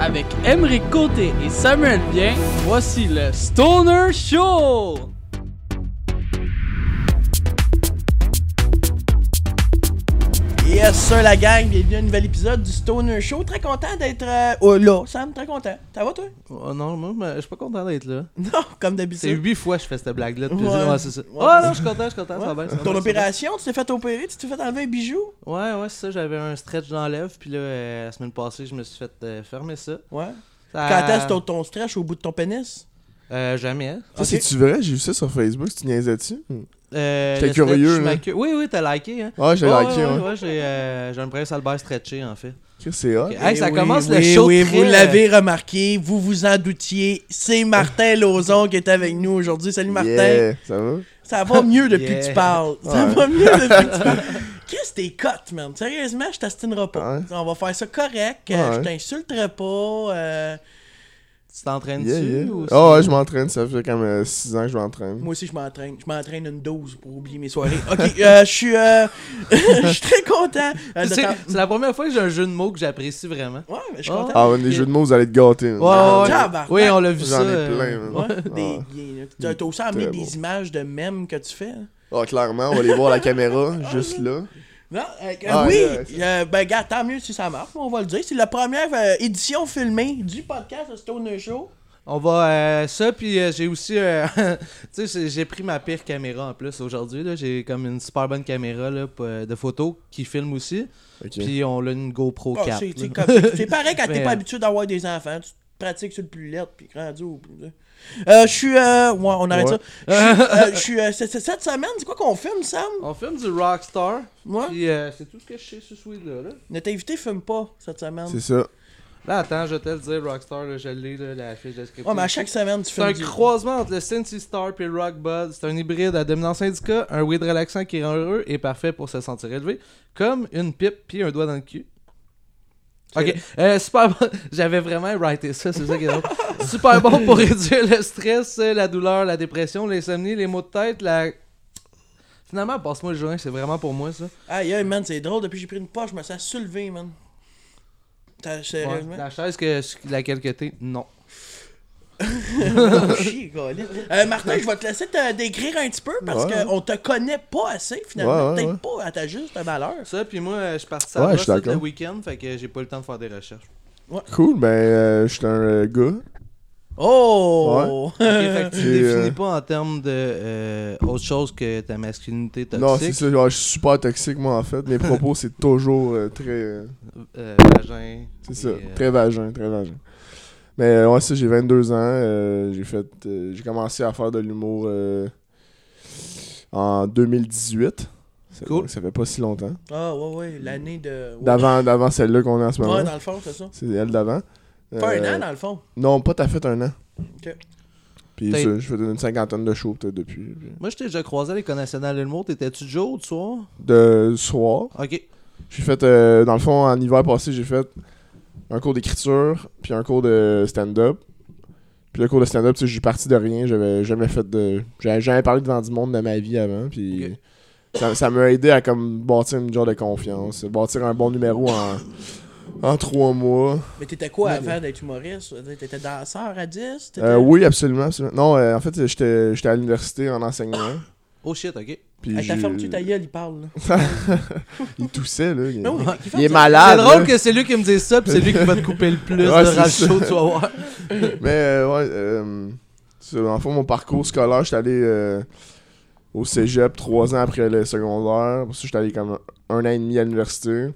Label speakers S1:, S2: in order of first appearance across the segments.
S1: avec Emery Côté et Samuel Bien, voici le Stoner Show!
S2: Yes, sir, euh, la gang, bienvenue à un nouvel épisode du Stoner Show. Très content d'être euh, oh, là, Sam, très content. Ça va, toi?
S3: Oh non, moi, mais je suis pas content d'être là.
S2: Non, comme
S3: C'est
S2: d'habitude.
S3: huit fois que je fais cette blague-là. puis je
S2: Ouais.
S3: dis, Ouais, c'est ça.
S2: Ouais.
S3: Oh non, je suis content, je suis content, ça va bien.
S2: Ton
S3: ça va bien, ça va bien.
S2: opération, tu t'es fait opérer, tu t'es fait enlever un bijou?
S3: Ouais, ouais, c'est ça. J'avais un stretch dans l'œuf, puis là, euh, la semaine passée, je me suis fait euh, fermer ça.
S2: Ouais.
S3: Ça-
S2: Quand est-ce ton, ton stretch au bout de ton pénis?
S3: Euh, jamais.
S4: Ça,
S2: Ok.
S4: c'est-tu vrai? J'ai vu ça sur Facebook, tu niaisais-tu?
S3: Euh,
S4: J'étais
S3: le stretch,
S4: curieux,
S3: ma
S4: là.
S3: queue- Oui, oui, t'as liké, hein.
S4: Ah, j'ai
S3: Ouais,
S4: liké,
S3: ouais,
S4: ouais.
S3: ouais, ouais, j'ai euh, j'ai un prince Albert stretché, en fait.
S4: Chris, C'est hot.
S3: Ok. Hey,
S2: Eh
S3: ça
S2: oui,
S3: commence le
S2: oui,
S3: show
S2: Oui,
S3: très-
S2: vous l'avez remarqué, vous vous en doutiez. C'est Martin Lozon qui est avec nous aujourd'hui. Salut Martin.
S4: Yeah, ça va?
S2: Ça va mieux depuis que tu
S3: Yeah.
S2: parles. Ça
S4: Ouais.
S2: va mieux depuis que tu parles. Qu'est-ce que t'es cote, man? Sérieusement, je t'astinerai pas.
S4: Ouais.
S2: On va faire ça correct. euh,
S4: Ouais.
S2: Je t'insulterai pas. euh,
S3: Tu t'entraînes-tu?
S4: Yeah, yeah.
S3: ou c'est-
S4: Oh, ouais, je m'entraîne, ça fait comme 6 ans que je m'entraîne.
S2: Moi aussi, je m'entraîne. Je m'entraîne une dose pour oublier mes soirées. Ok, euh, je suis euh, je suis très content. euh, de
S3: Tu sais,
S2: t'en-
S3: C'est la première fois que j'ai un jeu de mots que j'apprécie vraiment.
S2: Ouais, mais je suis
S3: Oh.
S2: content.
S4: Ah, ouais, les jeux de mots, vous allez être gâtés.
S3: Ouais, ouais, ouais.
S2: Tabarnak.
S3: Oui, on l'a vu ça.
S4: J'en ai
S3: euh,
S4: plein, man.
S2: Ouais,
S4: Ah,
S2: des- des- T'as t'as aussi amené
S4: Très
S2: des
S4: beau.
S2: images de mèmes que tu fais. hein?
S4: Ah, clairement, on va les voir à la caméra, juste là.
S2: Non, euh,
S4: Ah,
S2: oui,
S4: ouais,
S2: euh, ben gars, tant mieux si ça marche, on va le dire. C'est la première euh, édition filmée du podcast de Stoner Show.
S3: On va euh, ça puis euh, j'ai aussi euh, tu sais j'ai- j'ai pris ma pire caméra en plus aujourd'hui là, j'ai comme une super bonne caméra là, p- euh, de photo qui filme aussi
S4: Ok.
S3: puis on a une GoPro
S2: Ah,
S3: 4.
S2: c'est- c'est
S3: là.
S2: comme- c'est pareil quand t'es
S3: Mais-
S2: pas habitué d'avoir des enfants, tu te pratiques sur le plus lettre, puis grandi au plus. Euh, je suis. Euh, ouais, on arrête
S4: Ouais.
S2: ça. Je suis, euh, Je suis. euh, c'est- c'est cette semaine, c'est quoi qu'on filme, Sam
S3: On filme du Rockstar
S2: Moi,
S3: puis euh, c'est tout ce que je sais sur ce weed là.
S2: notre invité filme pas cette semaine.
S4: C'est ça.
S3: Là attends, je vais te le dire Rockstar là, je l'ai là, la fiche descriptive.
S2: Ouais, mais à chaque semaine, tu
S3: C'est
S2: filmes.
S3: un
S2: du-
S3: croisement entre le Cincy Star et le Rock Bud. C'est un hybride à dominance syndicat, un weed relaxant qui rend heureux et parfait pour se sentir élevé, comme une pipe puis un doigt dans le cul. Ok, euh, super bon. J'avais vraiment writé ça, c'est ça qui est drôle. super bon pour réduire le stress, euh, la douleur, la dépression, l'insomnie, les maux de tête, la. Finalement, passe-moi le joint, c'est vraiment pour moi ça.
S2: Aïe, aïe, man, c'est drôle, depuis que j'ai pris une poche, je me sens soulevé, man. T'as-
S3: Ouais,
S2: Sérieusement?
S3: la chaise que laquelle que t'es, non.
S2: Oh, chier, golly. Euh, Martin, je vais te laisser te décrire un petit peu parce
S4: Ouais,
S2: que
S4: ouais.
S2: qu'on te connaît pas assez finalement.
S4: Ouais, ouais,
S2: Peut-être
S4: ouais.
S2: pas à ta juste valeur.
S3: Ça, puis moi, euh, je suis parti
S4: Ouais,
S3: à
S4: je
S3: brosse
S4: suis
S3: tout le
S4: d'accord.
S3: week-end, fait que j'ai pas eu le temps de faire des recherches.
S4: Cool, ben, euh, je suis un euh, gars.
S2: Oh!
S3: Ok, fait que tu
S4: J'ai,
S3: définis
S4: euh,
S3: pas en termes de euh, autre chose que ta masculinité toxique.
S4: Non, c'est ça, genre, je suis super toxique, moi, en fait. Mes propos, c'est toujours euh, très. euh,
S3: Euh, vagin.
S4: C'est
S3: et,
S4: ça,
S3: euh,
S4: très vagin, très vagin. Mais euh, ouais, ça, j'ai 22 ans. euh, j'ai fait, euh, j'ai commencé à faire de l'humour euh, en 2018. Ça-
S3: Cool.
S4: Ça fait pas si longtemps.
S2: Ah, ouais, ouais, l'année de. ouais.
S4: D'avant, d'avant celle-là qu'on a en ce moment.
S2: Ouais, dans le fond, c'est ça.
S4: C'est elle d'avant.
S2: Pas
S4: Euh,
S2: un an, dans le fond.
S4: Non, pas t'as fait un an.
S2: Ok.
S4: Puis
S3: T'as-
S4: ça, je fais une cinquantaine de shows peut-être depuis. puis-
S3: Moi, je t'ai déjà croisé à l'École nationale de l'humour. T'étais-tu de jour ou de soir?
S4: De soir,
S3: OK.
S4: j'ai fait, euh, dans le fond, en hiver passé, j'ai fait un cours d'écriture, puis un cours de stand-up. Puis le cours de stand-up, tu sais, je suis parti de rien, j'avais jamais fait de... J'avais jamais parlé devant du monde de ma vie avant, puis...
S3: Ok.
S4: ça- Ça m'a aidé à comme bâtir une genre de confiance, bâtir un bon numéro en, en trois mois.
S2: Mais t'étais quoi
S4: Mais-
S2: avant d'être humoriste? Je veux dire, T'étais danseur à 10? T'étais-
S4: Euh, oui, absolument, absolument. Non, euh, en fait, j'étais j'étais à l'université en enseignement.
S3: Oh shit, OK.
S4: Puis
S2: Hey, t'as
S4: j'ai-
S2: fermé ta gueule, il parle. là.
S4: Il toussait, là. Il,
S2: Non, mais qui fait
S4: il
S2: ça?
S4: est
S3: C'est
S4: malade.
S3: drôle
S4: là.
S3: que c'est lui qui me dise ça, puis c'est lui qui va te couper le plus
S4: hein. Ouais,
S3: de
S4: c'est
S3: rage
S4: ça.
S3: chaud, tu vas voir.
S4: Mais euh, ouais, euh, c'est- en fait, mon parcours scolaire, j'étais allé euh, au cégep trois ans après le secondaire. Pour ça, j'étais allé comme un an et demi à l'université.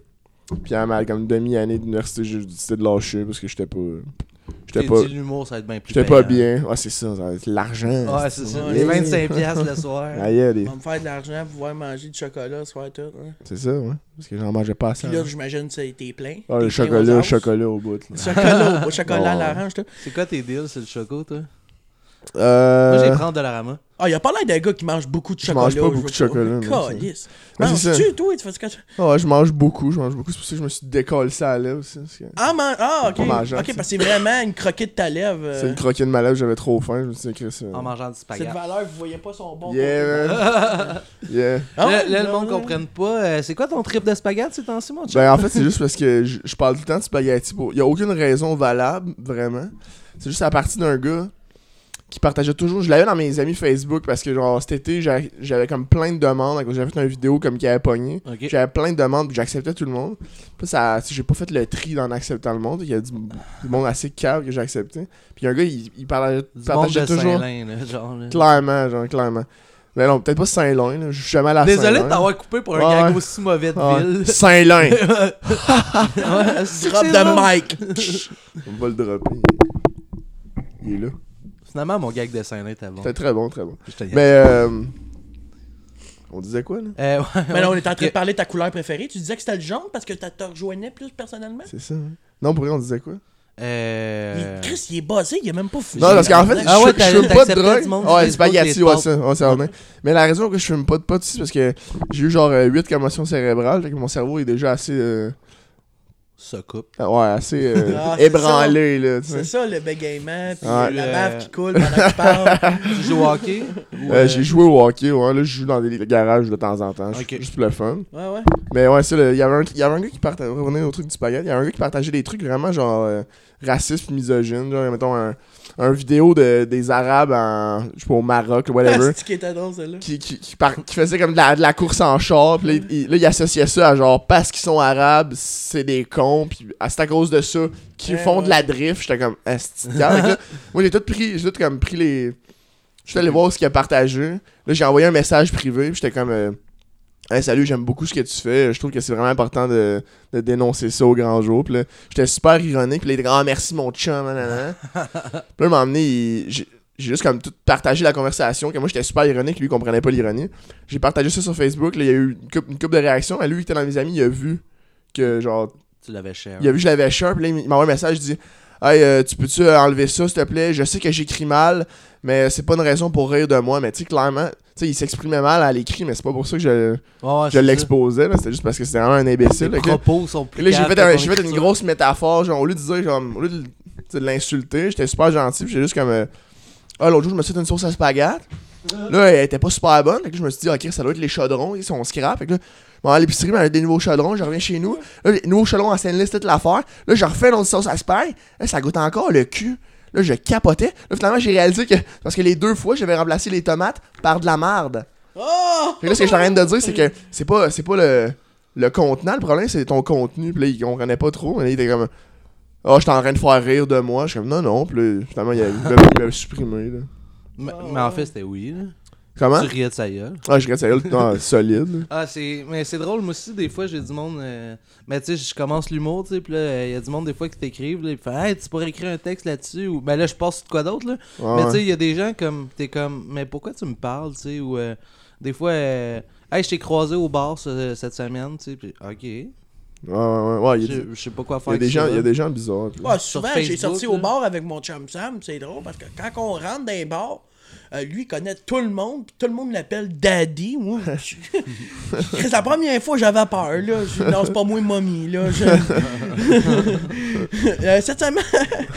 S4: Puis à ma comme demi-année d'université, j'ai décidé de lâcher parce que j'étais pas. J'étais
S3: T'es
S4: pas.
S3: dit l'humour, ça va être bien plus
S4: J'étais pas
S3: payant.
S4: bien. Ouais, c'est ça, ça va être l'argent.
S3: hein. Ouais, c'est ça.
S2: Ouais.
S3: Les 25 piastres le soir.
S4: Aïe, allez.
S2: On va me faire de l'argent pour pouvoir manger du chocolat, ce soir tout. hein.
S4: C'est ça, ouais. Parce que j'en mangeais pas assez.
S2: Puis là, j'imagine que ça a été plein. T'es
S4: Ah, le
S2: plein
S4: chocolat,
S2: aux
S4: le
S2: os.
S4: chocolat au bout. là.
S2: Chocolat, au- chocolat à
S4: Bon.
S2: l'orange, tout.
S3: C'est quoi tes deals, c'est le choco, toi?
S4: Euh,
S3: Moi, j'ai prendre de la rama.
S2: Ah, il a pas l'air d'un gars qui mange beaucoup de
S4: Je
S2: chocolat.
S4: mange pas beaucoup de chocolat,
S2: mais
S4: moi, ça.
S2: Calice.
S4: Ouais, c'est ça.
S2: Manges-tu, toi? Tu fais du chocolat?
S4: Ah ouais, je mange beaucoup, je mange beaucoup. C'est pour ça que je me suis décollé ça à la lèvre. aussi,
S3: Euh.
S4: parce que
S2: Ah, man... ah ok.
S4: Pas mangeant,
S2: ok,
S4: ça.
S2: parce que c'est vraiment une croquette de ta lèvre. euh.
S4: C'est une croquette de ma lèvre, j'avais trop faim, je me suis euh, écrit ça.
S3: En mangeant du
S2: Cette
S3: spaghetti.
S2: valeur, vous voyez pas son bon.
S4: Yeah, man. yeah.
S2: Ah ouais,
S3: là, là, le monde
S2: non,
S3: comprenne pas. euh, c'est quoi ton trip de spaghetti ces temps-ci, mon chat?
S4: Ben, en fait, c'est juste parce que je, je parle tout le temps de spaghetti. Pour... Il n'y a aucune raison valable, vraiment. C'est juste à partir d'un gars qui partageait toujours. Je l'avais dans mes amis Facebook parce que, genre, cet été, j'a- j'avais comme plein de demandes. à cause- J'avais fait une vidéo comme qui avait pogné.
S3: Ok.
S4: J'avais plein de demandes, puis j'acceptais tout le monde. Puis ça, tu sais, j'ai pas fait le tri en acceptant le monde. Il y a du, du monde assez cave que j'ai accepté. Puis un gars, il, il parlait-
S3: Du monde
S4: partageait
S3: de
S4: toujours.
S3: Saint-Lin, là, genre. là.
S4: Clairement, genre, clairement. Mais non, peut-être pas Saint-Loin, là. Je suis jamais allé à
S3: Désolé de
S4: Saint-Loin.
S3: t'avoir coupé pour un
S4: Ouais,
S3: gag
S4: ouais.
S3: aussi mauvais de
S4: Ah,
S3: ville.
S4: Saint-Loin!
S3: Ouais, c'est
S2: Drop
S3: c'est
S2: de
S3: drôle.
S2: mic.
S4: On va le dropper. Il est là.
S3: Finalement, mon gag de Saint-Lin était bon.
S4: C'était très bon, très bon.
S3: Je te
S4: Mais euh, on disait quoi là
S3: Euh, ouais,
S2: Mais ben là, on est en train
S3: Ok.
S2: de parler de ta couleur préférée. Tu disais que c'était le jaune parce que t'as- te rejoignais plus personnellement.
S4: C'est ça. hein? Non, pour vrai, on disait quoi
S3: Euh...
S2: Il- Chris, il est basé, il a même pas fumé.
S4: Non, parce qu'en fait,
S3: Ah ouais,
S4: je, je fume
S3: t'as-
S4: pas de
S3: t'acceptais du monde
S4: drogue.
S3: sur
S4: Ouais,
S3: Facebook,
S4: spaghetti,
S3: les
S4: ouais,
S3: pâtes.
S4: ça, ouais, ça en est. Mais la raison que je fume pas de potes, c'est parce que j'ai eu genre 8 commotions cérébrales, fait que mon cerveau est déjà assez. euh,
S3: Se coupe.
S4: ah ouais, assez euh,
S2: Ah, c'est
S4: ébranlé, là, tu sais.
S2: C'est ça le bégaiement, puis
S4: Ouais.
S2: la
S3: Euh,
S2: bave qui coule pendant que tu parles.
S3: Tu joues au hockey? Ou,
S4: Euh, j'ai joué au hockey, ouais. Là, je joue dans des garages de temps en temps. je-
S3: Ok.
S4: Juste pour le fun.
S2: Ouais, ouais.
S4: Mais ouais, ça, le- il y avait un il y avait un gars qui partageait, revenir au truc du spaghetti, il y avait un gars qui partageait des trucs vraiment genre euh, racistes puis misogynes, genre mettons un, un vidéo de, des arabes en je sais pas au Maroc whatever.
S2: C'est qui était drôle, celle-là.
S4: Qui, qui, qui, par- qui faisait comme de la, de la course en char, pis là, il- il, là, il associait ça à genre parce qu'ils sont arabes, c'est des cons, pis à- c'est à cause de ça qu'ils
S2: Ouais,
S4: font
S2: ouais.
S4: de la drift. J'étais comme, Esti, regarde, fait que là, moi j'ai tout pris, j'ai tout comme pris les. J'étais
S2: Mm.
S4: allé voir ce qu'il a partagé. Là, j'ai envoyé un message privé, pis j'étais comme, euh, Hey, salut, j'aime beaucoup ce que tu fais. Je trouve que c'est vraiment important de, de dénoncer ça au grand jour. Puis là, j'étais super ironique. Puis là, il était comme, ah, merci mon chum. nanana. Puis là, il m'a emmené. il- J'ai j'ai juste comme tout partagé la conversation. Que moi, j'étais super ironique. Lui, il comprenait pas l'ironie. J'ai partagé ça sur Facebook. Là, il y a eu une couple, une couple de réactions. À lui, qui était dans mes amis, il a vu que, genre,
S3: Tu l'avais cher.
S4: il a vu que je l'avais cher, puis là, il m'a envoyé un message, il dit Hey, euh, tu peux-tu euh, enlever ça, s'il te plaît Je sais que j'écris mal, mais c'est pas une raison pour rire de moi. Mais tu sais, clairement, tu sais, il s'exprimait mal à l'écrit, mais c'est pas pour ça que je,
S3: Ouais, ouais,
S4: je
S3: Ah, c'est
S4: l'exposais, là. C'était juste parce que c'était vraiment un
S3: ça.
S4: imbécile.
S3: Tes
S4: ok?
S3: propos sont
S4: Puis
S3: plus
S4: là, j'ai
S3: caves
S4: fait,
S3: que ton
S4: un- j'ai fait une
S3: écriture.
S4: grosse métaphore, genre, au lieu de dire, genre, au lieu de, tu sais, de l'insulter, j'étais super gentil, puis j'étais juste comme. euh, ah, l'autre jour, je me suis fait une sauce à spaghette. Là, elle était pas super bonne. Fait que je me suis dit, ok, ça doit être les chaudrons, ils sont scrap. Fait que là, je m'en vais à l'épicerie, mais des nouveaux chaudrons, je reviens chez nous. Là, les nouveaux chaudrons en stainless, toute l'affaire. Là, je refais une autre sauce à spag. Là, ça goûte encore le cul. Là, je capotais. Là, finalement, j'ai réalisé que. Parce que les deux fois, j'avais remplacé les tomates par de la marde.
S2: Oh!
S4: Fait que là, ce que je suis en train de dire, c'est que c'est pas, c'est pas le, le contenant, le problème, c'est ton contenu. Puis là, il comprenait pas trop. Là, il était comme. Oh, j'étais en train de faire rire de moi. Je suis comme, non, non. Puis là, finalement, il a- il m'a il m'a supprimé. Là.
S3: Mais, mais en fait, c'était oui. là.
S4: Comment
S3: Tu riais de sa gueule.
S4: Ah, je regarde ça, là, le temps solide. là.
S3: Ah, c'est. Mais c'est drôle, moi aussi, des fois, j'ai du monde. euh, Mais tu sais, je commence l'humour, tu sais, pis là, euh, il y a du monde, des fois, qui t'écrivent, là, ils font, hey, tu pourrais écrire un texte là-dessus, ou. Ben là, je passe sur de quoi d'autre, là.
S4: Ouais,
S3: mais tu sais,
S4: ouais.
S3: il y a des gens comme. T'es comme, mais pourquoi tu me parles, tu sais, ou. euh, des fois, euh, hey, je t'ai croisé au bar ce- cette semaine, tu sais, pis ok.
S4: Ouais, ouais, ouais, ouais, il y a
S3: Je je sais pas quoi
S4: il y
S3: faire.
S4: a des
S3: avec
S4: gens-
S3: ça.
S4: il y a des gens bizarres. puis-
S2: hein. Ouais,
S3: Sur
S2: souvent, j'ai
S3: Facebook,
S2: sorti
S3: là.
S2: au bar avec mon chum Sam, c'est drôle parce que quand on rentre dans les bars, euh, lui, il connaît tout le monde, puis tout le monde l'appelle Daddy. Moi, je- c'est la première fois que j'avais peur, là. Je dis, non, c'est pas moi, mommy, là. Je- Euh, cette semaine,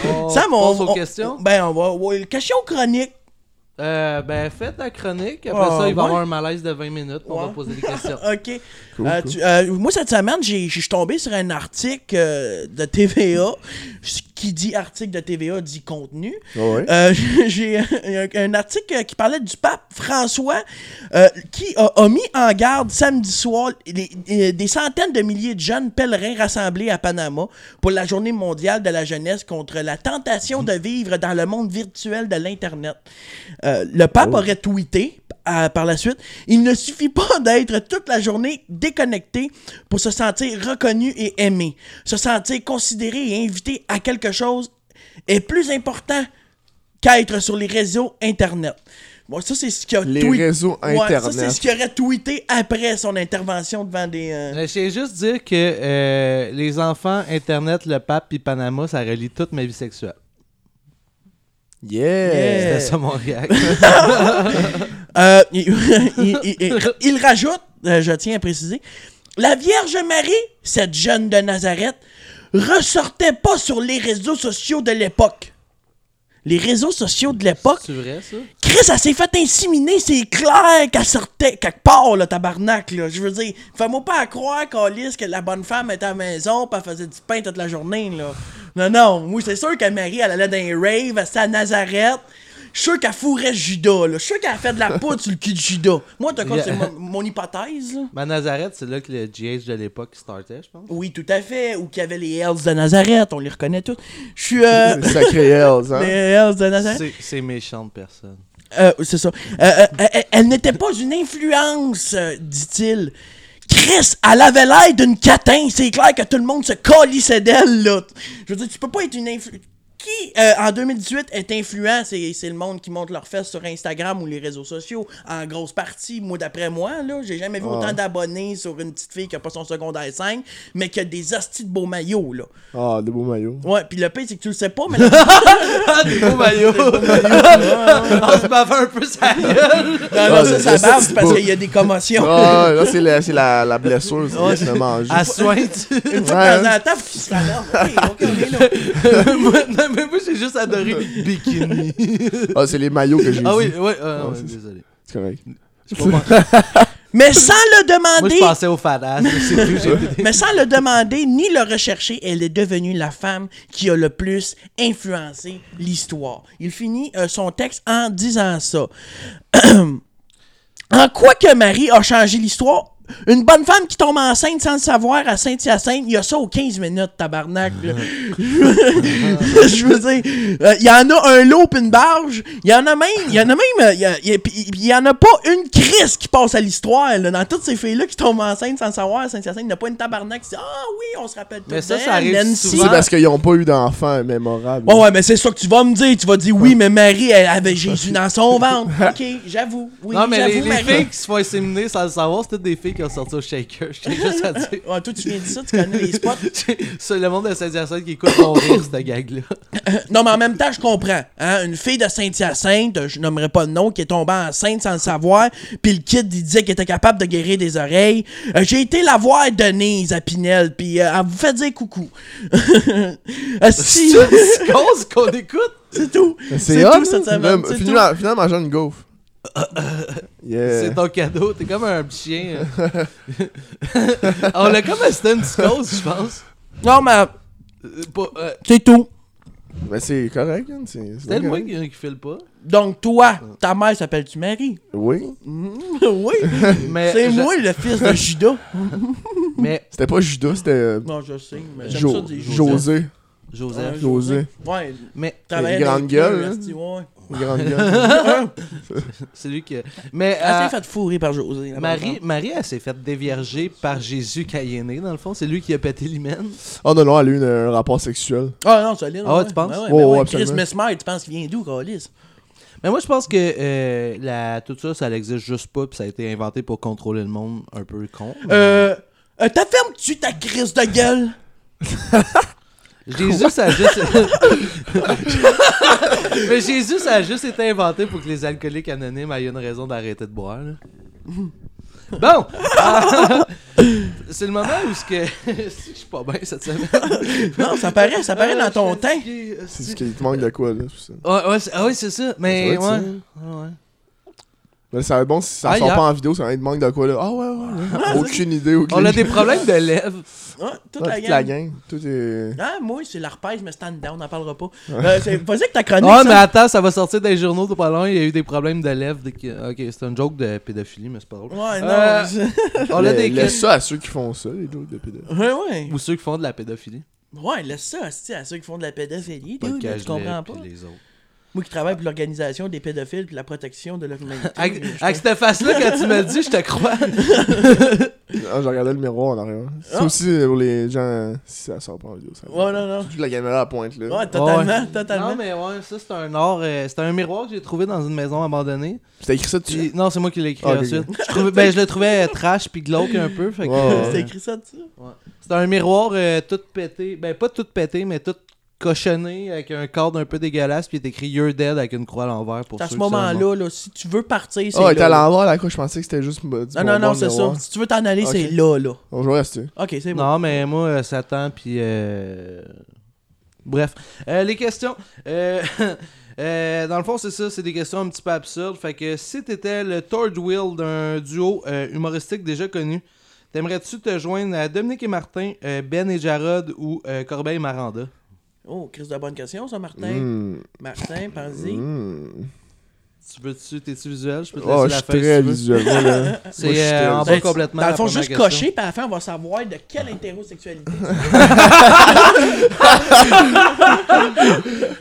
S3: On
S2: Sam, on.
S3: passe aux
S2: on-
S3: questions.
S2: ben, on va. ouais, question chronique.
S3: Euh, ben, faites la chronique. Après
S2: Ah,
S3: ça, il va y
S2: ouais.
S3: avoir un malaise de 20 minutes. puis On
S2: Ouais.
S3: va poser des questions.
S2: OK. Euh, tu- euh, moi, cette semaine, j'ai- je suis tombé sur un article euh, de TVA. Ce qui dit article de TVA dit contenu.
S4: Ah, Ouais, ouais.
S2: Euh, j'ai un, un article euh, qui parlait du pape François euh, qui a, a mis en garde samedi soir les- les- des centaines de milliers de jeunes pèlerins rassemblés à Panama pour la journée mondiale de la jeunesse contre la tentation de vivre dans le monde virtuel de l'Internet. Euh, le pape
S4: Oh.
S2: aurait tweeté euh, par la suite, il ne suffit pas d'être toute la journée déconnecté pour se sentir reconnu et aimé. Se sentir considéré et invité à quelque chose est plus important qu'à être sur les réseaux Internet. Bon, ça, c'est ce qu'il a
S4: Les
S2: tweet-
S4: réseaux
S2: Ouais, ça,
S4: Internet.
S2: c'est ce qu'il aurait tweeté après son intervention devant des... euh,
S3: Euh, Je tiens juste dire que euh, les enfants, Internet, le pape puis Panama, ça relie toute ma vie sexuelle.
S4: Yeah!
S3: C'était ça mon réac.
S2: Euh, il, il- il- il- il rajoute, euh, je tiens à préciser, la Vierge Marie, cette jeune de Nazareth, ressortait pas sur les réseaux sociaux de l'époque. Les réseaux sociaux de l'époque,
S3: C'est vrai, ça?
S2: Chris, elle s'est fait inséminer, c'est clair qu'elle sortait quelque part, là, tabarnak, là. Je veux dire, fais-moi pas à croire, Calis, que la bonne femme était à la maison pis elle faisait du pain toute la journée, là. Non, non, moi, c'est sûr que Marie, elle allait dans les raves, elle était à Nazareth. Je suis sûr qu'elle fourrait Judas, là. Je suis sûr qu'elle a fait de la poudre sur le cul de Judas. Moi, t'as compris,
S3: Yeah.
S2: c'est mon, mon hypothèse, là.
S3: Mais à Nazareth, c'est là que le GH de l'époque startait, je pense.
S2: Oui, tout à fait. Ou qu'il y avait les Hells de Nazareth, on les reconnaît tous. Je suis, euh,
S4: Les Sacré Hells,
S2: les
S4: hein?
S2: Hells de Nazareth.
S3: C'est- C'est méchant de personne.
S2: Euh, c'est ça. Euh, euh, euh, euh, elle n'était pas une influence, euh, dit-il. Chris, elle avait l'air d'une catin. C'est clair que tout le monde se colissait d'elle, là. Je veux dire, tu peux pas être une influence. Qui, euh, en 2018, est influent? C'est c'est le monde qui monte leurs fesses sur Instagram ou les réseaux sociaux, en grosse partie. Moi, d'après moi, là, j'ai jamais vu
S4: Ouais.
S2: autant d'abonnés sur une petite fille qui a pas son secondaire 5, mais qui a des hosties de beaux maillots, là.
S4: Ah, de beaux maillots.
S2: Ouais, puis le pire, c'est que tu le sais pas, mais la
S3: Ah, des beaux maillots! On se bavait un peu sa gueule!
S2: Non, non, ça, ça
S4: Ah,
S2: barbe
S4: c'est
S2: parce
S4: beau.
S2: qu'il y a des commotions.
S4: Ah, là, c'est la, c'est la, la blessure, c'est laisse le manger.
S2: Ah,
S3: À sointe!
S2: Une fois
S4: hein?
S2: de temps en temps, faut qu'il se ramène. Ok, ok, ok, là.
S3: moi, non, mais moi, j'ai juste adoré Bikini.
S4: Ah, c'est les maillots que j'ai
S3: Ah oui,
S4: dit.
S3: ouais, euh,
S4: Ah,
S3: ouais,
S4: c'est-
S3: désolé.
S4: C'est correct.
S3: J'ai pas pensé-
S2: Mais sans le
S3: Moi, je
S2: demander,
S3: pensais au fadas, c'est tout, j'ai été-
S2: mais sans le demander ni le rechercher, elle est devenue la femme qui a le plus influencé l'histoire. Il finit euh, son texte en disant ça. En quoi que Marie a changé l'histoire, une bonne femme qui tombe enceinte sans le savoir à Saint-Hyacinthe, il y a ça aux 15 minutes, tabarnak. là. Je veux dire, euh, il y en a un lot pis une barge. Il y en a même, il y en a même, euh, il y a- il y, a- pis- il y en a pas une crise qui passe à l'histoire. là. Dans toutes ces filles-là qui tombent enceintes sans le savoir à Saint-Hyacinthe, il n'y a pas une tabarnak qui dit Ah oui, on se rappelle tout
S3: Mais ça,
S2: d'elle,
S3: ça arrive
S2: Nancy.
S3: souvent.
S4: C'est parce qu'ils n'ont pas eu d'enfant mémorable.
S2: Ouais, ouais, mais c'est ça que tu vas me dire. Tu vas dire oui, mais Marie, elle avait Jésus dans son ventre. Ok, j'avoue. Oui,
S3: non, mais les,
S2: j'avoue,
S3: les
S2: Marie.
S3: filles qui se font inséminer sans le savoir, c'est toutes des filles qui ont sorti au shaker. Je tiens juste à dire.
S2: Ouais, toi, tu viens de ça, tu connais les spots.
S3: C'est le monde de Saint-Hyacinthe qui écoute mon rire, cette gag-là.
S2: Non, mais en même temps, je comprends. hein. Une fille de Saint-Hyacinthe, je nommerai pas de nom, qui est tombée enceinte sans le savoir, puis le kid, il disait qu'il était capable de guérir des oreilles. Euh, J'ai été la voir Denise à Pinel, puis euh, elle vous fait dire coucou. Euh, si,
S3: C'est con ce qu'on écoute.
S2: c'est tout.
S4: C'est hot,
S2: tout cette
S4: hein?
S2: semaine.
S4: Là,
S2: c'est tout.
S4: Finalement, finalement, mangeant une gaufre. Yeah.
S2: Euh.
S3: C'est ton cadeau, t'es comme un petit chien. hein. On l'a comme c'était une petite cause, je pense.
S2: Non, mais
S3: Euh, pas- euh,
S2: c'est tout.
S4: Mais c'est correct, hein? C'est c'est
S3: C'était le moi
S4: correct.
S3: qui, qui file pas.
S2: Donc, toi, ta mère s'appelle-tu Marie?
S4: Oui.
S2: oui,
S3: Mais
S2: c'est
S3: Euh, je-
S2: moi le fils de Judas.
S3: Mais
S4: C'était pas Judas, c'était euh,
S2: non, je sais, mais j'aime ça
S4: Jo-
S2: dire
S4: José.
S3: Joseph.
S2: Ouais.
S4: José.
S2: Ouais,
S3: Mais
S2: travailler
S4: Une grande
S2: avec
S4: gueule,
S2: eux,
S4: hein.
S2: esti, ouais.
S4: Une grande gueule.
S3: c'est lui qui. Mais
S2: Elle
S3: euh,
S2: s'est hein. faite Ah, fourrer par José. la
S3: Marie, Marie, elle s'est faite dévierger par Jésus quand il est né, dans le fond. C'est lui qui a pété l'hymen.
S4: Oh non, non, elle a eu une- un rapport sexuel.
S2: Ah non, solide.
S3: Ah ouais, tu penses?
S2: Ben ouais,
S4: Oh,
S2: ben
S4: ouais,
S2: ouais. Chris
S4: absolument.
S2: Mesmer, tu penses qu'il vient d'où, Calis?
S3: Mais moi, je pense que euh, la, tout ça, ça n'existe juste pas, puis ça a été inventé pour contrôler le monde un peu con.
S2: Euh. euh T'affirmes-tu ta crise de gueule?
S3: Jésus, ça a juste. Mais Jésus, ça a juste été inventé pour que les alcooliques anonymes aient une raison d'arrêter de boire. là. Bon! Ah, c'est le moment où ce que. si, je suis pas bien cette semaine.
S2: Non, ça paraît, ça paraît dans
S4: Euh,
S2: ton teint.
S4: C'est ce qui te manque de quoi, là. tout ça.
S3: Ouais, ouais, c'est- ah oui, c'est ça. Mais
S4: Ça
S3: ouais.
S4: doit être
S3: ouais.
S4: Mais ça va être bon si ça
S3: Ah,
S4: sort
S3: hier.
S4: pas en vidéo, ça va être manque de quoi, là. Ah ouais, ouais, ouais. Aucune idée. Aucune
S3: On a
S4: idée.
S3: des problèmes de lèvres.
S2: Ah, toute
S4: Ah,
S2: la
S4: toute la
S2: gueule.
S4: gang. Tout est.
S2: Ah, moi, c'est l'arpège, mais stand down, on n'en parlera pas. Euh, c'est- Vas-y que ta chronique.
S3: Non,
S2: ça.
S3: Ah, mais attends, ça va sortir des journaux tout pas long. Il y a eu des problèmes de lèvres. de- Ok, c'est un joke de pédophilie, mais c'est pas drôle.
S2: Ouais, non.
S3: Euh,
S2: c'est-
S3: On a
S4: Mais
S3: des
S4: Laisse ça à ceux qui font ça, les jokes de pédophiles.
S2: Ouais, ouais.
S3: Ou ceux qui font de la pédophilie.
S2: Ouais, laisse ça asti, à ceux qui font de la pédophilie. dude, là,
S3: Podcast
S2: tu comprends
S3: Lèvres,
S2: pas?
S3: puis les autres.
S2: Moi qui travaille pour l'organisation des pédophiles et la protection de l'humanité.
S3: Avec,
S2: je-
S3: avec cette face-là, quand tu me le dis, je te crois.
S4: Ah, je regardais le miroir en arrière. C'est
S2: Ah.
S4: aussi pour les gens. Si ça sort pas en vidéo, ça va.
S2: Ouais, non, non.
S4: Surtout que la caméra à pointe, là.
S2: Ouais, totalement,
S3: Ouais.
S2: totalement.
S3: Non, mais ouais, ça, c'est un or. euh, c'est un miroir que j'ai trouvé dans une maison abandonnée.
S4: Puis t'as écrit ça dessus.
S3: Puis- non, c'est moi qui l'ai écrit
S4: Ah, ok,
S3: ensuite. Je, trouvais- ben, je le trouvais euh, trash puis glauque un peu. fait que-
S4: Ouais, ouais.
S2: C'est écrit ça dessus.
S3: C'est un miroir euh, tout pété. Ben, pas tout pété, mais tout cochonné avec un cadre un peu dégueulasse, puis il est écrit You're dead avec une croix à l'envers pour
S2: à
S3: ceux
S2: ce
S3: qui savent pas.
S2: moment-là, là, si tu veux partir, c'est
S4: Oh, il était à
S2: là.
S4: l'envers, la couche, je pensais que c'était juste. euh, du
S2: Non, non,
S4: bonbon
S2: non,
S4: de
S2: c'est ça.
S4: miroir.
S2: Si tu veux t'en aller,
S4: Ok.
S2: c'est là, là.
S4: On jouait à ce truc.
S2: Ok, c'est bon.
S3: Non, mais moi, euh, Satan, puis. euh, Bref. Euh, les questions. Euh, euh, dans le fond, c'est ça, c'est des questions un petit peu absurdes. Fait que si t'étais le third wheel d'un duo euh, humoristique déjà connu, t'aimerais-tu te joindre à Dominique et Martin, euh, Ben et Jarod ou euh, Corbeil et Maranda
S2: Oh, Chris, de bonne question, ça, Martin.
S4: Hmm.
S2: Martin, pense-y.
S4: Hmm.
S3: Tu veux-tu, t'es-tu visuel Je peux te laisser
S4: Oh, je
S3: la
S4: suis
S3: feuille.
S4: très
S3: si tu veux.
S4: visuel. moi, là. Moi, je suis
S3: C'est euh,
S4: très
S3: en bas
S2: Ben,
S3: complètement.
S2: Dans
S3: la
S2: le fond,
S3: première
S2: juste
S3: question.
S2: cocher, puis à la fin, on va savoir de quelle hétérosexualité.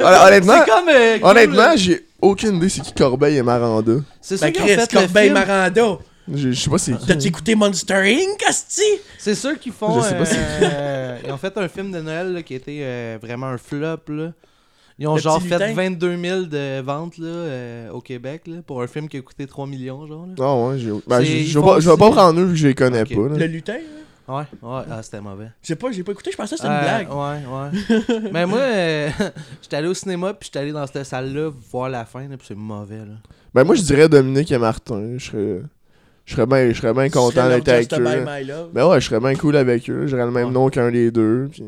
S4: Alors, honnêtement,
S3: C'est comme. euh, cool,
S4: honnêtement,
S3: là.
S4: j'ai aucune idée c'est qui Corbeil et Maranda.
S3: c'est sûr
S2: ben,
S3: qu'ils ont
S2: Chris,
S3: fait le
S2: Corbeil
S3: film. Hmm.
S2: Maranda.
S4: Je je sais pas c'est qui.
S2: T'as-tu écouté Monster Inc, Asti?
S3: C'est sûr qu'ils font.
S4: Je sais pas
S3: euh,
S4: si-
S3: euh, ils ont fait un film de Noël là, qui était euh, vraiment un flop. Là. Ils ont
S2: Le
S3: genre
S2: petit
S3: fait
S2: lutin.
S3: 22 000 de ventes là, euh, au Québec là, pour un film qui a coûté 3 millions. Genre, là.
S4: Non, ouais, j'ai. Ben,
S3: C'est-
S4: je-
S3: ils
S4: je vais
S3: font
S4: pas- je vais
S3: aussi-
S4: pas prendre eux vu que je les connais
S3: Ok.
S4: pas. là.
S2: Le lutin, là?
S3: Ouais, ouais, ah, c'était mauvais.
S2: Je sais pas, j'ai pas écouté, je pensais que c'était
S3: Euh,
S2: une blague.
S3: Ouais, ouais. Mais moi, euh, j'étais allé au cinéma puis j'étais allé dans cette salle-là voir la fin, là, puis c'est mauvais. Là.
S4: Ben, moi, je dirais Dominique et Martin. Je serais. Je serais bien, je serais bien content d'être avec eux. là.
S2: eux.
S4: Ben ouais, je serais bien cool avec eux. J'aurais le même
S3: Ouais.
S4: nom qu'un des deux. Puis...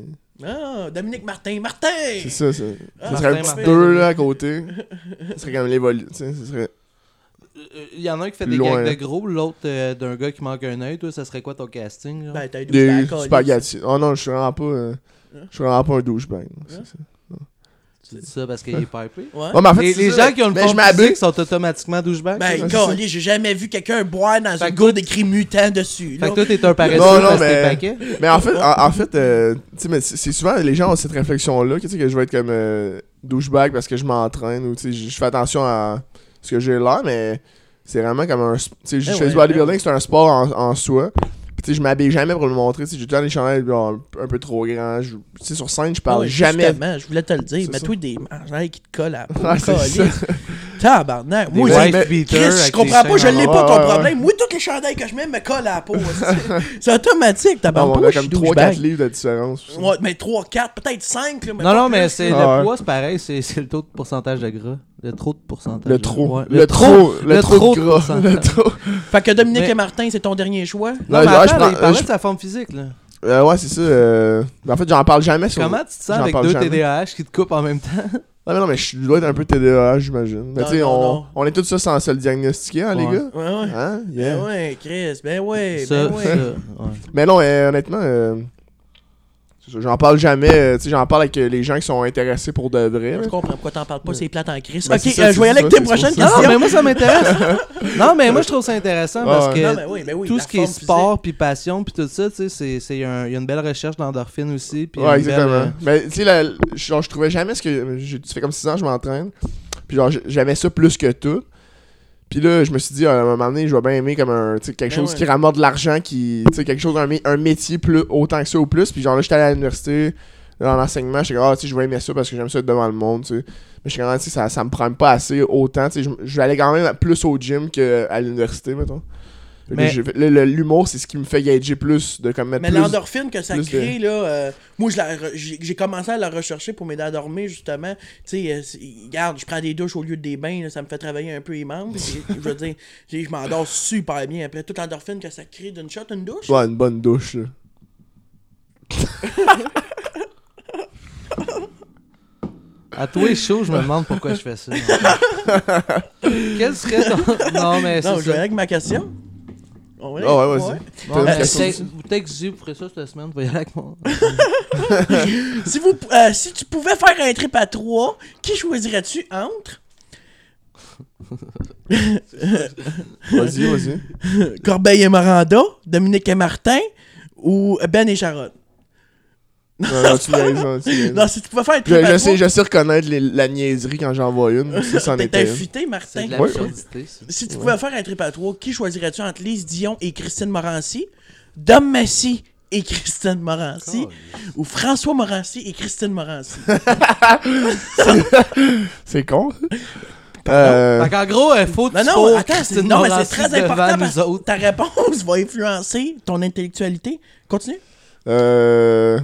S2: Ah, Dominique Martin, Martin!
S4: Ben- C'est ça, ça.
S2: Ah,
S4: ça serait un
S3: Martin,
S4: petit
S3: Martin.
S4: deux là à côté. Ce serait comme l'évolution. Tu sais, ce serait.
S3: Euh, euh, Il y en a un qui fait des
S4: Loin.
S3: gags de gros, l'autre euh, d'un gars qui manque un œil. Toi, ça serait quoi ton casting? genre?
S2: Ben, t'as eu
S4: Des
S2: douchebag,
S4: spaghettis. Oh non, je suis vraiment pas. euh, Je suis vraiment pas un douchebag. c'est ça.
S3: tu dis ça parce qu'il est pipé.
S2: Ouais.
S4: Ouais, mais en fait,
S3: Les,
S4: c'est
S3: les
S4: ça.
S3: gens qui ont le
S4: Ben,
S3: fond
S4: je m'habille.
S3: physique sont automatiquement douchebags. ça?
S2: Ben, golly, j'ai jamais vu quelqu'un boire dans
S3: Fait
S2: un
S3: que
S2: gourde écrit mutant dessus.
S3: Fait
S2: Là.
S3: que toi, t'es un paresseux
S4: Non, non,
S3: parce que
S4: mais-
S3: t'es paquet.
S4: Mais en fait, en, en fait euh, tu sais, mais c'est c'est souvent les gens ont cette réflexion là, que, tu sais, que je vais être comme euh, douchebag parce que je m'entraîne ou tu sais, je je fais attention à ce que j'ai l'air, mais c'est vraiment comme un. sp- Tu sais, je
S2: Eh
S4: fais
S2: ouais,
S4: du bodybuilding,
S2: eh
S4: c'est un sport en, en soi. Puis tu sais, je m'habille jamais pour le montrer. Tu sais, j'ai tout le temps des chandails genre, un peu trop grands. Je- Tu sais, sur scène, je parle
S2: Ah Ouais,
S4: jamais.
S2: justement, je voulais te le dire.
S4: C'est
S2: Mets-toi des manches qui te collent à la peau.
S4: Ah, c'est ça.
S2: Calice. Tabarnak. Moi,
S4: Des
S2: j'ai-
S4: white mais-
S2: Chris, je comprends pas, je l'ai
S4: en
S2: pas
S4: or.
S2: ton
S4: Ouais, ouais,
S2: problème. Moi, toutes les chandails que je mets me collent à la peau. c'est- C'est automatique,
S4: Non,
S2: tabarnak.
S4: on a
S2: Pourquoi je
S4: comme
S2: suis
S4: 3-4
S2: douchebag?
S4: livres de différence.
S2: Ouais, mais 3, 4, peut-être 5. Là, mais
S3: Non,
S2: pas
S3: non,
S2: plus.
S3: mais c'est
S4: Ah ouais.
S3: le poids, c'est pareil, c'est c'est le taux de pourcentage de gras. Le trop de pourcentage.
S4: Le
S3: de
S4: trop.
S3: gras. Ouais,
S4: Le trop. Le trop de gras.
S3: pourcentage.
S4: Le trop.
S2: Fait que Dominique
S3: Mais-
S2: et Martin, c'est ton dernier choix.
S3: Non,
S4: Là,
S3: mais
S4: là, je
S3: attends,
S4: prends-
S3: il parlait
S4: je-
S3: de sa forme physique, là.
S4: Euh, ouais, c'est ça. euh, En fait, j'en parle jamais sur
S3: Comment tu te sens
S4: j'en
S3: avec
S4: parle
S3: deux
S4: jamais.
S3: TDAH qui te coupent en même temps?
S4: Non, mais non, mais je dois être un peu TDAH, j'imagine. Mais
S2: Non,
S4: tu sais,
S2: non,
S4: on,
S2: non.
S4: on est tous ça sans se le diagnostiquer, hein,
S3: Ouais.
S4: les gars?
S2: Ouais, ouais.
S4: Hein?
S2: Ben
S4: Yeah.
S2: ouais, Chris, ben ouais,
S3: ça,
S2: ben ouais.
S3: ça, ouais.
S4: Mais non, euh, honnêtement, euh, c'est ça, j'en parle jamais. euh, tu sais, j'en parle avec euh, les gens qui sont intéressés pour de vrai. là.
S2: Je comprends pourquoi t'en parles pas, c'est plate en Chris.
S4: Ben,
S2: ok,
S4: c'est ça,
S2: euh, je vais y
S4: c'est
S2: aller avec
S4: ça,
S2: tes
S4: c'est
S2: prochaines
S4: ça.
S3: Non,
S2: questions.
S3: mais moi, ça m'intéresse. non, mais moi, je trouve ça intéressant
S4: Ouais,
S3: parce
S4: ouais.
S3: que
S2: Non, mais oui, mais oui,
S3: tout
S2: la
S3: ce qui est
S2: forme
S3: sport, puis passion, puis tout ça, tu sais, c'est- c'est un- il y a une belle recherche d'endorphine aussi. puis
S4: ouais,
S3: une belle,
S4: exactement.
S3: euh,
S4: Mais tu sais, la- genre, je trouvais jamais ce que. j'ai- Ça fait comme 6 ans que je m'entraîne. Puis genre, j'aimais ça plus que tout. Puis là, je me suis dit, ah, à un moment donné, je vais bien aimer comme un, tu sais, quelque
S2: Ben
S4: chose
S2: ouais.
S4: qui ramorde de l'argent, qui, tu sais, quelque chose, un, mé- un métier plus, autant que ça ou plus. Puis genre, là, j'étais allé à l'université, dans l'enseignement, j'étais comme, ah, tu sais, je vais aimer ça parce que j'aime ça être devant le monde, tu sais. Mais je suis quand même, tu sais, ça, ça me prend pas assez autant, tu sais, je- je vais aller quand même plus au gym qu'à l'université, mettons. Fait que
S3: Mais-
S4: j'ai fait- là, le- L'humour, c'est ce qui me fait gager plus, de comme mettre
S2: Mais
S4: plus.
S2: l'endorphine que ça
S4: plus de-
S2: crée, là, euh, moi, je la re- j'ai j'ai commencé à la rechercher pour m'aider à dormir, justement. Tu sais, euh, c'est- regarde, je prends des douches au lieu des bains, là, ça me fait travailler un peu les membres. J'ai- je veux dire, j'ai- je m'endors super bien après toute l'endorphine que ça crée d'une shot, une douche.
S4: Ouais, une bonne douche, là.
S3: À tous les shows, je me demande pourquoi je fais ça. Quel serait ton. Non, mais
S2: Non,
S3: c'est
S2: je vais aller
S3: ça.
S2: avec ma question. On va y
S4: Ah ouais,
S2: aller?
S4: vas-y.
S2: Ouais.
S3: Bon,
S4: T'as
S3: ben,
S4: une
S3: c'est-
S4: question?
S3: vous textez, vous ferez ça cette semaine, vous voyez avec moi.
S2: si, vous, euh, si tu pouvais faire un trip à trois, qui choisirais-tu entre
S4: Vas-y, vas-y.
S2: Corbeil et Moranda, Dominique et Martin ou Ben et Sharon?
S4: Non, non, tu niaises, non, tu niaises.
S2: Non, si tu pouvais faire un
S4: Euh, je,
S2: trip
S4: je
S2: à
S4: sais,
S2: trois,
S4: je sais reconnaître les- la niaiserie quand j'en vois une. Si c'en
S2: t'es
S4: était une.
S2: infité,
S3: C'est de
S2: Martin.
S3: l'absurdité, ça.
S2: Si tu pouvais faire un trip à trois, qui choisirais-tu entre Lise Dion et Christine Morancy, Dom Massy et Christine Morancy ou François Morancy et Christine Morancy?
S4: C'est con. Euh,
S3: Fait qu'en gros, il faut
S2: Non,
S3: tu
S2: non,
S3: faut
S2: attends, c'est
S3: Christine
S2: non, mais c'est
S3: Morancy
S2: très
S3: devant
S2: important
S3: nous
S2: parce que
S3: autres.
S2: ta réponse va influencer ton intellectualité. Continue.
S4: euh,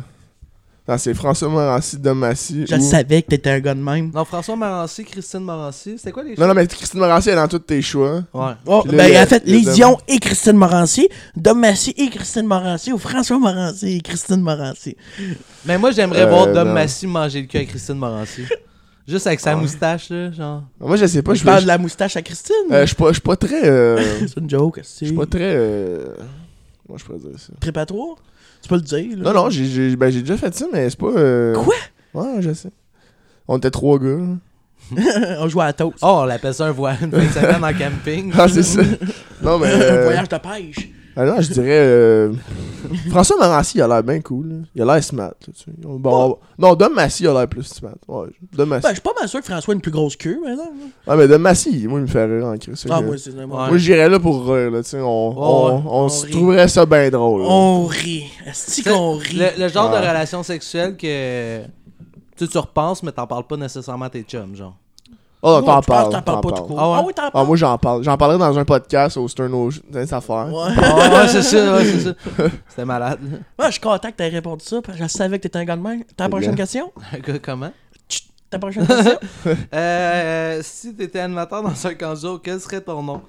S4: Non, c'est François Morassi de Massy.
S2: Je le savais que t'étais un gars de même.
S3: Non, François Morancy, Christine Morancy, c'était quoi les
S4: Non, non, mais Christine Morassi, elle est dans tous tes choix.
S3: Ouais.
S2: Oh,
S4: Puis là,
S2: ben,
S4: il y a-
S2: en fait,
S4: il y a
S2: les
S4: Dom-
S2: Dion et Christine Morancy, Dom Massy et Christine Morancy, ou François Morancy et Christine Morancy.
S3: Mais moi, j'aimerais
S4: Euh,
S3: voir Dom
S4: non.
S3: Massy manger le cul à Christine Morancy. Juste avec sa moustache, là, genre.
S4: Moi, je sais pas.
S2: Moi,
S4: Je
S2: je parle de
S4: je-
S2: la moustache à Christine.
S4: euh, je suis pas, je suis pas très. euh,
S2: C'est une joke,
S4: Je
S2: c'est.
S4: suis pas très. euh, Moi, je pourrais dire ça.
S2: Prépatoire? Tu peux le dire, là.
S4: Non, non, j'ai- j'ai ben, j'ai déjà fait ça, mais c'est pas. euh,
S2: Quoi?
S4: Ouais, je sais. On était trois gars. là.
S2: On joue à la toast.
S3: Oh, on l'appelle ça un voile, une fin de semaine en camping.
S4: Ah, c'est ça. Non, mais.
S2: Un
S4: euh,
S2: voyage de pêche.
S4: Ah non, je dirais. euh, François Marassi, il a l'air bien cool. là. Il a l'air smart. là, tu sais. Bon, Non, Dom Massy, il a l'air plus smart. Ouais, Dom Massy.
S2: Ben, je suis pas mal sûr que François a une plus grosse queue, maintenant.
S4: Ah, mais Dom Massy, moi, il me fait rire en crise.
S2: Ah,
S4: que-
S2: moi, c'est
S3: Ouais.
S4: moi, j'irais là pour rire. Là, tu sais, on on,
S3: ouais,
S4: on
S2: on
S4: se
S2: rit.
S4: trouverait ça bien drôle. là.
S2: On rit. Est-ce
S3: C'est
S2: qu'on rit?
S3: Le, le genre
S4: Ah.
S3: de relation sexuelle que tu, sais, tu repenses, mais t'en parles pas nécessairement à tes chums, genre.
S4: Oh, non,
S2: Moi,
S4: t'en
S2: je pense
S4: parles.
S2: que T'en parles pas tout
S4: parles.
S2: court.
S3: Ah ouais?
S2: Ah oui, t'en
S4: Ah,
S2: parles.
S4: moi, j'en parle. J'en parlerai dans un podcast au Stern aux affaires.
S2: Ouais.
S3: Ah, ouais, c'est ça, ouais, c'est ça. C'était malade. là.
S2: Moi, je suis content que t'aies répondu ça, parce que je savais que t'étais un gars de main. Ta
S4: C'est
S2: prochaine
S4: bien.
S2: question?
S3: Un gars comment?
S2: Chut, Ta prochaine question?
S3: Euh, si t'étais animateur dans un camp de jour, quel serait ton nom?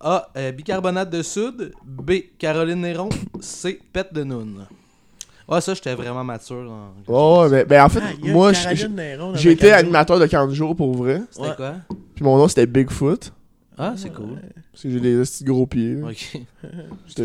S3: A. euh, bicarbonate de soude. B. Caroline Néron. C. Pète de noun. Ouais, ça, j'étais vraiment mature. en-
S4: Ouais, ouais, ben, ben, en fait,
S2: Ah, il y a
S4: moi,
S2: une
S4: j-
S2: Caroline
S4: j-
S2: Néron dans
S4: j'ai
S2: un
S4: été
S2: cadeau.
S4: animateur de 40 jours pour vrai.
S3: C'était
S2: Ouais.
S3: quoi?
S4: Puis mon nom, c'était Bigfoot.
S3: Ah, c'est cool.
S4: Parce que j'ai des petits gros pieds. là.
S3: Ok.
S4: C'était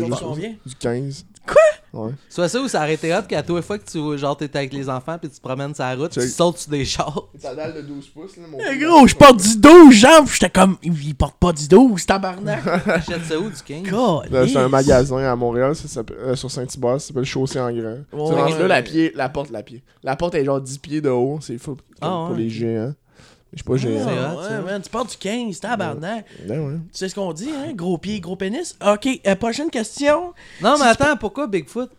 S2: Tu
S4: juste
S2: comprends bien?
S4: du 15. Quoi? Ouais.
S3: Soit ça ou ça arrêtait hot qu'à toi, fois que tu genre t'es avec les enfants puis tu te promènes sur la route, tu
S4: Check.
S3: sautes sur des chars.
S4: Ça dalle de 12 pouces, là, mon
S2: Eh, gros, je porte du 12, genre, pis j'étais comme, il porte pas du 12, tabarnak.
S3: T'achètes ça où du 15?
S4: C'est un
S2: magasin.
S4: magasin à Montréal, ça s'appelle- euh, sur Saint-Hubert, ça s'appelle Chaussée en Grand. Tu
S2: Ouais,
S4: rentres
S2: ouais.
S4: là, la, pied, la porte, la pied. La porte est genre 10 pieds de haut, c'est fou
S3: Ah,
S4: pour
S3: ouais.
S4: les géants. Je suis pas géant.
S3: C'est
S2: Ah, Ouais,
S3: hot, ça.
S2: man, tu portes du 15, tabarnak.
S4: Ouais, ouais.
S2: Tu sais ce qu'on dit, hein? Gros pied, gros pénis. Ok, euh, prochaine question.
S3: Non, mais attends, pourquoi Bigfoot?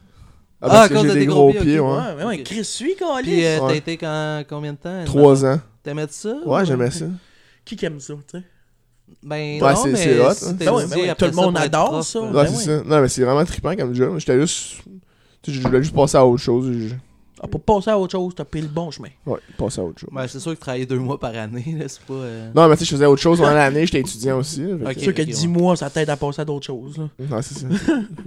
S4: Ah,
S3: à
S4: parce que
S3: cause de
S4: j'ai
S3: tes
S4: des
S3: gros
S4: gros
S3: pieds,
S4: pieds,
S3: ok,
S4: ouais.
S2: Ouais, Ah, ouais, ouais,
S3: Ok.
S2: Chris, suis,
S3: Puis
S2: câlisse.
S3: euh, t'as
S4: Ouais.
S3: été quand, combien de temps?
S4: 3 ans.
S3: T'aimais ça?
S4: Ouais, j'aimais ça.
S2: Qui qui aime ça, tu sais?
S3: Ben
S4: Ouais,
S3: non,
S4: c'est-
S3: mais
S4: c'est hot,
S3: si
S4: hein.
S3: t'es
S2: Ben ouais,
S3: dit
S2: ben ouais,
S3: après
S2: tout le monde
S3: pour être
S2: adore
S3: prof,
S2: ça.
S3: euh,
S4: Non,
S2: Ben
S4: c'est
S2: ouais.
S4: ça. Non, mais c'est vraiment trippant comme job. J'étais juste. Tu sais, je voulais juste passer à autre chose. et je-
S2: Ah, pour passer à autre chose, t'as pris le bon chemin.
S4: Ouais, passer à autre chose.
S3: Ben c'est sûr que travailler deux mois par année, là, c'est pas... euh,
S4: Non, mais tu sais, je faisais autre chose pendant l'année, j'étais étudiant aussi. là, fait
S3: Ok.
S2: C'est sûr que
S3: ok,
S2: 10
S3: ouais.
S2: mois, ça t'aide à passer à d'autres choses. Là.
S4: que- Non, c'est ça.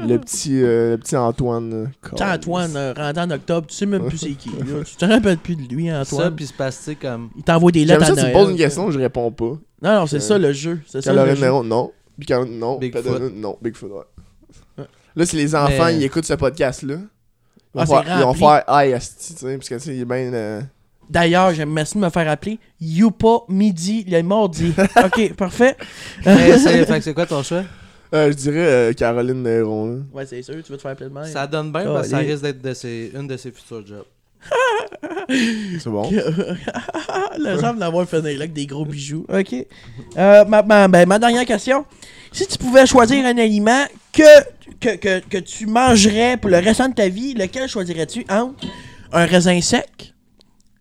S4: le, petit, euh, le petit Antoine. euh,
S2: Tu sais, Antoine, euh, rendu en octobre, tu sais même plus c'est qui. là. Tu te rappelles plus de lui,
S3: Ça,
S2: Antoine.
S3: puis se passer comme...
S2: Il t'envoie des
S4: J'aime
S2: lettres à
S4: ça, tu me
S2: Noël.
S4: poses une question, je réponds pas.
S2: Non, non, c'est
S4: Euh,
S2: ça le jeu. C'est ça le
S4: Caroline
S2: jeu.
S4: Néron, non. Bican, non.
S3: Bigfoot.
S4: Pedano, non. Bigfoot, ouais. Là, si les enfants,
S3: Mais-
S4: ils écoutent ce podcast-là, ils vont
S2: Ah, c'est
S4: faire, ils vont
S2: rempli.
S4: faire Aïe, asti, tu sais, parce que, tu sais, il est bien. euh,
S2: D'ailleurs, j'aime ça de me faire appeler Youpa Midi le mardi. ok, parfait.
S3: Mais c'est- fait que c'est quoi ton choix?
S4: euh, je dirais euh, Caroline Néron, là.
S2: Ouais, c'est sûr, tu veux te faire appeler demain.
S3: Ça donne bien parce que ça
S2: Calé.
S3: risque d'être de ses- une de ses futures jobs.
S4: C'est bon.
S2: le genre d'avoir fait là avec des gros bijoux. Ok. Euh, ma, ma- ben, ma dernière question. Si tu pouvais choisir un aliment que, que, que, que tu mangerais pour le restant de ta vie, lequel choisirais-tu entre un raisin sec,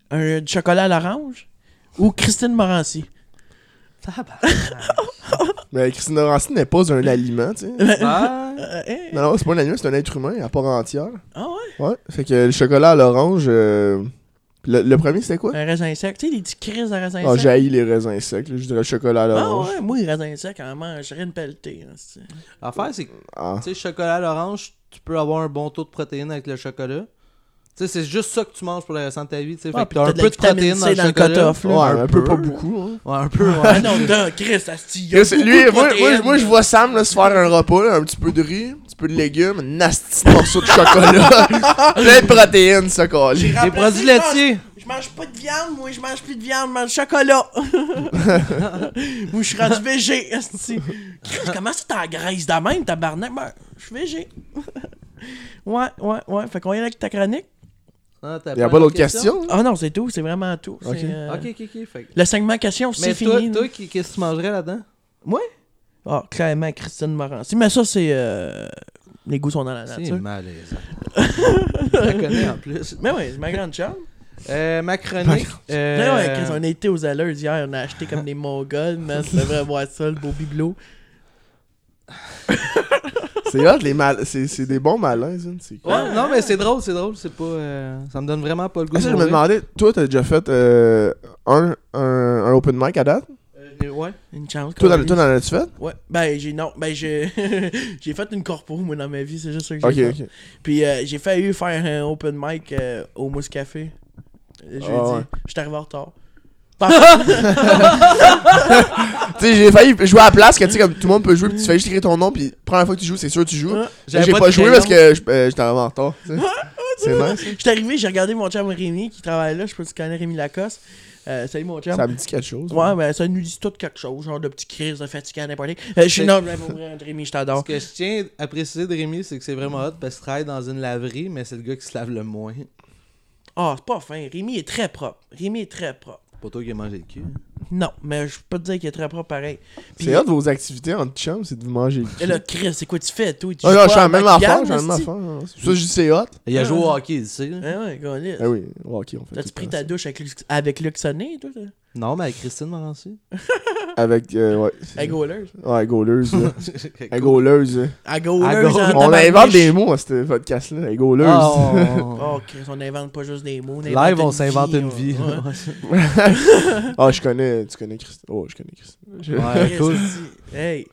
S2: un du chocolat à l'orange ou Christine Morancy?
S4: Mais Christine Orancy n'est pas un aliment, tu sais.
S3: Ah,
S2: Euh, hein?
S4: Non, non, c'est pas un aliment, c'est un être humain à part entière.
S2: Ah ouais?
S4: Ouais. Fait que le chocolat à l'orange. euh, Le, le premier, c'était quoi
S2: Un raisin sec. Tu sais, des petits crises de raisin
S4: Oh,
S2: sec.
S4: j'ai les raisins secs, là. je dirais le chocolat à
S2: Ah
S4: l'orange.
S2: ouais, moi, les raisins secs, en mangerais une pelletée. hein, c'est-
S3: L'affaire, c'est que
S4: Ah.
S3: Tu sais, chocolat à l'orange, tu peux avoir un bon taux de protéines avec le chocolat. Tu sais, c'est juste ça que tu manges pour le restant de ta vie. Tu sais,
S2: Ouais,
S3: fait que
S2: puis
S3: t'as
S2: t'as
S3: un
S2: de la
S3: peu de
S2: vitamine
S3: protéines
S2: C
S3: dans le
S2: dans le
S3: chocolat.
S2: cutoff,
S4: Ouais,
S2: là.
S4: un peu, pas beaucoup. hein.
S3: Ouais, un peu,
S2: Ah
S3: ouais.
S2: non, non, Chris, asti, il y a
S4: Chris, lui,
S2: beaucoup
S4: moi,
S2: de
S4: moi, moi, je
S2: protéines.
S4: vois Sam là, se faire un repas, là, un petit peu de riz, un petit peu de légumes, un nasty morceau de chocolat, plein de protéines, ça, calé.
S3: Des
S2: Remplacer,
S3: produits
S2: je mange-
S3: laitiers.
S2: Je mange pas de viande, moi, je mange plus de viande, je mange du chocolat. moi, je suis rendu végé, esti. Chris, comment ça t'engraisse de même, tabarnak? Ben, je suis végé. ouais, ouais, ouais. Fait qu'on y est avec ta chronique?
S3: Ah, t'as
S4: Y'a
S3: plein
S4: pas d'autres questions?
S2: Ah non, c'est tout, c'est vraiment tout. c'est,
S4: Ok.
S2: euh,
S3: Ok, ok, ok. Fait que-
S2: Le segment question,
S3: Mais
S2: c'est
S3: toi,
S2: fini.
S3: toi, qui- qu'est-ce que tu mangerais là-dedans?
S2: Moi? Ah, clairement, Christine Morancy. Mais ça, c'est... euh, Les goûts sont dans la
S3: C'est
S2: nature.
S3: malaisant. Je la connais en plus.
S2: Mais oui, c'est ma grande chance.
S3: Euh, ma chronique. euh,
S2: Ouais, Chris, on a été aux allures hier, on a acheté comme des mongols, man. Tu devrais voir ça, le beau bibelot.
S4: C'est hot, les mal... c'est c'est des bons malins, Zin, c'est cool.
S3: Ouais, non, mais c'est drôle, c'est drôle. C'est pas. euh, ça me donne vraiment pas le goût.
S4: Ah,
S3: de
S4: ça, je me
S3: mourir.
S4: demandais, toi, t'as déjà fait euh, un, un, un open mic à date?
S3: Euh, ouais.
S2: Une chance.
S4: Toi,
S2: qu'on-
S4: t'en toi, t'en as-tu fait?
S2: Ouais. Ben, j'ai. Non, ben, j'ai. j'ai fait une corpo, moi, dans ma vie, c'est juste ça que j'ai
S4: Ok,
S2: fait.
S4: ok.
S2: Puis, euh, j'ai failli faire un open mic euh, au Mousse Café. Euh, Jeudi.
S4: Ah ouais.
S2: J'étais arrivé en retard. Par-
S4: Tu sais, j'ai failli jouer à la place, que tu sais, comme tout le monde peut jouer, puis tu fais juste écrire ton nom, puis première fois que tu joues, c'est sûr que tu joues.
S2: Ouais.
S4: Mais J'ai
S3: J'avais
S4: pas,
S3: de
S4: joué
S3: crayon.
S4: parce que je- euh, j'étais arrivé en retard. tu sais. c'est nice.
S2: J'étais arrivé, j'ai regardé mon chum Rémi qui travaille là. Je sais pas si tu connais Rémi Lacoste. Euh, salut, mon chum.
S4: Ça me dit quelque chose.
S2: Ouais, ben, ça nous dit tout quelque chose, genre de petits crises de fatigue à n'importe quoi. Euh, je suis.
S3: C'est-
S2: Non, ben, pour vrai, Rémi, je t'adore.
S3: Ce que je tiens à préciser de Rémi, c'est que c'est vraiment hot parce qu'il travaille dans une laverie, mais c'est le gars qui se lave le moins.
S2: Ah, c'est pas fin. Rémi est très propre. Rémi est très propre.
S3: Pas toi qui as mangé le cul.
S2: Non, mais je peux te dire qu'il est très propre pareil. Puis,
S4: C'est un de vos activités en chum, c'est de vous manger le
S2: Et
S4: cul.
S2: là, Chris, c'est quoi tu fais, toi? Tu
S4: Ah
S2: joues
S4: non,
S2: pas
S4: je suis
S2: à
S4: la même
S2: Backgammon,
S4: affaire, je suis la même
S2: esti?
S4: affaire. hein. C'est pour ça que je dis que c'est hot.
S3: Il a joué au
S2: Ah.
S3: hockey ici. là.
S2: Ah ouais, câlisse.
S4: Ah oui, au hockey, on fait.
S2: T'as-tu
S4: tout
S2: pris
S4: le
S2: ta
S4: temps
S2: douche avec, Luc- avec Luc Sonnet, toi? toi?
S3: Non, mais avec Christine Morancy.
S4: ça. Avec, euh, ouais. c'est
S2: À goalers.
S4: ça. Ouais, gauleuse. là. À gauleuse. là.
S2: À goalers.
S3: goal-
S2: en
S4: On
S2: tabarnouche.
S4: invente des mots à ce podcast-là. À gauleuse.
S3: Ah,
S2: Oh, Chris, on invente pas juste des mots. invente
S3: Live, on s'invente une vie.
S2: ouais.
S4: Ah, je connais, tu connais Christ. Oh, je connais Christ. Je-
S3: Ouais,
S2: Chris,
S3: cool.
S2: esti. Hey,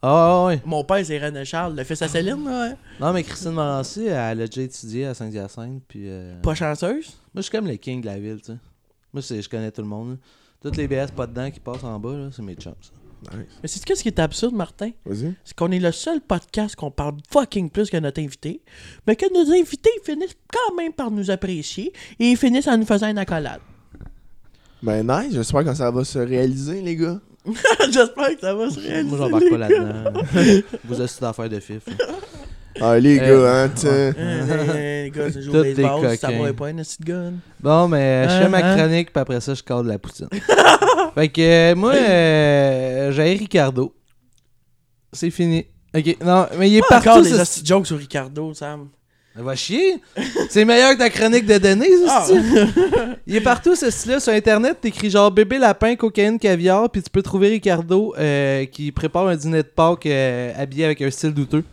S3: Ah ouais.
S2: mon père, c'est René Charles, le fils à Céline, là, hein?
S3: Non, mais Christine Morancy, elle a déjà étudié à Saint-Hyacinthe. Puis, euh,
S2: Pas chanceuse.
S3: Moi, je suis comme le king de la ville, tu sais. Moi, c'est- je connais tout le monde. là. Toutes les BS pas dedans qui passent en bas, là, c'est mes chums. ça.
S2: Mais c'est qu'est-ce qui est absurde, Martin?
S4: Vas-y.
S2: C'est qu'on est le seul podcast qu'on parle fucking plus que notre invité, mais que nos invités finissent quand même par nous apprécier et ils finissent en nous faisant une accolade.
S4: Ben, nice. J'espère que ça va se réaliser, les gars.
S2: J'espère que ça va se réaliser.
S3: Moi, j'embarque pas
S2: les gars.
S3: là-dedans. Vous êtes d'affaires de fif. là.
S4: Ah, les
S3: Euh,
S4: gars, hein, tiens.
S2: Euh, Les gars, c'est jouer
S3: Tout
S2: au
S3: est
S2: baseball, ça
S3: coquin.
S2: va pas un esti de gun.
S3: Bon, mais euh, je fais ma
S2: Uh-huh.
S3: chronique, puis après ça, je cadre la poutine. fait que euh, moi, euh, j'ai Ricardo. C'est fini. Ok, non, mais il est
S2: Pas encore
S3: partout.
S2: des
S3: ce-
S2: esti de jokes sur Ricardo, Sam.
S3: Va chier! C'est meilleur que ta chronique de Denise, ce
S2: Ah.
S3: style. Il est partout, ce style-là. Sur Internet, t'écris genre bébé lapin, cocaïne, caviar, puis tu peux trouver Ricardo euh, qui prépare un dîner de Pâques euh, habillé avec un style douteux.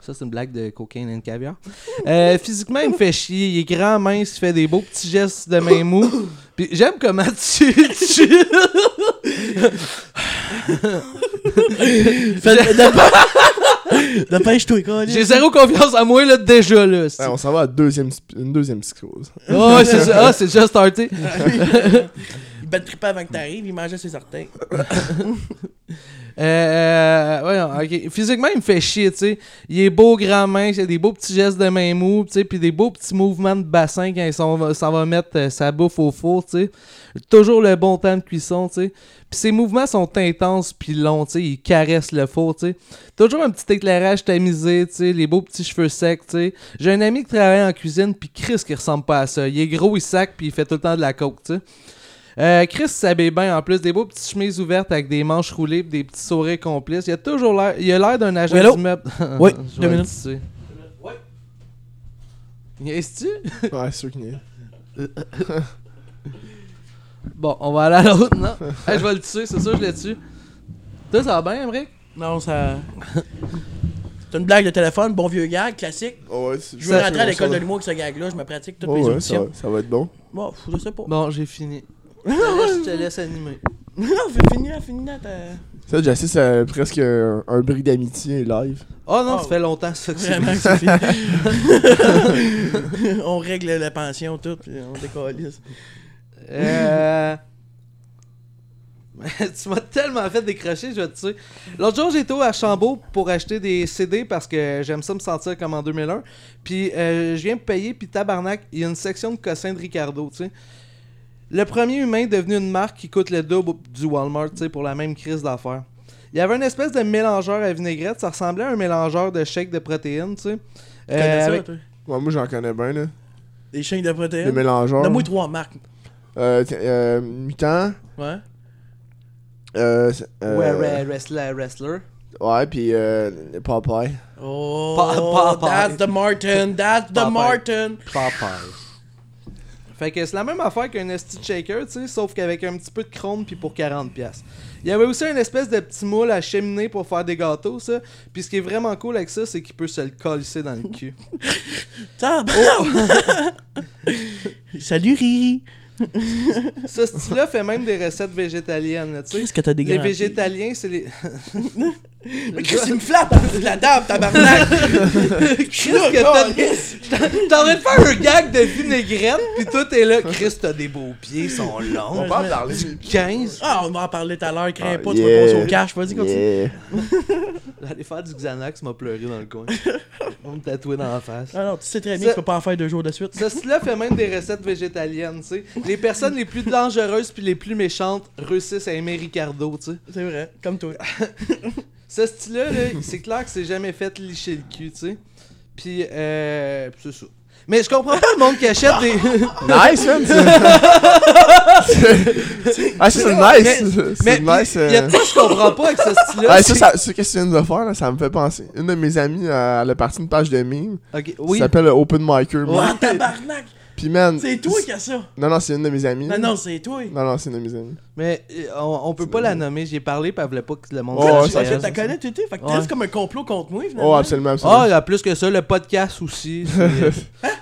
S3: Ça, c'est une blague de cocaine and caviar. Euh, physiquement, il me fait chier. Il est grand, mince, il fait des beaux petits gestes de main mou. Puis j'aime comment tu... tu...
S2: Dépêche-toi, quoi.
S3: J'ai zéro confiance en moi, là, déjà, là.
S4: Ouais, on s'en va à deuxième, sp- une deuxième psychose.
S3: Oh, c'est ça. Ah, c'est déjà starté.
S2: Il bat triper avant que t'arrives, il mangeait ses certains.
S3: Euh, ouais, non, ok. Physiquement, il me fait chier, tu sais. Il est beau, grand mince, il a des beaux petits gestes de main mou, tu sais, puis des beaux petits mouvements de bassin quand il s'en s'en va mettre euh, sa bouffe au four, tu sais. Toujours le bon temps de cuisson, tu sais. Puis ses mouvements sont intenses puis longs, tu sais. Il caresse le four, tu sais. Toujours un petit éclairage tamisé, tu sais. Les beaux petits cheveux secs, tu sais. J'ai un ami qui travaille en cuisine, puis Chris qui ressemble pas à ça. Il est gros, il sac, puis il fait tout le temps de la coke, tu sais. Euh, Chris s'habille bien en plus, des beaux petites chemises ouvertes avec des manches roulées pis des petits sourires complices. Il a toujours l'air, il a l'air d'un agent
S2: Oui, allô?
S3: d'immeuble.
S2: Oui,
S3: Je
S2: deux
S3: vais le
S2: minutes.
S3: tuer. Niaises-tu?
S4: Ouais, sûr qu'il y a.
S3: Bon, on va aller à l'autre, non? Hey, je vais le tuer, c'est sûr, je le tue. Toi, ça va bien, Emmerich?
S2: Non, ça. C'est une blague de téléphone, bon vieux gag, classique.
S4: Oh, ouais, c'est-
S2: Je veux
S4: ça-
S2: rentrer à l'école de
S4: ça-
S2: l'humour avec ce gag-là, je me pratique toutes
S4: Oh,
S2: mes
S4: ouais, ça,
S2: auditions.
S4: va- ça va être bon.
S2: Bon, pff, je sais pas.
S3: Bon, j'ai fini. Je te laisse- je te laisse animer.
S2: Non, fais finir, finis là, t'as-
S4: Ça, j'assiste à presque un, un bris d'amitié live.
S3: Oh non,
S2: Oh.
S3: ça fait longtemps ça que c'est.
S2: Vraiment, c'est fini. on règle la pension, tout, puis on décalisse.
S3: Euh... tu m'as tellement fait décrocher, je vais te tuer. L'autre jour, j'étais au Archambault pour acheter des CD parce que j'aime ça me sentir comme en 2001. Puis euh, je viens me payer, puis tabarnak, il y a une section de cossins de Ricardo, tu sais. Le premier humain devenu une marque qui coûte le double du Walmart, tu sais, pour la même crise d'affaires. Il y avait une espèce de mélangeur à vinaigrette, ça ressemblait à un mélangeur de shake de protéines, tu sais.
S2: Tu connais
S3: Euh,
S2: ça,
S3: avec-
S2: toi?
S4: Ouais, moi, j'en connais bien, là.
S2: Des chaînes de protéines?
S4: Les mélangeurs.
S2: Donne-moi trois marques.
S4: Euh, tiens, euh, mutant.
S2: Ouais.
S4: Euh, c'est- euh,
S3: Ouais, ouais, wrestler, wrestler.
S4: ouais, puis euh, Popeye.
S2: Oh,
S3: Pa- pa- pa-
S2: that's the Martin, that's the
S3: Popeye.
S2: Martin.
S3: Popeye. Fait que c'est la même affaire qu'un esti de shaker, tu sais, sauf qu'avec un petit peu de chrome puis pour 40$. piastres. Il y avait aussi une espèce de petit moule à cheminée pour faire des gâteaux, ça. Puis ce qui est vraiment cool avec ça, c'est qu'il peut se le coller dans le cul.
S2: Tab- Salut Riri.
S3: Ce style-là fait même des recettes végétaliennes, là, tu sais.
S2: Qu'est-ce que t'as des
S3: Les
S2: grands pieds?
S3: végétaliens, c'est les.
S2: Mais qu'est-ce qu'il me flappe en dessous de la table, tabarnak? Je suis là,
S3: Qu'est-ce que t'as
S2: câlisse.
S3: T'es en train de faire un gag de vinaigrette, puis toi t'es là, Chris, t'as des beaux pieds, ils sont longs.
S4: On va en parler.
S3: 15.
S2: Ah, on va en parler tout à l'heure, crains
S4: Ah,
S2: pas,
S4: yeah.
S2: tu vas passer au cash, vas-y, continue.
S4: Yeah.
S3: J'allais faire du Xanax, m'a pleuré dans le coin. On me tatouer dans la face.
S2: Ah non, tu sais très bien que tu peux pas en faire deux jours de suite.
S3: Ce style-là fait même des recettes végétaliennes, tu sais. Les personnes les plus dangereuses puis les plus méchantes réussissent à aimer Ricardo, tu sais.
S2: C'est vrai, comme toi.
S3: Ce style-là, là, c'est clair que c'est jamais fait licher le cul, tu sais. Puis, euh, puis c'est ça. Mais je comprends pas le monde qui achète des.
S4: Nice, man! C'est- ah, ça, c'est nice!
S3: Mais
S4: C'est nice!
S3: il y a de
S4: euh.
S3: quoi que je comprends pas avec ce style-là.
S4: Ah, ça,
S3: c'est-
S4: ça, ce que tu viens de faire, là, ça me fait penser. Une de mes amies, euh, elle a parti une page de meme.
S3: Ok,
S4: Ça
S3: oui.
S4: s'appelle euh, Open Micer.
S2: Ah,
S4: man.
S2: tabarnak!
S4: Puis, man.
S2: C'est toi qui as ça! Ah
S4: Non, non, c'est une de mes amies.
S3: Ah,
S2: Non, non, c'est toi!
S4: Non, non, c'est une de mes amies.
S3: Mais euh, on, on peut pas la nommer, j'y ai parlé, puis elle voulait pas que le monde
S4: Oh,
S3: sache
S4: ouais,
S2: Parce
S4: c'est ça,
S2: que t'as
S3: qu'elle-
S2: connu tout fait que t'es
S3: Ouais.
S2: comme un complot contre moi, finalement.
S4: Oh, absolument, absolument.
S3: Ah, là, plus que ça, le podcast aussi. c'est-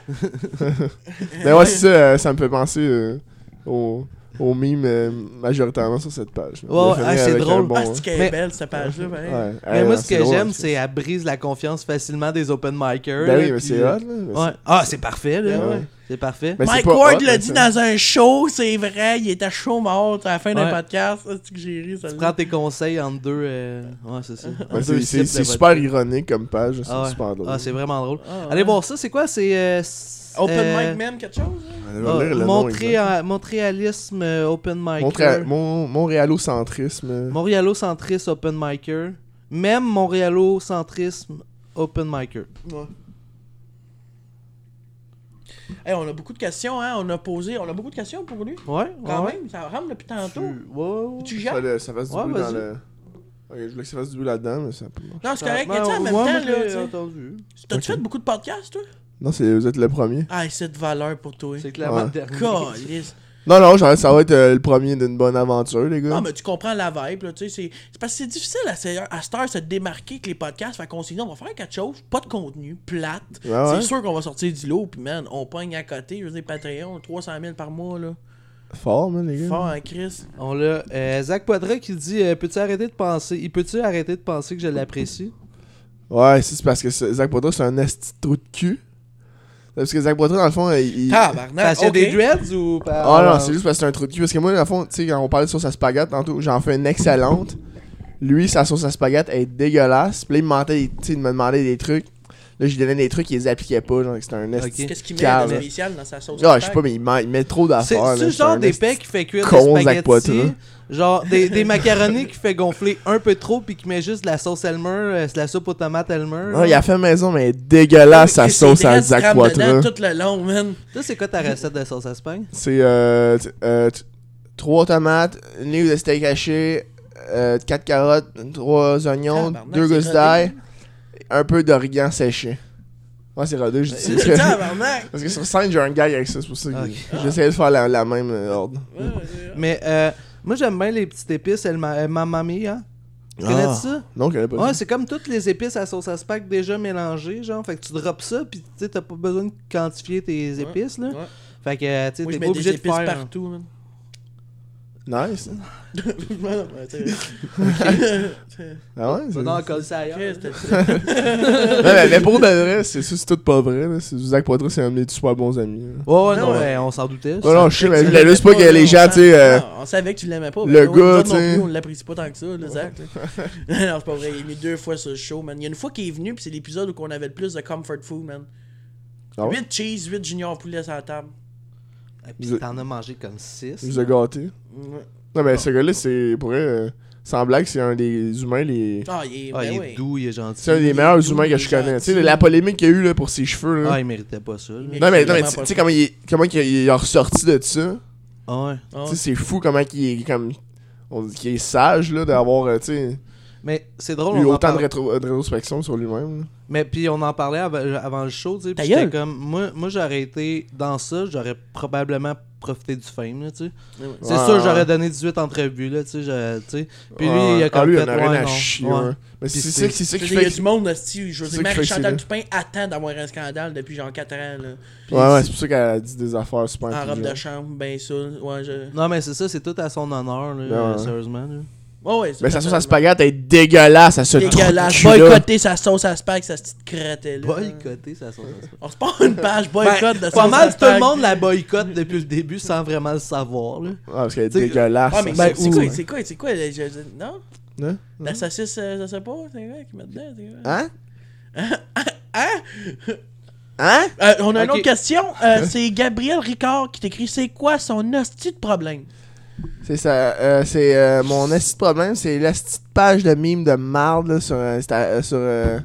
S4: Mais ouais, c'est ça, euh, ça me fait penser euh, au, au meme euh, majoritairement sur cette page.
S3: Ouais,
S4: De finir
S3: ah, c'est
S4: avec un
S3: drôle.
S4: bon,
S2: Ah, c'est qu'elle est
S3: Mais-
S2: belle, cette page-là,
S4: ouais.
S2: pareil.
S4: Ouais.
S3: Mais
S4: Ouais,
S3: moi, ce que
S4: drôle,
S3: j'aime,
S4: hein,
S3: c'est qu'elle brise la confiance facilement des open micers.
S4: Ben
S3: là,
S4: oui, mais
S3: puis- euh,
S4: c'est hot, là. mais
S3: Ouais. Ah, c'est parfait, là.
S4: Ouais, ouais.
S3: C'est parfait.
S4: Mais c'est
S2: Mike
S4: pas
S2: Ward
S4: hot,
S2: l'a
S4: mais
S2: dit
S4: ça-
S2: dans un show, c'est vrai, il était chaud mort à la fin d'un
S3: Ouais.
S2: podcast. C'est que j'ai ri, ça.
S3: Tu prends tes conseils entre deux. euh, Ouais, c'est ça.
S4: Ouais,
S3: Entre
S4: c'est-
S3: deux
S4: c'est
S3: sips de
S4: c'est
S3: vodka.
S4: super ironique comme page, c'est
S3: Ah, ouais.
S4: super drôle.
S3: Ah, c'est vraiment drôle.
S2: Ah, ouais.
S3: Allez voir ça, c'est quoi C'est. euh, s-
S2: Open
S3: euh,
S2: mic man, quelque chose? hein?
S4: On va
S3: ah,
S4: lire le nom
S3: Montréal- Montréalisme euh, open micer.
S4: exact. Montré- mon- Montréalocentrisme.
S3: Montréalocentrisme open micer. Même Montréalocentrisme open micer.
S2: Hey, on a beaucoup de questions, hein. On a posé, on a beaucoup de questions pour lui.
S3: Ouais, ouais.
S2: Quand
S3: ouais.
S2: même, ça rampe depuis
S3: Tu-
S2: tantôt.
S3: ouais, ouais, ouais.
S2: Tu
S4: Ça,
S2: gères?
S4: le- ça fasse du
S3: Ouais,
S4: bruit dans
S3: vas-y.
S4: le. Ok, je voulais que ça fasse du bruit là-dedans, mais ça a pas marché.
S2: Non, c'est correct, mais tu
S3: Ouais, euh,
S2: sais, en même
S3: moi,
S2: temps,
S3: moi,
S2: là,
S3: je l'ai
S2: tu sais,
S3: entendu.
S2: T'as-tu fait beaucoup de podcasts, toi?
S4: Non, c'est- vous êtes le premier.
S2: Ah, c'est de valeur pour toi.
S3: C'est clairement
S4: Ouais.
S3: le dernier.
S2: Calisse.
S4: Non, non, genre, ça va être euh, le premier d'une bonne aventure, les gars.
S2: Non, mais tu comprends la vibe, là, tu sais. c'est- C'est parce que c'est difficile à, ce- à cette heure se démarquer avec les podcasts. Fait qu'on s'est dit, on va faire quelque chose, pas de contenu, plate.
S4: Ouais, ouais.
S2: C'est sûr qu'on va sortir du lot, puis man, on pogne à côté. Je veux dire, Patreon, 300 000 par mois, là.
S4: Fort, man, les gars.
S2: Fort en crise.
S3: On l'a. euh, Zach Poitras qui dit euh, Peux-tu arrêter de penser Il peut-tu arrêter de penser que je l'apprécie
S4: Ouais, ça, c'est parce que ce- Zach Poitras, c'est un esti de trou de cul. C'est Parce que Zach Poitras, dans le fond, euh, il. il-
S2: Tabarnak,
S3: Parce qu'il
S2: ok.
S3: y a des dreads ou pas
S4: Ah non, c'est juste parce que c'est un trou de cul. Parce que moi, dans le fond, tu sais, quand on parlait de sauce à spaghette tantôt, j'en fais une excellente. Lui, sa sauce à spaghette elle est dégueulasse. Puis là, il me, mentait, tu sais, il me demandait des trucs. Là, je lui donnais des trucs, il les appliquait pas. Genre, c'était un esti.
S3: Ok.
S2: Qu'est-ce qu'il met
S4: Calme.
S2: de spécial dans sa sauce?
S4: Ah, je sais pas, mais il, ment- il met trop
S3: C'est
S4: d'affaires.
S3: c'est
S4: là.
S3: le genre
S4: un
S3: des
S4: esti-
S3: pains qui fait cuire
S4: con,
S3: des
S4: Zach
S3: spaghettis.
S4: Poitras.
S3: Genre des, des macaronis qui fait gonfler un peu trop puis qui met juste de la sauce Elmer, euh, c'est de la soupe aux tomates Elmer.
S4: Ah, il a fait maison, mais elle est dégueulasse sa
S2: Et
S4: sauce
S2: c'est
S4: à
S2: drette, tu
S4: Zach
S2: crames
S4: Poitras.
S2: dedans tout le long, man.
S3: Là, c'est quoi ta recette de sauce à Espagne
S4: C'est euh, t- euh, t- trois tomates, une livre de steak haché, euh, quatre carottes, trois oignons,
S2: Tabarnak,
S4: deux
S2: c'est
S4: gousses d'ail, un peu d'origan séché. Ouais, c'est rodé, je dis. Parce que,
S2: Tabarnak.
S4: parce que sur scène, j'ai un gag avec ça, c'est pour ça que
S3: Ok.
S4: j'essayais de faire la, la même euh, ordre.
S2: Ouais, ouais.
S3: Mais euh, moi, j'aime bien les petites épices, elle m'a mamma mia. Tu connais
S4: Ah.
S3: ça
S4: Non, je connais pas
S3: Ouais,
S4: ça.
S3: c'est comme toutes les épices à sauce à spag déjà mélangées, genre. Fait que tu drops ça, puis tu sais, t'as pas besoin de quantifier tes épices, là.
S2: ouais.
S3: Fait que, euh, tu sais,
S2: Moi, je
S3: t'es
S2: mets
S3: pas
S2: des
S3: obligé de
S2: épices
S3: faire. hein.
S2: partout, man.
S4: Nice.
S2: Ouais, ouais, c'est vrai.
S4: Ah ouais? c'est-
S3: Va donc coller ça ailleurs.
S2: Chris, t'as-
S4: Non, mais, mais pour de vrai, c'est ça, c'est tout pas vrai. là. C'est- Zach Poitras, c'est un de mes super bons amis. là.
S3: Ouais, Ah ouais, non,
S2: Non, ouais.
S3: mais on s'en doutait.
S4: Non, non, je sais, mais je voulais
S2: l'aimais
S4: juste pas que les
S2: on
S4: gens,
S2: sent-
S4: tu sais. euh,
S2: Non, On savait que tu l'aimais pas.
S4: le
S2: mais nous,
S4: gars,
S2: nous autres
S4: tu
S2: non
S4: sais.
S2: plus, On l'apprécie pas tant que ça, le Zach. là. non, c'est pas vrai. Il est venu deux fois sur le show, man. Il y a une fois qu'il est venu, puis c'est l'épisode où on avait le plus de comfort food, man.
S4: ah ouais?
S2: 8 cheese, 8 junior poulet sur la table.
S3: Et Ah, puis t'en as mangé comme 6.
S4: Il nous a gâtés.
S2: Ouais.
S4: Non, mais ce gars-là, c'est pour vrai, euh, sans blague, c'est un des humains les.
S2: Ah, il est,
S3: Ah,
S2: ben
S3: il est
S2: oui.
S3: doux, il est gentil.
S4: C'est un
S2: il est
S4: des meilleurs
S2: doux,
S4: humains que
S2: il
S4: je
S2: est
S4: connais.
S2: gentil.
S4: Tu sais, la polémique qu'il y a eu là, pour ses cheveux. Là.
S3: Ah, il méritait pas ça. là.
S2: méritait-
S4: non, mais, non, mais
S2: vraiment
S4: tu
S2: pas
S4: tu sais comment, il, est- comment qu'il- il est ressorti de ça.
S3: Ah, ouais.
S2: Ah,
S4: Tu sais, c'est fou comment qu'il est, comme, on dit qu'il est sage là, d'avoir. euh, tu sais,
S3: Mais c'est drôle.
S4: Il y a
S3: on en
S4: autant de,
S3: parle-
S4: rétro- euh, de rétrospection sur lui-même. là.
S3: Mais puis on en parlait av- avant le show, tu sais.
S2: Ta
S3: Puis j'étais
S2: gueule.
S3: comme, moi, moi j'aurais été dans ça, j'aurais probablement profité du fame, là, tu sais. C'est
S4: Ouais,
S3: sûr,
S4: ouais.
S3: j'aurais donné 18 entrevues, là, tu sais. je- tu sais. Puis lui,
S4: Ouais.
S3: il a
S4: Ah,
S3: comme
S4: lui, il
S3: fait,
S4: en a rien
S3: ouais,
S4: à
S3: non,
S4: chier.
S3: ouais.
S4: ouais. Mais
S3: Puis
S4: c'est
S3: c'est-
S4: ça qui c'est
S2: Je
S4: qui
S2: veux dire, Il y
S4: fait
S2: a du monde, hostie, je veux dire,
S4: C'est ça qui fait que
S2: Marie-Chantal
S4: c'est
S2: Toupin attend d'avoir un scandale depuis genre 4 ans, là.
S4: Ouais, ouais, c'est pour ça qu'elle a dit des affaires super
S2: En robe de
S4: intelligentes.
S2: chambre, ben ça, ouais, je...
S3: Non, mais c'est ça, c'est tout à son honneur, là,
S4: Ouais,
S3: euh,
S4: Ben ouais.
S3: sérieusement. là.
S2: Ouais, ouais,
S4: Mais sa sauce
S2: totalement.
S4: à spaghette est dégueulasse, ça se
S2: Dégueulasse, boycotter sa sauce à spag, sa petite crête, là.
S3: Boycotter, ça sent
S2: On se prend une page boycott de
S3: Pas
S2: sauce à
S3: mal tout
S2: spag.
S3: le monde la boycotte depuis le début sans vraiment le savoir, là.
S4: Ah, parce qu'elle est
S3: T'sais,
S4: dégueulasse.
S2: Ouais, Ah, mais
S4: sa
S2: c'est-
S3: Ben,
S2: c'est
S3: ou-
S2: quoi,
S4: sauce.
S2: c'est quoi, c'est quoi, le- je- je- non?
S4: Hein?
S2: La saucisse, euh, je sais pas, c'est vrai qui met dedans, c'est vrai.
S4: Hein? Hein?
S2: Euh, on a une
S3: Ok.
S2: autre question, euh, c'est Gabriel Ricard qui t'écrit « C'est quoi son hostie de problème?
S4: C'est ça. euh, c'est euh, mon esti de problème, c'est la petite page de mime de marde là, sur, euh, Insta- euh, sur euh,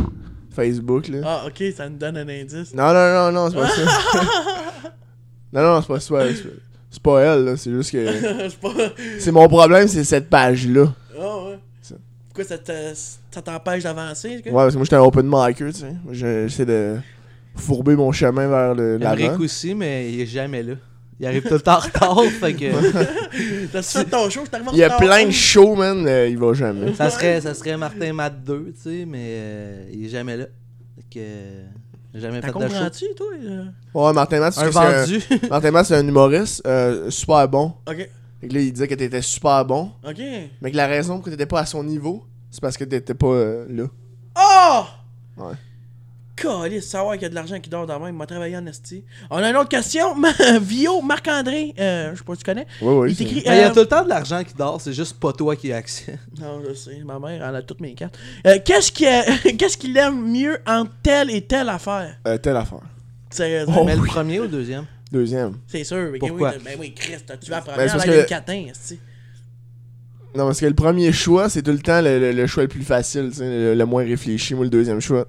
S4: Facebook. » Là.
S2: Ah, ok, ça nous donne un indice.
S4: Non, non, non, non, c'est pas ça. non, non, c'est pas ça. c'est pas- C'est pas elle, là, c'est juste que.
S2: Je sais pas...
S4: C'est mon problème, c'est cette page-là.
S2: Ah ouais.
S4: Ça.
S2: Pourquoi ça te- ça t'empêche d'avancer?
S4: Ouais,
S2: quoi?
S4: parce que moi, j'étais un open micer, tu sais. Je- J'essaie de fourber mon chemin vers le l'avant.
S3: Rick aussi, mais il est jamais là. Il arrive tout le temps en retard, fait que
S2: T'as-tu fait ton show? Je t'arrive en
S4: Il y a
S2: retard.
S4: plein de shows, man, euh, il va jamais.
S3: ça serait, ça serait Martin Matt 2, tu sais, mais euh, il est jamais là. Fait que euh, j'ai jamais
S2: T'as
S3: fait de show.
S2: compris-tu, toi? euh?
S4: Ouais, Martin Matt, c'est
S3: Un
S4: que c'est un-
S3: vendu.
S4: Martin Matt, c'est un humoriste euh, super bon.
S2: Ok,
S4: Fait que là, il disait que t'étais super bon.
S2: ok.
S4: Mais que la raison pour que t'étais pas à son niveau, c'est parce que t'étais pas euh, là.
S2: Oh!
S4: Ouais.
S2: Calice, savoir qu'il y a de l'argent qui dort dans la main, il m'a travaillé en esti. On a une autre question. Vio, Marc-André, euh, je sais pas si tu connais.
S4: Oui, oui.
S2: Il t'écrit.
S3: Mais Ben, il y a
S2: euh,
S3: tout le temps de l'argent qui dort, c'est juste pas toi qui as accès.
S2: Non, je sais, ma mère, elle a toutes mes cartes. Euh, Qu'est-ce qu'il qu'est-ce qu'il aime mieux entre telle et telle affaire?
S4: euh, telle affaire.
S2: Sérieusement.
S4: Oh,
S3: mais le
S4: oui.
S3: premier ou le deuxième
S4: Deuxième.
S2: C'est sûr, mais
S3: Pourquoi?
S2: oui, ben oui, Chris, t'as tué la
S4: Ben, c'est
S2: première,
S4: parce
S2: là, il y a
S4: que- Ben,
S2: le catin, esti.
S4: Non, parce que le premier choix, c'est tout le temps le, le- le choix le plus facile, tu sais, le, le moins réfléchi. Moi, le deuxième choix,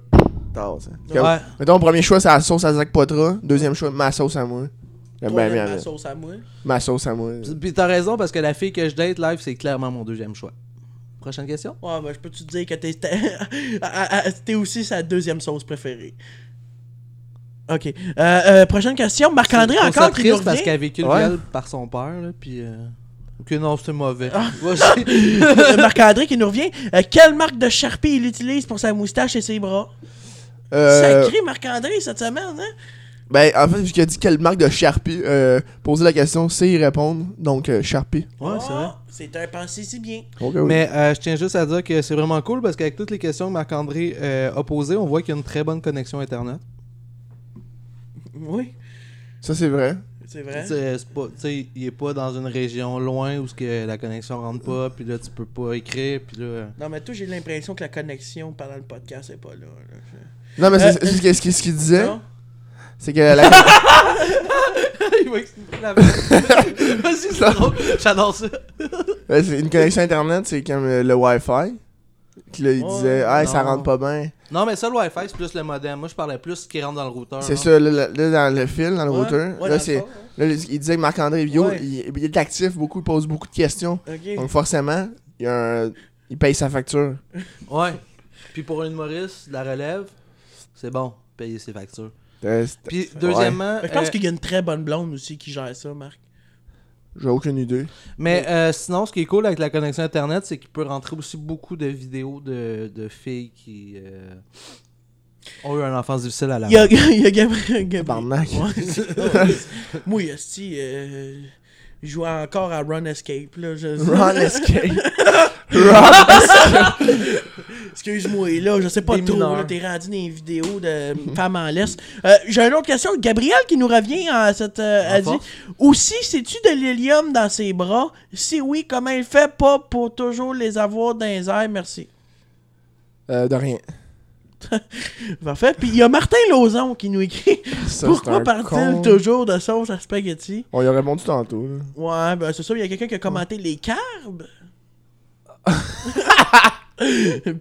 S4: tard, tu sais. Comme-
S3: Ouais.
S4: Mettons, mon premier choix, c'est la sauce à Zach Potra. Deuxième choix, ma sauce à moi. J'aime bien, bien,
S2: Troisièmement,
S4: bien.
S2: sauce à moi.
S4: Ma sauce à moi.
S3: Puis- Puis t'as raison parce que la fille que je date live, c'est clairement mon deuxième choix. Prochaine question
S2: Ouais, ben je peux-tu te dire que t'es, t'es, à- à- à- t'es aussi sa deuxième sauce préférée. Ok. Euh, euh, prochaine question. Marc-André
S3: Je trouve ça
S2: encore qui nous
S3: triste parce
S2: revient.
S3: qu'elle a vécu une
S4: Ouais.
S3: viol par son père, là, puis. euh, Ok, non, c'était mauvais.
S4: Ah.
S3: Vas-y.
S2: Euh, Marc-André qui nous revient. Euh, quelle marque de Sharpie il utilise pour sa moustache et ses bras
S4: Euh,
S2: Sacré Marc-André cette semaine, hein
S4: ben, en fait, vu qu'il a dit quelle marque de Sharpie, euh, poser la question, c'est y répondre. Donc, euh, Sharpie.
S3: Ouais, c'est vrai.
S2: Oh, C'est un pensée si bien.
S4: Ok, oui.
S3: Mais euh, je tiens juste à dire que c'est vraiment cool parce qu'avec toutes les questions que Marc-André euh, a posées, on voit qu'il y a une très bonne connexion Internet.
S2: Oui,
S4: Ça, c'est vrai.
S2: c'est
S3: Tu
S2: vrai.
S3: sais, c'est pas- tu sais, il est pas dans une région loin où ce que la connexion rentre pas, puis là, tu peux pas écrire, puis là. euh.
S2: Non, mais toi, j'ai l'impression que la connexion pendant le podcast, c'est pas là. là.
S4: Hein? Non, mais c'est-
S2: Euh,
S4: c'est- c'est- ce qu'il ce qu'il disait,
S2: Non?
S4: c'est que la.
S3: il va expliquer la Vas-y, c'est drôle. J'adore ça.
S4: Ouais, c'est une connexion internet, c'est comme euh, le Wi-Fi. Puis là, il
S2: Ouais,
S4: disait, ah, ça
S3: non.
S4: rentre pas bien.
S3: Non, mais ça, le Wi-Fi, c'est plus le modem. Moi, je parlais plus ce qui rentre dans le routeur.
S4: C'est
S3: là.
S4: ça, là, là, là, dans le fil, dans le
S2: Ah, Ouais,
S4: routeur.
S2: ouais, dans
S4: là,
S2: le
S4: c'est,
S2: fond, hein. ouais.
S4: là, il disait que Marc-André Bio,
S2: Ouais.
S4: il, il est actif beaucoup, il pose beaucoup de questions.
S2: Ok.
S4: Donc, forcément, il, y a un- il paye sa facture.
S3: Ouais. Puis pour un humoriste, la relève, c'est bon, payer ses factures.
S4: Euh, c'est-
S3: Puis deuxièmement,
S2: Mais Je pense
S3: euh,
S2: qu'il y a une très bonne blonde aussi qui gère ça, Marc.
S4: J'ai aucune idée.
S3: mais euh, sinon, ce qui est cool avec la connexion Internet, c'est qu'il peut rentrer aussi beaucoup de vidéos de, de filles qui euh, ont eu un enfance difficile à la
S2: Il y a, il y a Gabriel.
S3: Ah,
S2: Gabriel.
S4: Tabarnak.
S2: Ouais, c'est- non, mais- Moi, Yasti, euh, je jouais encore à Run Escape. Là, je...
S4: Ron Escape. Ron.
S2: Excuse-moi, là, je sais pas
S3: Des
S2: trop.
S3: mineurs.
S2: là, T'es rendu dans les vidéos de femmes en l'Est. Euh, J'ai une autre question. Gabriel qui nous revient à cette. euh,
S3: En
S2: a dit
S3: force.
S2: Aussi, sais-tu de l'hélium dans ses bras Si oui, comment il fait pas pour toujours les avoir dans les airs Merci.
S4: Euh, de rien.
S2: Parfait. Puis il y a Martin Lozon qui nous écrit
S4: Ça, c'est
S2: Pourquoi
S4: un
S2: parle-t-il
S4: con.
S2: toujours de sauce à spaghetti
S4: On y a répondu tantôt. là.
S2: Ouais, ben c'est ça, il y a quelqu'un qui a commenté les carbes.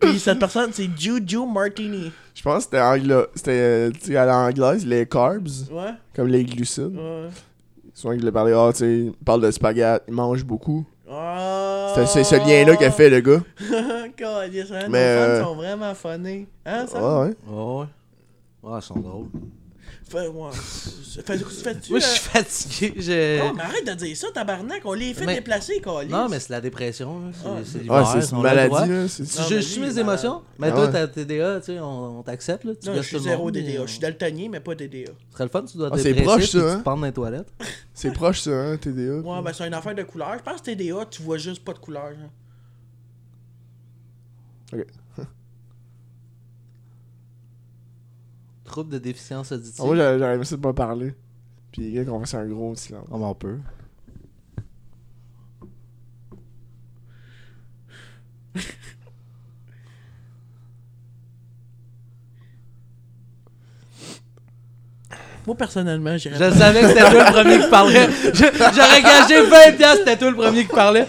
S2: Puis cette personne, c'est Juju Martini.
S4: Je pense que c'était, angla... c'était euh, tu sais, à l'anglaise, les carbs,
S2: Ouais,
S4: comme les glucides.
S2: ouais.
S4: Souvent, il a parlé, ah, tu sais, il parle de spaghetti, il mange beaucoup.
S2: Ah,
S4: C'est c'est ce lien-là qu'a fait le gars.
S2: Calisse, hein,
S4: Mais,
S2: nos fans
S4: euh, Ah.
S2: sont vraiment funny. Hein, ça?
S4: Ouais, ouais.
S3: Ah, Ouais, ouais. Ouais, ils sont drôles.
S2: Fais, ouais. Fais- Fais-tu...
S3: Moi, je
S2: euh,
S3: suis fatigué. j'ai-
S2: Non, mais arrête de dire ça, tabarnak. On les fait
S3: Mais-
S2: déplacer, Calisse.
S3: Non, mais c'est la dépression. là.
S2: Ah.
S3: C'est- C'est
S4: Ouais,
S3: l'hiver,
S4: c'est une
S3: on a le droit.
S4: maladie, là. c'est-
S2: Non,
S3: Tu
S2: mais
S3: je suis
S2: lui, il
S3: mes
S2: est
S3: émotions, mais
S4: Ah
S3: toi,
S4: ouais.
S3: t'as TDA, tu sais, on, on t'accepte, là. Tu
S2: Non, je
S3: gâches
S2: suis
S3: tout le
S2: zéro
S3: monde, mais,
S2: DDA.
S3: euh,
S2: Je suis daltonien, mais pas DDA.
S3: Ce serait le fun, tu dois
S4: Ah,
S3: te
S4: c'est
S3: dépresser,
S4: proche, ça,
S3: puis
S4: hein?
S3: tu te pendre dans les toilettes.
S4: C'est proche, ça, hein, TDA.
S2: Ouais, ben c'est une affaire de couleur. Je pense que TDA, tu vois juste pas de couleur. genre.
S3: Trouble de déficience auditive.
S4: Ah, moi, j'aurais j'aurais aimé ça de pas parler. Puis, gars, qu'on fasse un gros silence.
S3: Ah, mais on peut.
S2: Moi, personnellement, j'irais
S3: Je savais que c'était toi le premier qui parlait. Je- J'aurais gagé 20 piastres, c'était toi le premier qui parlait.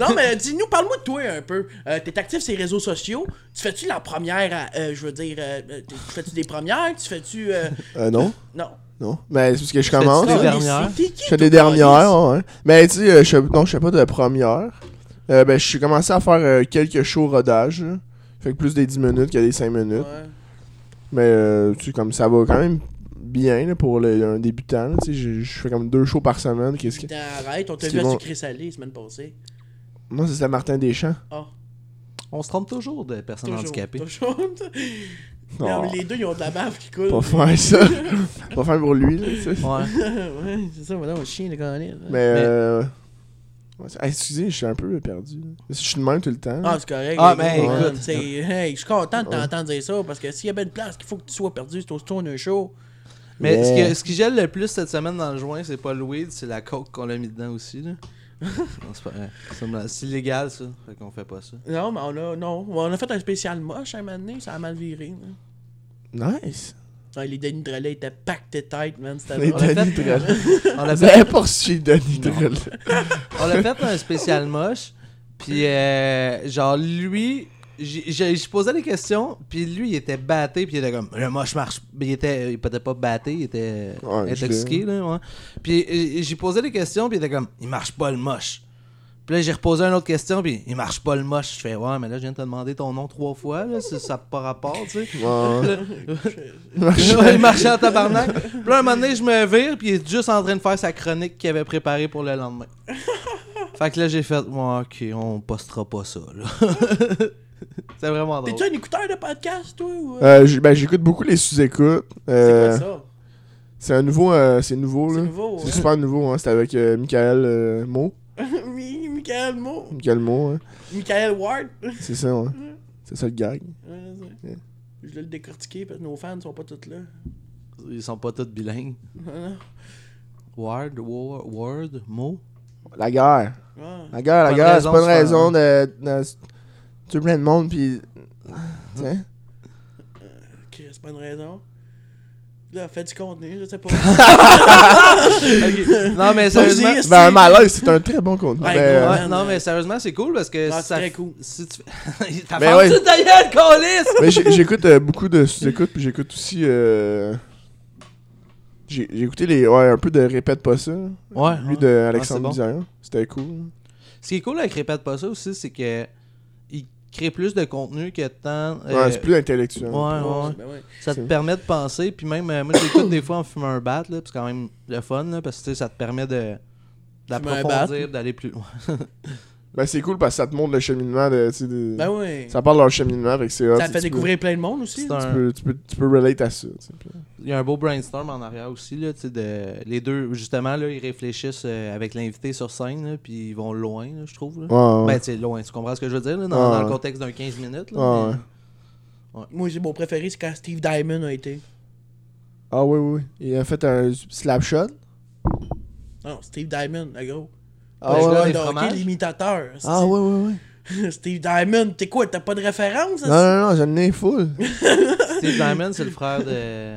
S2: Non, mais euh, dis-nous, parle-moi de toi un peu. Euh, t'es actif sur les réseaux sociaux. Tu fais-tu la première, à- euh, je veux dire, euh, euh, tu fais-tu des premières? Tu fais-tu... euh,
S4: Euh, non.
S2: Non.
S4: Non. Mais c'est parce que je
S3: Fais-tu
S4: commence.
S3: des
S2: Ah, mais
S3: dernières.
S2: c'est- t'es qui,
S4: Je fais
S2: toi,
S4: des
S2: Carlis?
S4: dernières, ouais. Mais tu sais, euh, je fais- non, je fais pas de première. Euh, ben, je suis commencé à faire euh, quelques shows rodage. là. Fait que plus des 10 minutes que des 5 minutes.
S2: Ouais.
S4: Mais euh, tu sais, comme ça va quand même bien là, pour le- un débutant. là. Tu sais, je je fais comme deux shows par semaine. Qu'est-ce que...
S2: Putain, Arrête, on t'a
S4: C'est
S2: vu à
S4: bon.
S2: sucré salé la semaine passée.
S4: Moi, c'était Martin Deschamps.
S2: Ah,
S3: On se trompe toujours de personnes
S2: toujours.
S3: handicapées.
S2: Toujours.
S4: Non,
S2: Non, mais les deux, ils ont de la bave qui coule.
S4: pas faire ça. pas faire pour lui. là, tu sais.
S3: Ouais.
S2: ouais, c'est ça, voilà, on chien de gagner.
S4: Mais... euh, ouais, c'est- ah, excusez, je suis un peu perdu. là. Je suis de même tout le temps.
S2: Ah, c'est correct.
S3: Ah,
S2: les
S3: mais
S2: gars,
S3: écoute.
S2: ouais, c'est- hey, je suis content de t'entendre dire ça parce que s'il y a bien une place qu'il faut que tu sois perdu, c'est au Stone Show.
S3: Mais ce,
S4: Yeah.
S3: que- ce qui gèle le plus cette semaine dans le joint, c'est pas le weed, c'est la coke qu'on a mis dedans aussi. Là. non, c'est pas vrai. Ça me- C'est illégal ça, fait qu'on fait pas ça.
S2: Non, mais on a, non, on a fait un spécial moche un moment donné, ça a mal viré. là.
S4: Nice.
S2: Ouais, les Denis Drolet étaient pactés tête, man. C'était
S4: Les
S2: drôle.
S3: fait-
S4: Denis Drolet.
S3: On l'a fait,
S4: Ben, poursuivre Denis Drolet.
S3: on l'a fait un spécial moche, puis euh, genre lui, j'ai- j'ai j'ai posé des questions, puis lui il était batté, puis il était comme le moche marche. Il était il peut-être pas batté, il était
S4: Ouais,
S3: intoxiqué là, ouais. Puis euh, j'ai posé des questions, puis il était comme il marche pas le moche. Puis là, j'ai reposé une autre question, puis il marche pas le moche. Je fais, ouais, mais là, je viens de te demander ton nom trois fois, là, ça n'a pas rapport, tu sais.
S4: Ouais.
S3: Ouais, il marchait en tabarnak. Puis là, un moment donné, je me vire, puis il est juste en train de faire sa chronique qu'il avait préparée pour le lendemain. Fait que là, j'ai fait, ouais, ok, on postera pas ça, là. C'est vraiment drôle.
S2: T'es-tu un écouteur de podcast, toi? Ou...
S4: Euh, j- ben, j'écoute beaucoup les sous-écoutes. Euh,
S2: c'est quoi ça?
S4: c'est un nouveau, euh, c'est nouveau
S2: C'est
S4: là.
S2: nouveau.
S4: C'est super nouveau, hein. C'était avec euh, Michael euh, Mo.
S2: hein? oui, Michael Mo.
S4: Michael Mo, hein.
S2: Michael Ward.
S4: C'est ça, hein. C'est ça le gag.
S2: Je l'ai le décortiqué parce que nos fans sont pas tous là.
S3: Ils sont pas tous bilingues. Ward, Ward, Ward, Mo.
S4: La guerre.
S2: Ouais.
S4: La guerre,
S3: Pas
S4: la
S3: de
S4: guerre.
S3: raison
S4: C'est pas
S3: de
S4: une
S3: se
S4: raison de. de- Tu plein de monde, pis. Tiens.
S2: Ok, c'est pas une raison. Là, fais du contenu, je sais pas.
S3: Non, mais sérieusement.
S2: Vas-y,
S4: Ben, un malaise, c'est un très bon contenu.
S2: Ouais,
S4: Ben,
S2: gros,
S4: euh,
S2: ouais.
S3: Ouais, non, mais sérieusement, c'est cool parce que
S2: Ah, c'est
S3: ça.
S2: très cool.
S3: Si tu... T'as
S4: Mais
S3: vendu
S4: ouais.
S3: ta gueule, câlisse!
S4: mais j'ai- j'écoute euh, beaucoup de sous-écoutes, pis j'écoute aussi. euh, J'ai j'ai écouté les. Ouais, un peu de Répète pas ça.
S3: Ouais.
S4: Lui de
S3: Ah,
S4: Alexandre
S3: c'est bon.
S4: Bizarre. C'était cool.
S3: Ce qui est cool avec Répète pas ça aussi, c'est que. Il crée plus de contenu que tant.
S4: Ouais,
S3: euh,
S4: c'est plus intellectuel.
S3: Ouais, ouais.
S2: Ben ouais.
S3: Ça te
S4: C'est-
S3: permet de penser, puis même, euh, moi j'écoute des fois en fumant un bat, là, puis c'est quand même le fun, là, parce que tu sais, ça te permet de
S2: Fumer
S3: d'approfondir, d'aller plus loin.
S4: Ben, c'est cool parce que ça te montre le cheminement de. tu sais, de-
S2: Ben ouais. Ça,
S4: Ça parle de leur cheminement, fait que c'est hot.
S2: te
S4: tu
S2: fait
S4: peux-
S2: découvrir plein de monde aussi.
S3: C'est
S2: là.
S4: Tu
S3: un-
S4: peux, tu, peux, tu peux relate à ça. tu sais, puis-
S3: Il y a un beau brainstorm en arrière aussi, là, tu sais, de... les deux, justement, là, ils réfléchissent euh, avec l'invité sur scène, là, puis ils vont loin, là, je trouve. là.
S4: Ouais, ouais.
S3: Ben, tu sais, loin, tu comprends ce que je veux dire, là, dans,
S4: Ouais,
S3: dans le
S4: ouais.
S3: contexte d'un 15 minutes. là,
S4: Ouais,
S3: mais-
S4: ouais.
S2: Moi, j'ai- mon préféré, c'est quand Steve Diamond a été.
S4: Ah oui, oui. oui. Il a fait un slap shot.
S2: Non, Steve Diamond, le gros.
S4: Ah
S3: Le
S4: ouais,
S3: gars
S4: ouais.
S3: des
S2: Le hockey,
S3: fromages?
S2: l'imitateur.
S4: Ah oui, oui, oui.
S2: c'est- Steve Diamond, t'es quoi, t'as pas de référence? hein?
S4: Non, non, non, j'en ai full.
S3: Steve Diamond, c'est le frère de.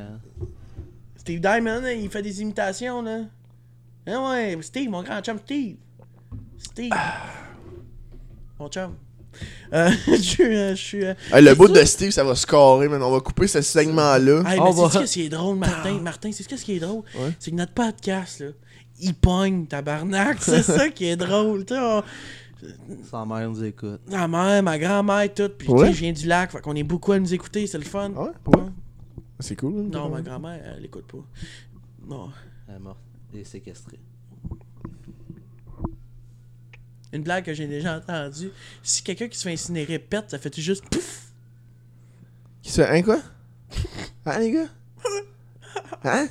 S2: Steve Diamond, hein, il fait des imitations, là. Ah ouais,
S4: Ah.
S2: Steve, mon grand chum Steve. Steve. Mon chum. Euh, je, euh, je suis. euh,
S4: Hey, le
S2: c'est
S4: bout
S2: ça-
S4: de Steve, ça va scorer, man. On va couper ce segment-là.
S2: Hey,
S3: On
S2: mais
S3: va-
S2: c'est ce qui est drôle, Martin. Martin, c'est ce qui est drôle.
S4: Ah. Ouais.
S2: C'est que notre podcast, là, il pogne, tabarnak. C'est ça qui est drôle, tu sais, on-
S3: Sans mère nous écoute.
S2: Ma mère, ma grand-mère, tout. Puis, tu
S4: Ouais.
S2: sais, je viens du lac, fait qu'on est beaucoup à nous écouter, c'est le fun.
S4: Ah ouais? Pour vrai? C'est cool, hein, man.
S2: Non, ma grand-mère, elle écoute pas. Non.
S3: Elle est morte et séquestrée.
S2: Une blague que j'ai déjà entendue. Si quelqu'un qui se fait incinérer pète, ça fait tout juste pouf.
S4: Qui se... Hein, quoi? Hein, les gars? Hein?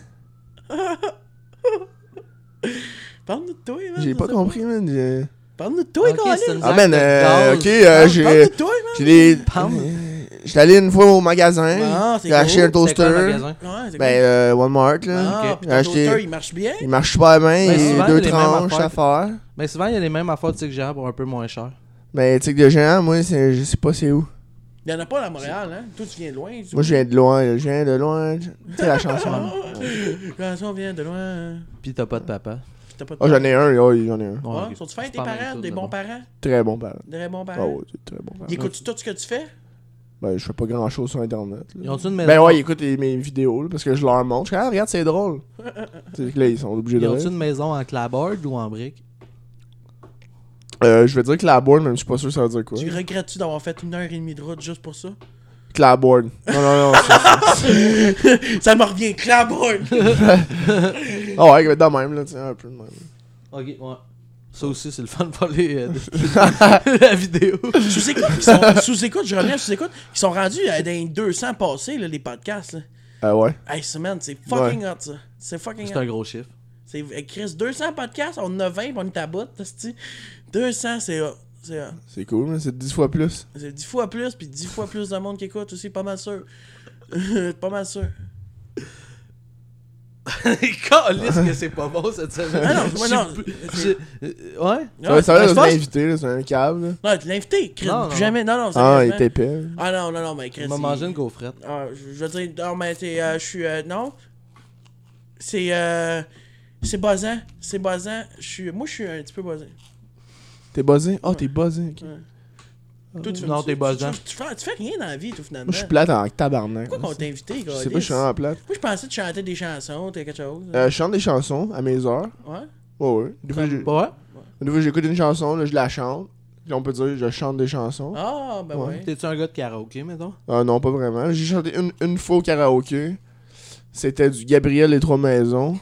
S2: Parle-nous de toi, man.
S4: J'ai
S2: je
S4: pas
S2: sais
S4: compris, man. J'ai-
S2: Parle-nous de toi,
S3: Ok,
S2: Colin.
S3: c'est une-
S4: Ah, man,
S3: de
S4: euh,
S3: gaz.
S4: ok, euh,
S2: Parle-
S4: j'ai...
S2: Parle-nous de toi, man.
S4: J'ai des...
S3: Pam.
S4: Euh, J'étais allé une fois au magasin.
S2: Ah, c'est
S4: j'ai acheté un
S2: cool.
S3: C'est quoi le
S4: toaster.
S3: magasin?
S2: Ouais, c'est
S4: Ben,
S2: cool.
S4: euh, Walmart, là.
S2: Ah,
S3: ok.
S2: puis ton
S4: acheter-
S2: auteur, il marche bien.
S4: Il marche super bien.
S3: Ben,
S4: Il y
S3: souvent,
S4: a deux
S3: les mêmes
S4: tranches à
S3: affaires.
S4: faire.
S3: Mais Ben, souvent, il y a les mêmes affaires de tic géant pour un peu moins cher.
S4: Ben, tu sais que de géant, moi, c'est- je sais pas c'est où.
S2: Il y en a pas à Montréal, hein. Toi, tu viens de loin. Tu...
S4: Moi, je viens de loin, là. je viens de loin. Tu sais la chanson.
S2: La chanson vient de loin. hein.
S3: Pis t'as pas de papa.
S2: Puis T'as pas de.
S4: Oh, j'en ai un, oh, j'en ai un.
S2: Ouais,
S3: ok.
S2: sont-tu fins,
S3: C'est
S2: tes
S3: pas mal
S2: parents,
S3: tout
S2: des
S3: de
S2: bons
S3: bon.
S2: parents?
S4: Très bon parent.
S2: Des bons parents?
S4: Oh, ouais, c'est très bon
S2: Ils
S4: parent.
S2: écoutent tout ce que tu fais?
S4: Ben, je fais pas grand chose sur internet. là.
S3: Ils ont-tu une maison?
S4: Ben ouais, ils écoutent les- mes vidéos là, parce que je leur montre. Je suis comme, ah, regarde, c'est drôle. C'est que là, ils sont obligés
S3: Ils
S4: de
S3: ont-tu
S4: rire.
S3: une maison en clapboard ou en brique?
S4: Euh, je vais dire clapboard, même je suis pas sûr que ça veut dire quoi.
S2: Tu regrettes-tu d'avoir fait une heure et demie de route juste pour ça?
S4: Clapboard. Non, non, non. c'est-
S2: ça me revient, claboy!
S4: Ah ouais, ouais, de même, là, tu sais, un peu de même.
S3: Ok, ouais. Ça aussi, c'est le fun de parler euh, de la vidéo.
S2: Sous-écoute, qui sont- sous-écoute, je reviens à sous-écoute, qui sont rendus à des 200 passés, là, les podcasts. Là.
S4: Ah ouais.
S2: Hey, ça, man, c'est fucking hot, ça. C'est fucking
S3: C'est un
S2: hot.
S3: gros chiffre.
S2: C'est eh, Chris, 200 podcasts, on en a 20, puis on est à bout, t'sais. 200, c'est hot. C'est hot.
S4: C'est cool, mais c'est 10 fois plus.
S2: C'est 10 fois plus, puis 10 fois plus de monde qui écoute aussi, pas mal sûr. pas mal sûr.
S3: Calisse que c'est pas bon cette semaine.
S2: Ah non, moi,
S3: Je suis
S2: non.
S3: plus- je- euh, Ouais?
S4: Ça va- ça va
S2: je
S4: être
S2: pense-
S4: invité, là, c'est un câble. là.
S2: Non, tu l'as invité, Chris.
S3: Non,
S2: plus
S3: non.
S2: jamais. Non, non,
S4: Ah, il
S2: sérieusement.
S4: est épais.
S2: Ah non, non, non, mais Chris.
S3: Il m'a
S2: il-
S3: mangé une gaufrette.
S2: Ah, je je veux dire, non, mais c'est. euh, je suis. euh, non. C'est. Euh, c'est basant. C'est basant. Je suis. Moi, je suis un petit peu basant.
S4: T'es buzzé? Ah, t'es buzzé. ok.
S2: Ouais.
S3: Toi,
S2: tu-
S3: non,
S2: tu-
S3: t'es
S2: tu-
S3: buzzant.
S2: Tu, tu fais, tu fais rien dans la vie, toi, finalement.
S4: Ah. Moi, je suis plate en tabarnak.
S2: Pourquoi
S4: là,
S2: qu'on t'a invité,
S4: Je
S2: gars?
S4: sais pas, je suis vraiment plate.
S2: Moi, je pensais que tu chantais des chansons, t'as quelque chose.
S4: Euh, je chante des chansons à mes heures.
S2: Ouais.
S4: Ouais, ouais. Des fois,
S2: Comme-
S4: j'ai-
S3: Pas
S4: des fois, j'écoute une chanson, là, je la chante. Puis on peut dire, je chante des chansons.
S2: Ah, ben
S3: ouais?
S2: ouais.
S3: T'es-tu un gars de karaoké, mettons?
S4: Ah non, pas vraiment. J'ai chanté une, une fois au karaoké. C'était du Gabriel et Trois Maisons.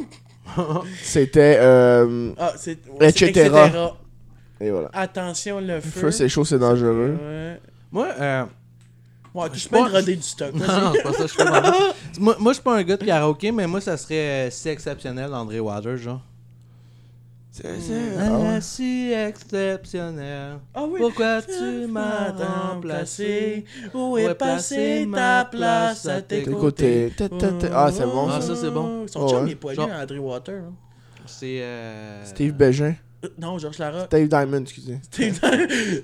S4: C'était. Euh,
S2: Ah, c'est.
S4: Et
S2: c'est-
S4: cetera. et voilà.
S2: Attention, le
S4: Le
S2: feu.
S4: feu, c'est chaud, c'est dangereux.
S2: Ouais.
S3: Moi, euh...
S2: Ouais, tu
S3: Je
S2: peux
S3: pense-
S2: roder du stock.
S3: Non, non, c'est pas ça que je fais. maman. Moi, moi, je suis pas un gars de karaoké, mais moi, ça serait euh, si exceptionnel André Waters, genre.
S4: C'est- c'est- ah ouais.
S3: Ah, si exceptionnel.
S2: Ah oui.
S3: Pourquoi tu m'as remplacé?
S2: Où
S3: est passée ta place à tes
S4: T'es côté. Ta- ta- ta- Ah, c'est bon.
S3: Ah,
S4: ça.
S3: ça, c'est bon.
S2: Son chum,
S4: Ouais.
S2: il est poilu,
S3: Genre-
S2: André Water. hein.
S3: C'est. Euh...
S4: Steve Bégin.
S2: Euh, Non, Georges Lara.
S4: Steve Diamond, excusez.
S2: Steve...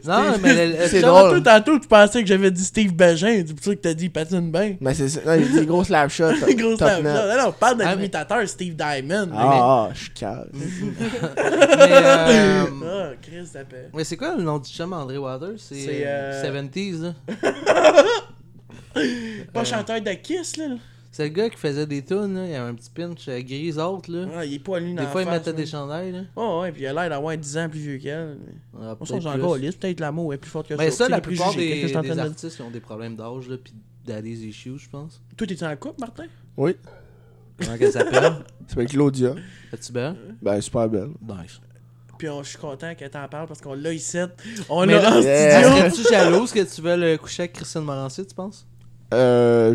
S3: Non, mais le- le-
S4: C'est
S3: Genre,
S2: Tantôt,
S4: drôle.
S2: tantôt, tu pensais que j'avais dit Steve Bégin. C'est pour ça que t'as dit il patine bien.
S4: Mais c'est ça. Non, il dit gros slap shot. top-
S2: Grosse
S4: top
S2: table.
S4: net.
S2: Non, non, on parle
S3: Ah,
S2: d'un
S3: mais-
S2: imitateur, Steve Diamond.
S4: Ah, ah, je suis calme.
S3: mais, euh,
S2: mais- Ah, Chris, t'appelles.
S3: mais c'est quoi le nom du chum André Waters? C'est
S2: C'est,
S3: euh,
S2: euh,
S3: 70s, là. Euh.
S2: Pas chanteur de Kiss, là.
S3: C'est le gars qui faisait des tunes, là. Il avait un petit pinch euh, gris haute, là.
S2: Ah, il est poilu dans
S3: Des
S2: la
S3: fois, il
S2: face,
S3: mettait
S2: là.
S3: des chandails, là.
S2: Oh, ouais, puis il a l'air d'avoir 10 ans plus vieux qu'elle. mais-
S3: Ah,
S2: On
S3: peut-être
S2: s'en
S3: plus.
S2: encore lisse, peut-être l'amour est plus forte que
S3: Mais ça,
S2: C'est
S3: la
S2: préjugé,
S3: plupart des,
S2: qu'est-ce que je suis en
S3: des
S2: train de dire?
S3: artistes ils ont des problèmes d'âge, là, pis daddy's issues, je pense.
S2: Toi, t'es en couple, Martin?
S4: Oui.
S3: Comment qu'elle s'appelle?
S4: C'est avec Claudia.
S3: As-tu bien?
S4: Ben, super belle.
S3: Nice.
S2: Puis on- je suis content que t'en parles parce qu'on l'a ici. On
S3: Mais
S2: l'a
S3: là-
S2: en studio.
S4: Yeah.
S3: Serais-tu jalouse Euh, que tu veux le coucher avec Christine Morancy, tu penses?
S4: Euh.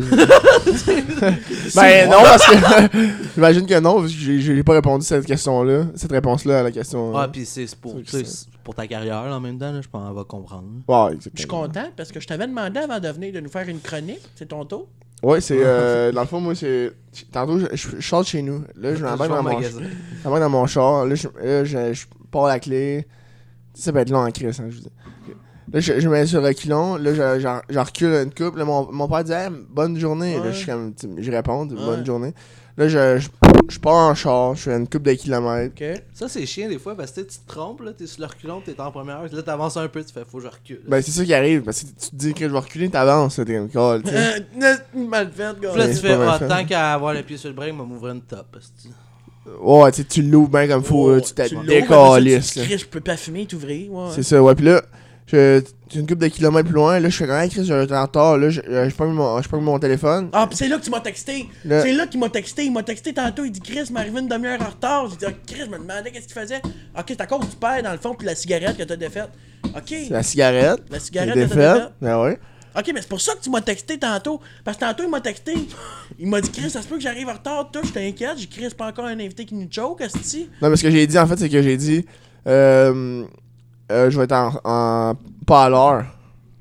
S4: je- ben, non, parce que. J'imagine que non, parce que j'ai- j'ai pas répondu à cette question-là. Cette réponse-là à la question. hein.
S3: Ah, pis c'est c'est pour,
S4: C'est
S3: tu sais,
S4: ça.
S3: c'est pour ta carrière, là, en même temps, là, je pense qu'elle va comprendre.
S4: Ouais, exactement.
S2: Je suis content parce que je t'avais demandé avant de venir de nous faire une chronique. C'est ton tour.
S4: Ouais, c'est. euh, dans le fond, moi, c'est. Tantôt, je, je, je sors de chez nous. Là, je m'embarque
S3: Je vais
S4: dans,
S3: au
S4: mon-
S3: magasin.
S4: je m'embarque dans mon char. Là, je, là, je, je pars la clé. Ça peut être long en crise, hein, je vous dis. Là, je, je mets sur le reculon, là, je- je- je recule une coupe. Là, mon, mon père dit Hey, bonne journée. Là,
S2: Ouais.
S4: je, suis comme, tu- je réponds, bonne
S2: Ouais.
S4: journée. Là, je, je, je pars en char, je fais une coupe de kilomètres.
S2: Ok.
S3: Ça, c'est chiant des fois parce que tu te trompes, là, t'es sur le reculon, t'es en première heure, là, t'avances un peu, tu fais faut que je recule.
S4: Ben, c'est ça qui arrive, parce que tu te dis que je vais reculer, t'avances, là, t'es comme Call, tu sais.
S2: Euh, n'est- mal fait, gars.
S3: Puis là,
S4: mais
S3: tu
S4: c'est
S3: fais,
S4: pas
S3: ah,
S4: mal fait.
S3: tant qu'à avoir le pied sur le break, on va m'ouvrir une top. hostie.
S4: Ouais, tu sais, tu l'ouvres bien comme faut, là, tu t'as
S2: l'ouvres, après ça,
S4: décalisse.
S2: tu
S4: là.
S2: dis, Chris, Je peux pas fumer, t'ouvrir. Ouais.
S4: C'est ça, ouais. Puis là, je, une coupe de kilomètres plus loin, là, je fais quand même, Chris, j'étais en retard, là, je, euh, je, prends mon, je prends mon téléphone.
S2: Ah, pis c'est là que tu m'as texté.
S4: Le-
S2: C'est là qu'il m'a texté. Il m'a texté tantôt. Il dit Chris, m'est arrivé une demi-heure en retard. J'ai dit Ah, Chris, je me demandais qu'est-ce qu'il faisait. Ok, c'est à cause du père, dans le fond, puis la cigarette que t'as défaite. Ok.
S4: La cigarette.
S2: La cigarette,
S4: j'ai
S2: elle t'a
S4: défaite.
S2: défaite.
S4: Ben ouais.
S2: Ok, mais c'est pour ça que tu m'as texté tantôt. Parce que tantôt, il m'a texté. Il m'a dit Chris, ça se peut que j'arrive en retard. Toi, je t'inquiète. J'ai Chris, pas encore un invité qui nous choke, Asti.
S4: Non, mais ce que j'ai dit, en fait, c'est que j'ai dit, euh, euh, je vais être en, en- pas à l'heure.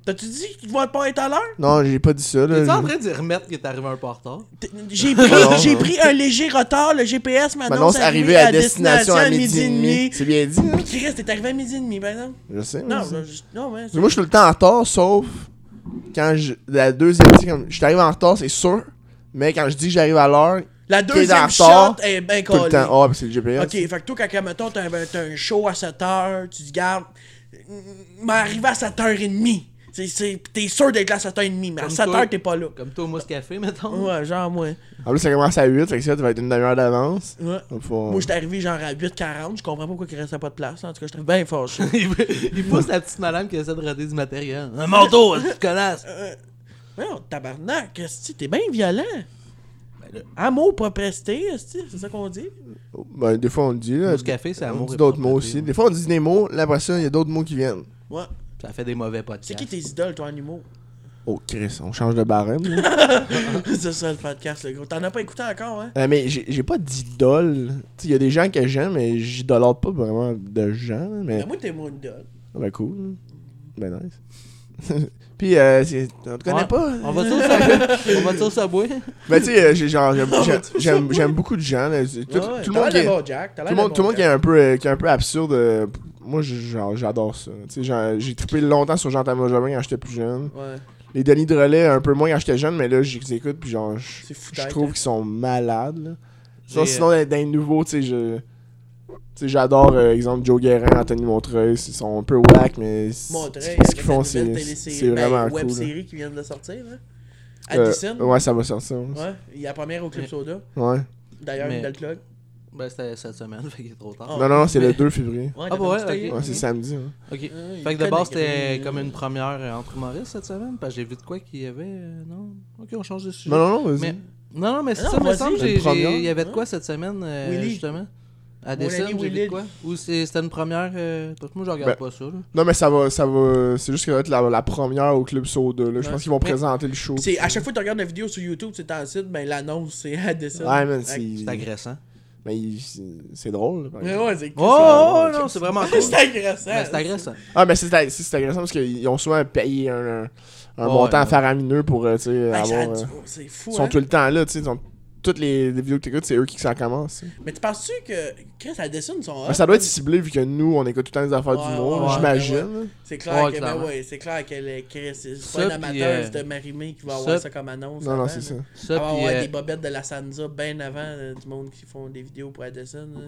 S2: T'as-tu dit que tu vas pas être à l'heure
S4: Non, j'ai pas dit ça, là.
S3: T'es en
S4: J'ai-
S3: train d'y remettre que t'es arrivé un peu en retard?
S2: T- J'ai pris,
S4: Non,
S2: j'ai
S4: non.
S2: pris un léger retard. Le GPS
S4: Maintenant,
S2: m'annonce
S4: c'est arrivé à destination à midi et demi.
S2: demi.
S4: C'est bien dit, hein?
S2: Puis Chris, t'es arrivé à midi et demi, par exemple.
S4: Je sais.
S2: Non,
S4: Mm. mais c'est-
S2: je- je- non, mais.
S4: Moi, je suis tout le temps en retard, sauf quand je. La deuxième, tu sais, comme. Je t'arrive en retard, c'est sûr. Mais quand je dis que j'arrive à l'heure,
S2: La
S4: t'es en
S2: deuxième
S4: retard,
S2: shot est bien
S4: tout le
S2: collée.
S4: temps. Ah, puis c'est le GPS.
S2: Ok, fait que toi, quand, mettons, t'as un, ben, t'as un show à 7h, tu te gardes. Mais arrivé à 7h30. C'est- c'est- pis T'es sûr d'être là à 7h30, mais à
S3: Comme
S2: 7h,
S3: toi.
S2: t'es pas là.
S3: Comme toi au mousse café, mettons.
S2: Ouais, genre, moi.
S4: En plus, ça commence à 8, fait que ça, tu vas être une demi-heure d'avance.
S2: Ouais.
S4: Donc, faut-
S2: Moi, j'étais arrivé genre à 8h40. Je comprends pas pourquoi il restait pas de place. En tout cas, j'étais bien fâché.
S3: il, il pousse la petite madame qui essaie de rater du matériel. Un manteau, hein, tu connasses!
S2: Non, oh, tabarnak, esti, t'es bien violent.
S3: Ben
S2: Amour, pas presté, esti, c'est ça qu'on dit.
S4: Ben, des fois, on le dit, là.
S3: Mousse café, c'est
S4: On
S3: amour.
S4: dit
S3: et
S4: d'autres mots
S3: propreté.
S4: aussi. Des fois, on dit des mots, là, après ça, il y a d'autres mots qui viennent.
S2: Ouais.
S3: Ça fait des mauvais podcasts.
S2: C'est qui tes idoles, toi, en humour?
S4: Oh, Chris, on change de barème, là.
S2: c'est ça, le podcast, le gros. T'en as pas écouté encore, hein?
S4: Euh, mais j'ai j'ai pas d'idole. Tu sais, il y a des gens que j'aime, mais j'idolâtre pas vraiment de gens, là, mais.
S2: Ben, moi, t'es mon idole.
S4: Ah Ben cool. Ben nice. Puis, euh, c'est- on te connaît
S3: Ouais.
S4: pas.
S3: On va-tu au Subway? On va-tu au Subway?
S4: Ben tu sais, euh, j'ai- genre, j'aime- j'aime- j'aime j'aime beaucoup de gens. là. C'est- Tout, tout le monde qui est, tout le monde, tout le monde qui est un peu, euh, qui est un peu absurde, euh, moi j'ai- genre, j'adore ça. Tu sais, genre, j'ai trippé longtemps sur Jean Thomas Jobin quand j'étais plus jeune.
S2: Ouais.
S4: Les Denis de relais un peu moins quand j'étais jeune, mais là je les écoute puis genre je
S2: C'est fou,
S4: je
S2: tête,
S4: trouve
S2: hein.
S4: qu'ils sont malades. là. Sinon,
S3: J'ai,
S4: sinon dans, dans les nouveaux, tu sais, je tu sais, j'adore euh, exemple Joe Guérin, Anthony Montreuil, ils sont un peu whack mais c-
S2: Montreuil,
S4: ce qu'ils font c'est c'est vraiment
S2: web
S4: cool. là.
S2: série ben, qui vient de sortir, là.
S4: Euh,
S2: Addison.
S4: ouais, ça va sortir. Ouais.
S2: ouais. Il y a la première au Club
S3: Mais-
S2: Soda. D'ailleurs,
S3: Mais-
S2: une belle plug.
S3: Ben, c'était cette semaine, fait qu'il est trop tard.
S2: Ah,
S4: Non, non, non, c'est
S2: mais-
S4: le 2 février.
S2: Ouais,
S3: Ah,
S2: t'as
S3: bah ouais,
S2: pas dit
S3: ok.
S4: Ouais, c'est samedi. hein.
S3: Ok.
S2: Euh, il
S3: fait que d'abord,
S2: connaît
S3: c'était
S2: Green.
S3: comme une première euh, entre humoristes cette semaine. Parce que j'ai vu de quoi qu'il y avait. euh, non Ok, on change de sujet.
S4: Non, non, non, vas-y.
S3: Mais- Non, non, mais c'est
S2: Ah
S3: ça,
S2: non,
S3: me
S2: vas-y.
S3: semble.
S2: Une
S3: j'ai-
S4: première.
S3: j'ai- Il y avait de
S2: Hein?
S3: quoi cette semaine, euh,
S2: Willy.
S3: justement
S2: Mon
S3: À Dessin,
S2: ami
S3: j'ai vu de
S2: Willy.
S3: quoi Ou c'est- c'était une première. euh, Parce que moi, je regarde
S4: Ben,
S3: pas ça. là.
S4: Non, mais ça va, ça va. C'est juste que ça va être la, la première au Club Soda. Là. Je
S2: Ouais.
S4: pense qu'ils vont
S3: Mais-
S4: présenter le show.
S2: C'est à chaque fois que tu regardes la vidéo sur YouTube, c'est en site, ben l'annonce c'est Addison.
S4: Ouais, man, c'est.
S3: C'est agressant.
S4: mais il- c'est- c'est drôle. là, par
S2: Ouais,
S4: exemple.
S2: ouais, c'est
S3: Oh, oh, non, c'est vraiment cool.
S2: C'est agressant.
S3: Ben, C'est agressant.
S4: Ah, mais c'est c'est- c'est agressant parce qu'ils ont souvent payé un, un- un
S3: Ouais,
S4: montant
S3: ouais.
S4: faramineux pour euh, tu sais,
S2: Ben, ça a
S4: avoir.
S2: du-
S4: euh,
S2: oh, C'est fou.
S4: Ils sont
S2: hein.
S4: tout le temps là. tu sais, ils ont- Toutes les, les vidéos que t'écoutes, c'est eux qui s'en commencent. hein.
S2: Mais tu penses-tu que Chris Addison sont
S4: Mais ça doit être ciblé vu que nous, on écoute tout le temps des affaires
S2: Ah, Ouais,
S4: d'humour,
S2: ouais, ouais,
S4: j'imagine.
S2: C'est clair
S3: Ouais,
S2: que ben
S3: clairement.
S2: ouais, c'est clair qu'elle est Chris, c'est
S3: Ça,
S2: pas un
S3: puis,
S2: amateur
S3: euh,
S2: c'est de Marimé qui va avoir
S3: ça-
S2: ça comme annonce.
S4: Non, non,
S2: avant,
S4: c'est
S2: là.
S4: ça.
S2: Ah,
S3: Ça,
S2: va
S3: puis,
S2: avoir
S3: euh,
S2: des bobettes de la Sanza bien avant euh, du monde qui font des vidéos pour Addison. là.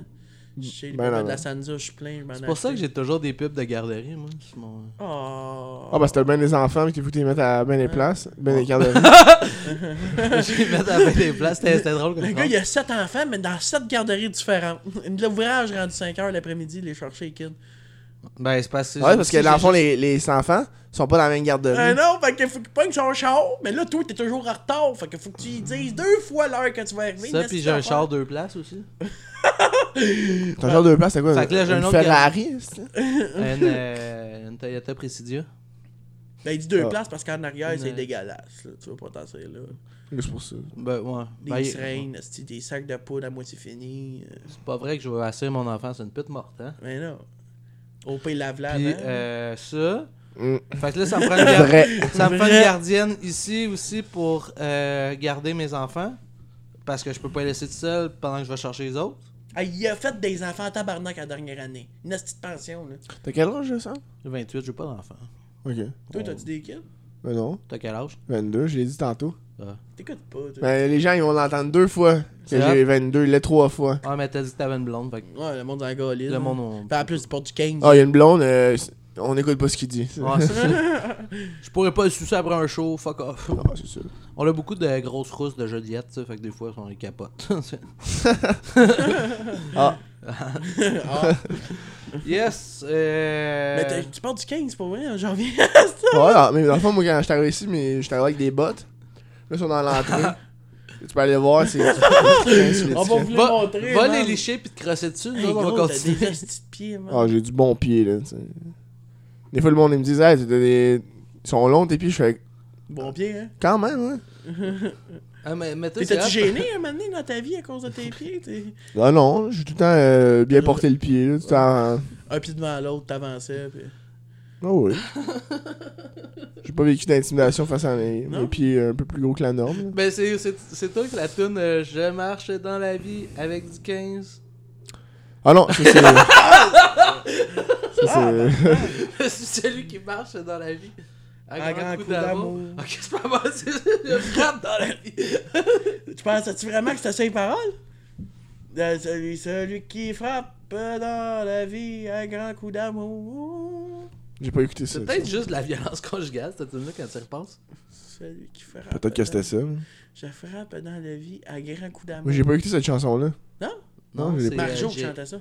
S2: Je sais, les
S4: Ben
S2: bobettes de
S4: avant.
S2: la Sanza, je suis plein, je m'en ai
S3: c'est pour ça que
S2: acheté.
S3: j'ai toujours des pubs de garderie, moi. sur mon-
S2: Oh.
S4: Ah, bah, c'était bien des enfants, mais qu'il faut qu'ils les mettent à bien les places, bien les garderies.
S3: Je les mets à la des places. C'était c'était drôle comme
S2: Le
S3: ça.
S2: gars, il a 7 enfants, mais dans 7 garderies différentes. L'ouvrage rendu 5h l'après-midi, les chercher les kids.
S3: Ben, c'est parce que.
S4: Ouais, parce que
S3: j'ai-
S4: dans le fond, les, les enfants sont pas dans la même garderie.
S2: Ah non, fait que faut qu'il pogne son char, mais là, toi, t'es toujours en retard. Fait que faut que tu lui dises deux fois l'heure que tu vas arriver.
S3: Ça,
S2: mais
S3: puis
S2: c'est
S3: j'ai un
S2: affaire.
S3: char deux places aussi.
S4: Ton genre de place, c'est quoi
S3: Fait que là, j'ai un
S4: Une
S3: autre
S4: Ferrari, c'est ça?
S3: une, euh, une Toyota Presidia.
S2: Ben, il dit deux
S4: Ah.
S2: places parce qu'en arrière, c'est
S3: Ouais.
S2: dégueulasse. là. Tu veux pas t'en sortir là.
S4: Juste pour ça.
S3: Ben, ouais.
S2: Des
S3: Ben, il-
S2: seringues, esti, des sacs de poudre à moitié finis. euh,
S3: C'est pas vrai que je vais assurer mon enfant, c'est une pute morte, hein.
S2: Mais non. Au pays lave lave
S3: Puis, euh, ça.
S4: Mm.
S3: Fait que là, ça me prend une, gar-
S4: Vrai.
S3: ça me prend une
S2: Vrai.
S3: gardienne ici aussi pour euh, garder mes enfants. Parce que je peux pas les laisser tout seuls pendant que je vais chercher les autres.
S2: Ah, il a fait des enfants en tabarnak la dernière année. Une petite pension, là.
S4: T'as quel âge, ça
S3: J'ai 28, j'ai pas d'enfants.
S4: Ok.
S2: Toi,
S3: Oh.
S2: t'as-tu des kids?
S4: Mais non,
S3: T'as quel âge Ah.
S4: 22, je l'ai dit tantôt.
S2: T'écoutes pas,
S3: Ben,
S2: toi.
S4: Mais Ben, les gens, ils vont l'entendre deux fois que
S3: C'est vrai?
S4: j'ai 22, il l'est trois fois.
S3: Ah, mais t'as dit que t'avais une blonde, fait que
S2: Ouais, le monde dans la galine.
S3: le monde. on-
S2: Puis en plus, tu portes du 15.
S4: Ah, il y a une blonde, euh, on écoute pas ce qu'il dit. Ah,
S3: Ouais, c'est ça. Je pourrais pas le sucer après un show, fuck off.
S4: c'est ça.
S3: On a beaucoup de grosses rousses de Joliette, tu sais, fait que des fois, on les capote.
S4: Ah,
S2: Ah.
S3: yes! Euh...
S2: Mais t'as- tu portes du 15, pour vrai, hein, j'en viens.
S4: ouais, non, mais dans le fond, moi, quand j'étais arrivé ici, mais j'étais arrivé avec des bottes. Là, ils sont dans l'entrée. tu peux aller voir, c'est. c'est-
S2: On va vous les
S3: Va,
S2: montrer.
S3: va
S2: man.
S3: les licher puis te crosser dessus, nous
S2: Hey,
S3: autres, on
S2: gros,
S3: va
S2: t'as
S3: continuer.
S2: des astis de pieds, man.
S4: Ah, j'ai du bon pied, là. tu sais. Des fois, le monde, ils me disent, hey, t'as des... ils sont longs tes pieds. Je fais,
S2: Bon pied, hein.
S4: quand même, hein.
S3: Ah, mais, mais tu sais,
S2: T'étais-tu
S3: c'est
S2: gêné un moment donné dans ta vie à cause de tes pieds? t'es-
S4: Ah non, j'ai tout le temps euh, bien porté le pied, là. Tout le temps.
S2: Un pied devant l'autre, t'avançais. Puis...
S4: Ah oui. J'ai pas vécu d'intimidation face à mes,
S2: Non?
S4: mes pieds un peu plus gros que la norme. là.
S3: ben, c'est- c'est- c'est toi que la toune euh, Je marche dans la vie avec du 15.
S4: Ah non, ça c'est. ça, c'est...
S3: C'est celui qui marche dans la vie. Un grand, coup, d'amour. Ok, c'est pas mal, c'est je frappe dans la vie.
S2: Tu pensais-tu vraiment que c'était ça les paroles? De celui, celui qui frappe dans la vie un grand coup d'amour.
S4: J'ai pas écouté
S3: C'est
S4: ça. ça.
S3: peut-être juste de la violence conjugale, cette tune-là, quand tu y repenses.
S2: Celui qui frappe.
S4: Peut-être que c'était
S2: dans-
S4: ça. hein. Moi,
S2: Je frappe dans la vie un grand coup d'amour.
S4: j'ai pas écouté cette chanson-là.
S2: Non?
S4: Non, je l'ai
S3: c'est,
S2: Marjo
S3: euh,
S2: qui
S3: Jer-
S2: chantait ça.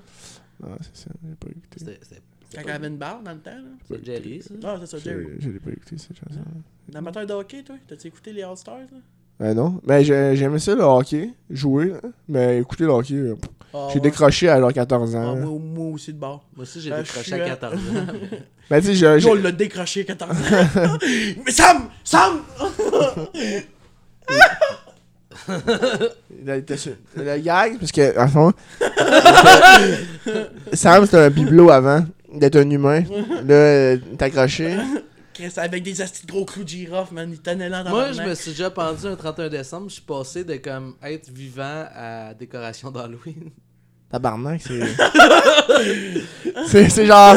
S4: Ah, c'est ça, j'ai pas écouté.
S3: C'était c'était-
S2: Quand il avait une barre dans le temps. Là.
S3: c'est Jerry, ça.
S2: Non, c'est ça, Jerry.
S4: Je je l'ai pas écouté cette chanson-là.
S2: L'amateur de hockey, toi, t'as-tu écouté les All-Stars? là?
S4: Euh, non. Mais j'ai- j'aimais ça le hockey, jouer, là. mais écouter le hockey. euh, pff,
S2: Ah,
S4: J'ai
S2: ouais.
S4: décroché à genre 14
S2: Ah,
S4: ans. là.
S2: moi, moi aussi de barre.
S3: Moi aussi, j'ai
S2: Ah, je
S3: décroché
S2: suis,
S3: à
S2: euh,
S3: 14 ans.
S4: Mais Ben, tu sais, j'ai-
S2: Joe
S4: j'ai-
S2: l'a décroché 14 ans. Mais Sam! Sam! Oh,
S4: Il était sur- Le gag, parce que, à fond, Sam, c'était un bibelot avant d'être un humain. Là, euh, t'es accroché.
S2: Chris, avec des astis de gros clous de girofle, man. Il tenait là dans
S3: Moi, je me suis déjà pendu un 31 décembre. Je suis passé de comme être vivant à décoration d'Halloween.
S4: Tabarnak, c'est. c'est, c'est genre.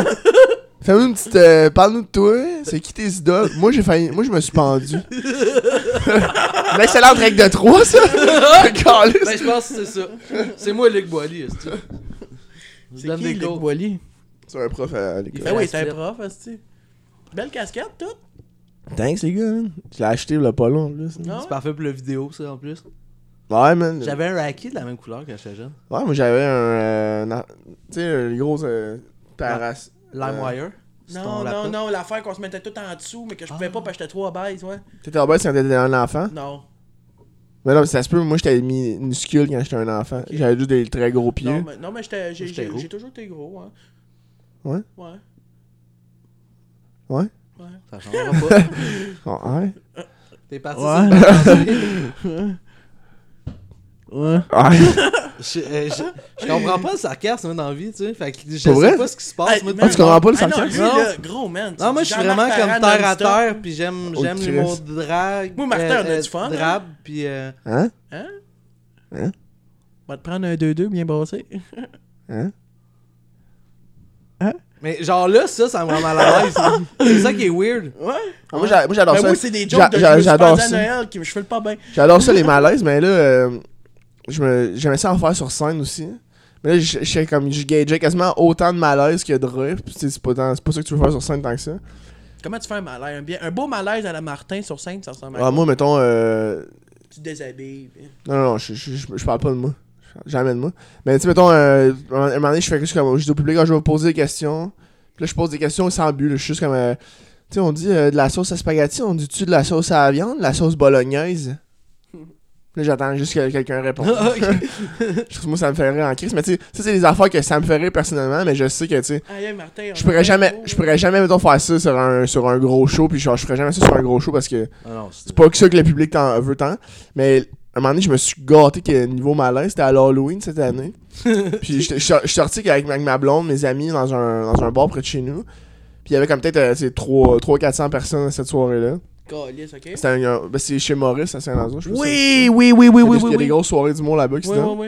S4: Fais-nous une petite. euh, parle-nous de toi. C'est qui tes idoles Moi, j'ai failli. Moi, je me suis pendu. Une excellente règle de 3, ça Caliste.
S3: ben, je pense que c'est ça. C'est moi, Luc Boilly. est-ce que- Je
S2: C'est
S3: donne
S2: qui,
S3: des
S2: Luc
S3: cours.
S2: Boilly?
S4: C'est un prof à
S3: Il
S4: l'école.
S2: Ben oui,
S3: la
S2: c'est un
S3: split.
S2: prof, asti. Belle casquette, toute.
S4: Thanks, les gars. hein. Je l'ai acheté il y a pas long, là. ça.
S2: Non?
S3: C'est parfait pour la vidéo, ça, en plus.
S4: Ouais, man.
S3: Ah. J'avais un racket de la même couleur quand j'étais jeune.
S4: Ouais, moi, j'avais un. euh, un ar- tu sais, les gros. Euh, terrasse.
S3: LimeWire. c'est ton
S2: Non, non,
S3: laptop. Ah.
S2: non, l'affaire qu'on se mettait tout en dessous, mais que je pouvais pas parce que j'étais trop obèse, ouais.
S4: T'étais en bas si on était un enfant.
S2: Non.
S4: Mais non, mais ça se peut, moi j'étais mis minuscule quand j'étais un enfant. J'avais juste des très gros pieds.
S2: Non, mais, non, mais j'étais- j'ai
S3: J'étais
S2: j'ai-
S3: gros.
S2: j'ai toujours été gros, hein.
S4: Ouais?
S2: Ouais.
S4: Ouais.
S3: Ça changera pas.
S4: Ah, ouais.
S3: T'es parti
S2: Ouais.
S3: sur une tangente.
S2: Ouais.
S4: Ah, Ouais.
S3: je, euh, je, je comprends pas le sarcasme moi, dans la vie, tu sais. Fait que je
S4: Pour
S3: sais
S4: vrai?
S3: pas ce qui se
S2: Ah,
S3: passe. moi,
S4: man.
S3: tu-
S4: tu comprends pas le
S2: Non,
S4: sarcasme?
S2: lui,
S3: Non.
S2: là, gros, man.
S3: Non, moi, je suis vraiment comme
S2: Jean-Marc
S3: terre à
S2: Parent non-stop.
S3: terre, puis j'aime
S4: Oh,
S3: j'aime
S4: Christ.
S3: l'humour de drague. euh,
S2: Moi, Martin, on a du fun, hein.
S3: Drabe, puis... euh,
S4: Hein?
S2: On va te prendre un 2-2 bien brassé.
S4: Hein?
S3: Mais genre là, ça, ça me rend mal à l'aise. hein. c'est ça qui est weird.
S2: Ouais.
S4: Ah, moi, j'a- moi, j'adore
S2: Ben
S4: ça.
S2: moi, c'est des
S4: J'a-
S2: jokes de
S4: j'a-
S2: je me suis
S4: j'adore
S2: pendu à
S4: ça.
S2: Noël qui me je fais le pas bien.
S4: J'adore ça les malaises, mais là, euh, je me- j'aimais ça en faire sur scène aussi. Mais là, je- je sais comme, je gageais quasiment autant de malaise que de rire. Puis, tu sais, C'est pas, tant- c'est pas ça que tu veux faire sur scène tant que ça.
S2: Comment tu fais un malaise? Un, bien, un beau malaise à la Martin sur scène, ça ressemble à
S4: Ah, moi, mettons, euh,
S2: Tu te déshabilles.
S4: Non, non, non, je, je, je, je parle pas de moi. Jamais de moi. Mais tu sais, mettons, euh, un moment- un moment donné, je fais juste comme. Je dis au public, Ah, je vais vous poser des questions. Puis là, je pose des questions sans but. là. Je suis juste comme. euh, tu sais, on dit euh, de la sauce à spaghetti, on dit-tu de la sauce à la viande, de la sauce bolognaise Puis Là, j'attends juste que quelqu'un réponde. Je trouve moi, ça me fait rire en crise. Mais tu sais, ça, c'est des affaires que ça me fait rire personnellement, mais je sais que, tu sais,
S2: Ah, yeah, Martin. on a
S4: je
S2: un
S4: pourrais jamais,
S2: beau-
S4: je pourrais jamais, mettons, faire ça sur un, sur un gros show. Puis genre, je ferais jamais ça sur un gros show parce que
S3: Ah non, c'est
S4: c'est pas que ça que le public t'en veut tant. Mais un moment donné, je me suis gâté que niveau malaise, c'était à l'Halloween cette année. puis j'étais- je suis- je suis sorti avec ma, avec ma blonde, mes amis, dans un, dans un bar près de chez nous. Puis il y avait comme peut-être euh, 300-400 personnes cette soirée-là.
S2: Calisse, ok?
S4: C'était un- un- ben, c'est chez Maurice à Saint-Lazare, je sais pas
S2: Oui,
S4: si-
S2: oui, oui, oui,
S4: Il y a
S2: oui,
S4: des-
S2: oui.
S4: Il y a des grosses soirées d'humour là-bas qui
S2: Oui,
S4: se
S2: oui,
S4: donnent.
S2: oui.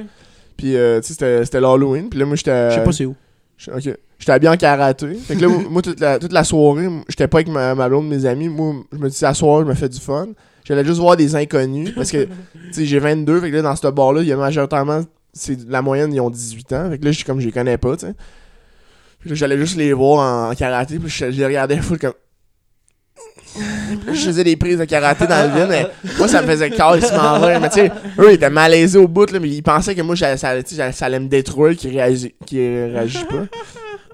S4: Puis euh, tu sais, c'était c'était l'Halloween. Puis là, moi, j'étais.
S2: Je sais pas c'est où.
S4: Je- Ok. J'étais habillé en karaté. Fait que là, moi, toute la, toute la soirée, j'étais pas avec ma, ma blonde, mes amis. Moi, je me disais, à soir, je me fais du fun. J'allais juste voir des inconnus. Parce que, tu sais, j'ai 22. Fait que là, dans ce bar-là, il y a majoritairement. C'est la moyenne, ils ont 18 ans. Fait que là, je suis comme, je les connais pas, tu sais. Fait que là, j'allais juste les voir en, en karaté. Puis je je les regardais full comme. Puis là, je faisais des prises de karaté dans le vide. mais Moi, ça me faisait carrément rire. Mais tu sais, eux, ils étaient malaisés au bout, là, mais ils pensaient que moi, j'allais- ça, tu sais, j'allais- ça allait me détruire, qu'ils réagi- qu'ils réagissent pas. Moi,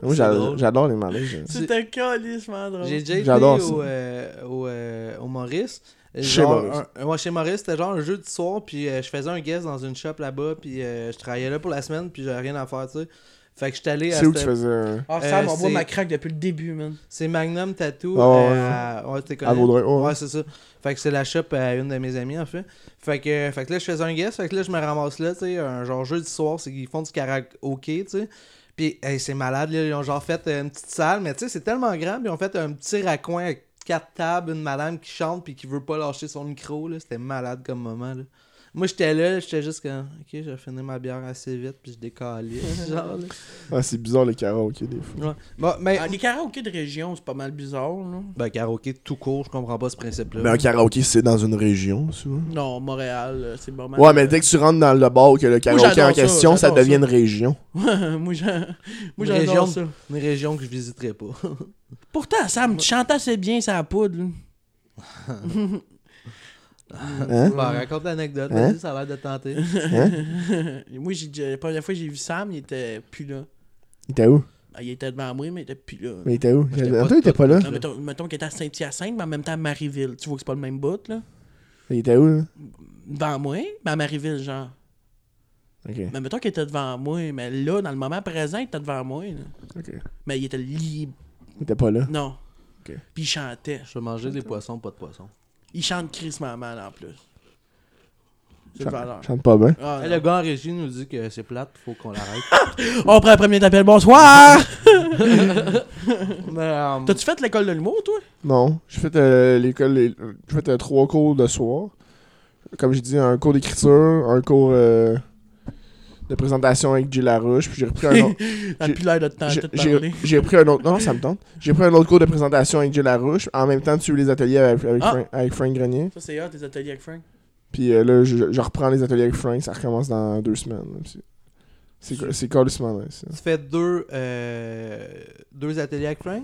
S3: C'est
S4: j'ado-
S3: drôle.
S4: j'adore les malaises.
S2: C'est un calissement drôle.
S3: J'ai déjà été
S4: J'adore ça.
S3: au, euh, au, euh, au Maurice.
S4: Chez
S3: Genre
S4: Maurice.
S3: un- ouais, chez Maurice, c'était genre un jeu du soir, puis euh, je faisais un guest dans une shop là-bas, puis euh, je travaillais là pour la semaine, puis j'avais rien à faire, tu sais. Fait que j'étais allé à
S4: C'est où que
S3: cette-
S4: tu faisais un-
S2: Ah,
S3: Euh,
S2: Sam, on voit
S3: c'est-
S2: ma craque depuis le début, man.
S3: C'est Magnum Tattoo.
S4: Ah ouais,
S3: euh, à- ouais, t'es
S4: à
S3: connu.
S4: Vaudreuil? ouais.
S3: Ouais, c'est ça. Fait que c'est la shop à une de mes amies, en fait. Fait que, fait que là, je faisais un guest. Fait que là, je me ramasse là, tu sais, un genre jeu du soir, c'est qu'ils font du karaoké, tu sais. Puis, hey, c'est malade, là. Ils ont genre fait euh, une petite salle, mais tu sais, c'est tellement grand. Puis, ils ont fait un petit raccoin avec quatre tables, une madame qui chante, puis qui veut pas lâcher son micro, là. C'était malade comme moment, là. Moi, j'étais là, j'étais juste comme, ok, j'ai fini ma bière assez vite, puis je décalais. genre, là.
S4: Ah, c'est bizarre les karaokés, des fois.
S3: Ouais. Bon, mais.
S2: Ah, les karaokés de région, c'est pas mal bizarre, là.
S3: Ben, karaoké tout court, je comprends pas ce principe-là.
S4: Mais un karaoké, c'est dans une région, souvent.
S2: Non, Montréal, euh, c'est pas mal.
S4: Ouais, mais dès que tu rentres dans le bar que le karaoké
S2: j'adore
S4: en
S2: ça,
S4: question, ça,
S2: j'adore
S4: devient
S2: ça.
S4: une région.
S2: moi, j'en- moi,
S3: Une région.
S2: j'adore ça.
S3: Une région que je visiterai pas.
S2: Pourtant, Sam, tu chantes assez bien sa poudre, là.
S4: Hein?
S3: Bah, raconte l'anecdote,
S4: Hein?
S3: vas-y, ça a l'air de te tenter.
S2: moi, j'ai, déjà- la première fois que j'ai vu Sam, il était plus là.
S4: Il était où?
S2: Ah, il était devant moi, mais il était plus là.
S4: Mais il était où?
S3: j'étais pas-
S4: Attends, il était pas là.
S2: Non, mettons, mettons qu'il était à Saint-Hyacinthe, mais en même temps à Marieville. Tu vois que c'est pas le même bout, là.
S4: Il était où, hein? là?
S2: Devant moi, mais à Marieville, genre.
S4: Ok.
S2: Mais mettons qu'il était devant moi, mais là, dans le moment présent, il était devant moi. là.
S4: Ok.
S2: Mais il était libre.
S4: Il était pas là.
S2: Non.
S4: Ok.
S2: Puis il chantait.
S3: Je vais manger des poissons, pas de poissons.
S2: Il chante crissement mal en plus. C'est de valeur.
S4: Chante chante pas bien.
S2: Ah,
S3: Eh,
S2: non.
S3: le gars en régie nous dit que c'est plate, faut qu'on l'arrête.
S2: On prend le premier appel. Bonsoir!
S3: Mais, euh,
S2: T'as-tu fait l'école de l'humour, toi?
S4: Non, j'ai fait euh, l'école, les- j'ai fait euh, trois cours de soir. Comme j'ai dit, un cours d'écriture, un cours euh, de présentation avec Gilles Larouche, puis j'ai repris un autre.
S2: T'as
S4: J'ai-
S2: plus l'air de te tenter
S4: j'ai-
S2: de
S4: j'ai-
S2: parler.
S4: J'ai repris un autre. Non, ça me tente. J'ai pris un autre cours de présentation avec Gilles Larouche. En même temps, tu les ateliers avec, avec,
S2: Ah.
S4: Frank, avec Frank Grenier.
S2: Ça, c'est hot, tes ateliers avec Frank.
S4: Puis euh, là, je, je reprends les ateliers avec Frank. Ça recommence dans deux semaines. là, puis C'est c'est- c'est calissement nice.
S3: tu fais deux, euh, deux ateliers avec Frank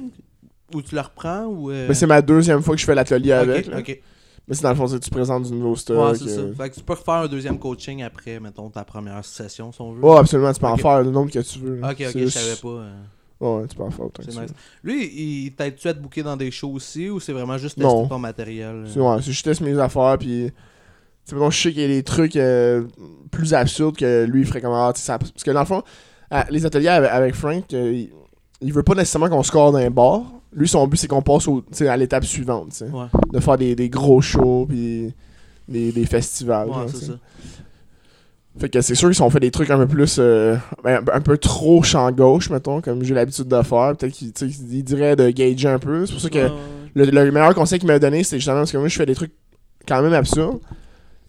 S3: Ou tu le reprends ou, euh,
S4: Mais c'est ma deuxième fois que je fais l'atelier
S3: Ok,
S4: avec. là.
S3: ok. Ouais,
S4: Mais c'est dans le fond, c'est que tu présentes du nouveau stuff.
S3: c'est ça.
S4: euh,
S3: Fait que tu peux refaire un deuxième coaching après, mettons, ta première session, si on veut.
S4: Ouais, absolument, tu peux en
S3: Ok.
S4: faire le nombre que tu veux. là.
S3: ok, ok,
S4: C'est
S3: je
S4: juste-
S3: savais pas. euh,
S4: Ouais, tu peux en faire autant que
S3: c'est
S4: tu veux.
S3: nice. Lui, il t'aide-tu à te booker dans des shows aussi ou c'est vraiment juste tester
S4: Non.
S3: ton matériel euh?
S4: C'est- ouais, c'est- je teste mes affaires, puis... Tu sais, mettons, je sais qu'il y a des trucs euh, plus absurdes que lui, il ferait comme... ah, tu sais, ça- Parce que dans le fond, à- les ateliers avec, avec Frank, euh, il, il veut pas nécessairement qu'on score dans un bar. Lui, son but, c'est qu'on passe au- tu sais, à l'étape suivante, tu sais.
S3: Ouais,
S4: De faire des, des gros shows, puis des, des festivals.
S3: ouais,
S4: genre, tu
S3: c'est
S4: sais.
S3: ça.
S4: Fait que c'est sûr qu'ils ont fait des trucs un peu plus. euh, ben, un peu trop champ gauche, mettons, comme j'ai l'habitude de faire. Peut-être qu'ils tu sais, ils diraient de gager un peu. C'est pour ça que
S2: Ouais, ouais.
S4: le, le meilleur conseil qu'il m'a donné, c'est justement parce que moi, je fais des trucs quand même absurdes,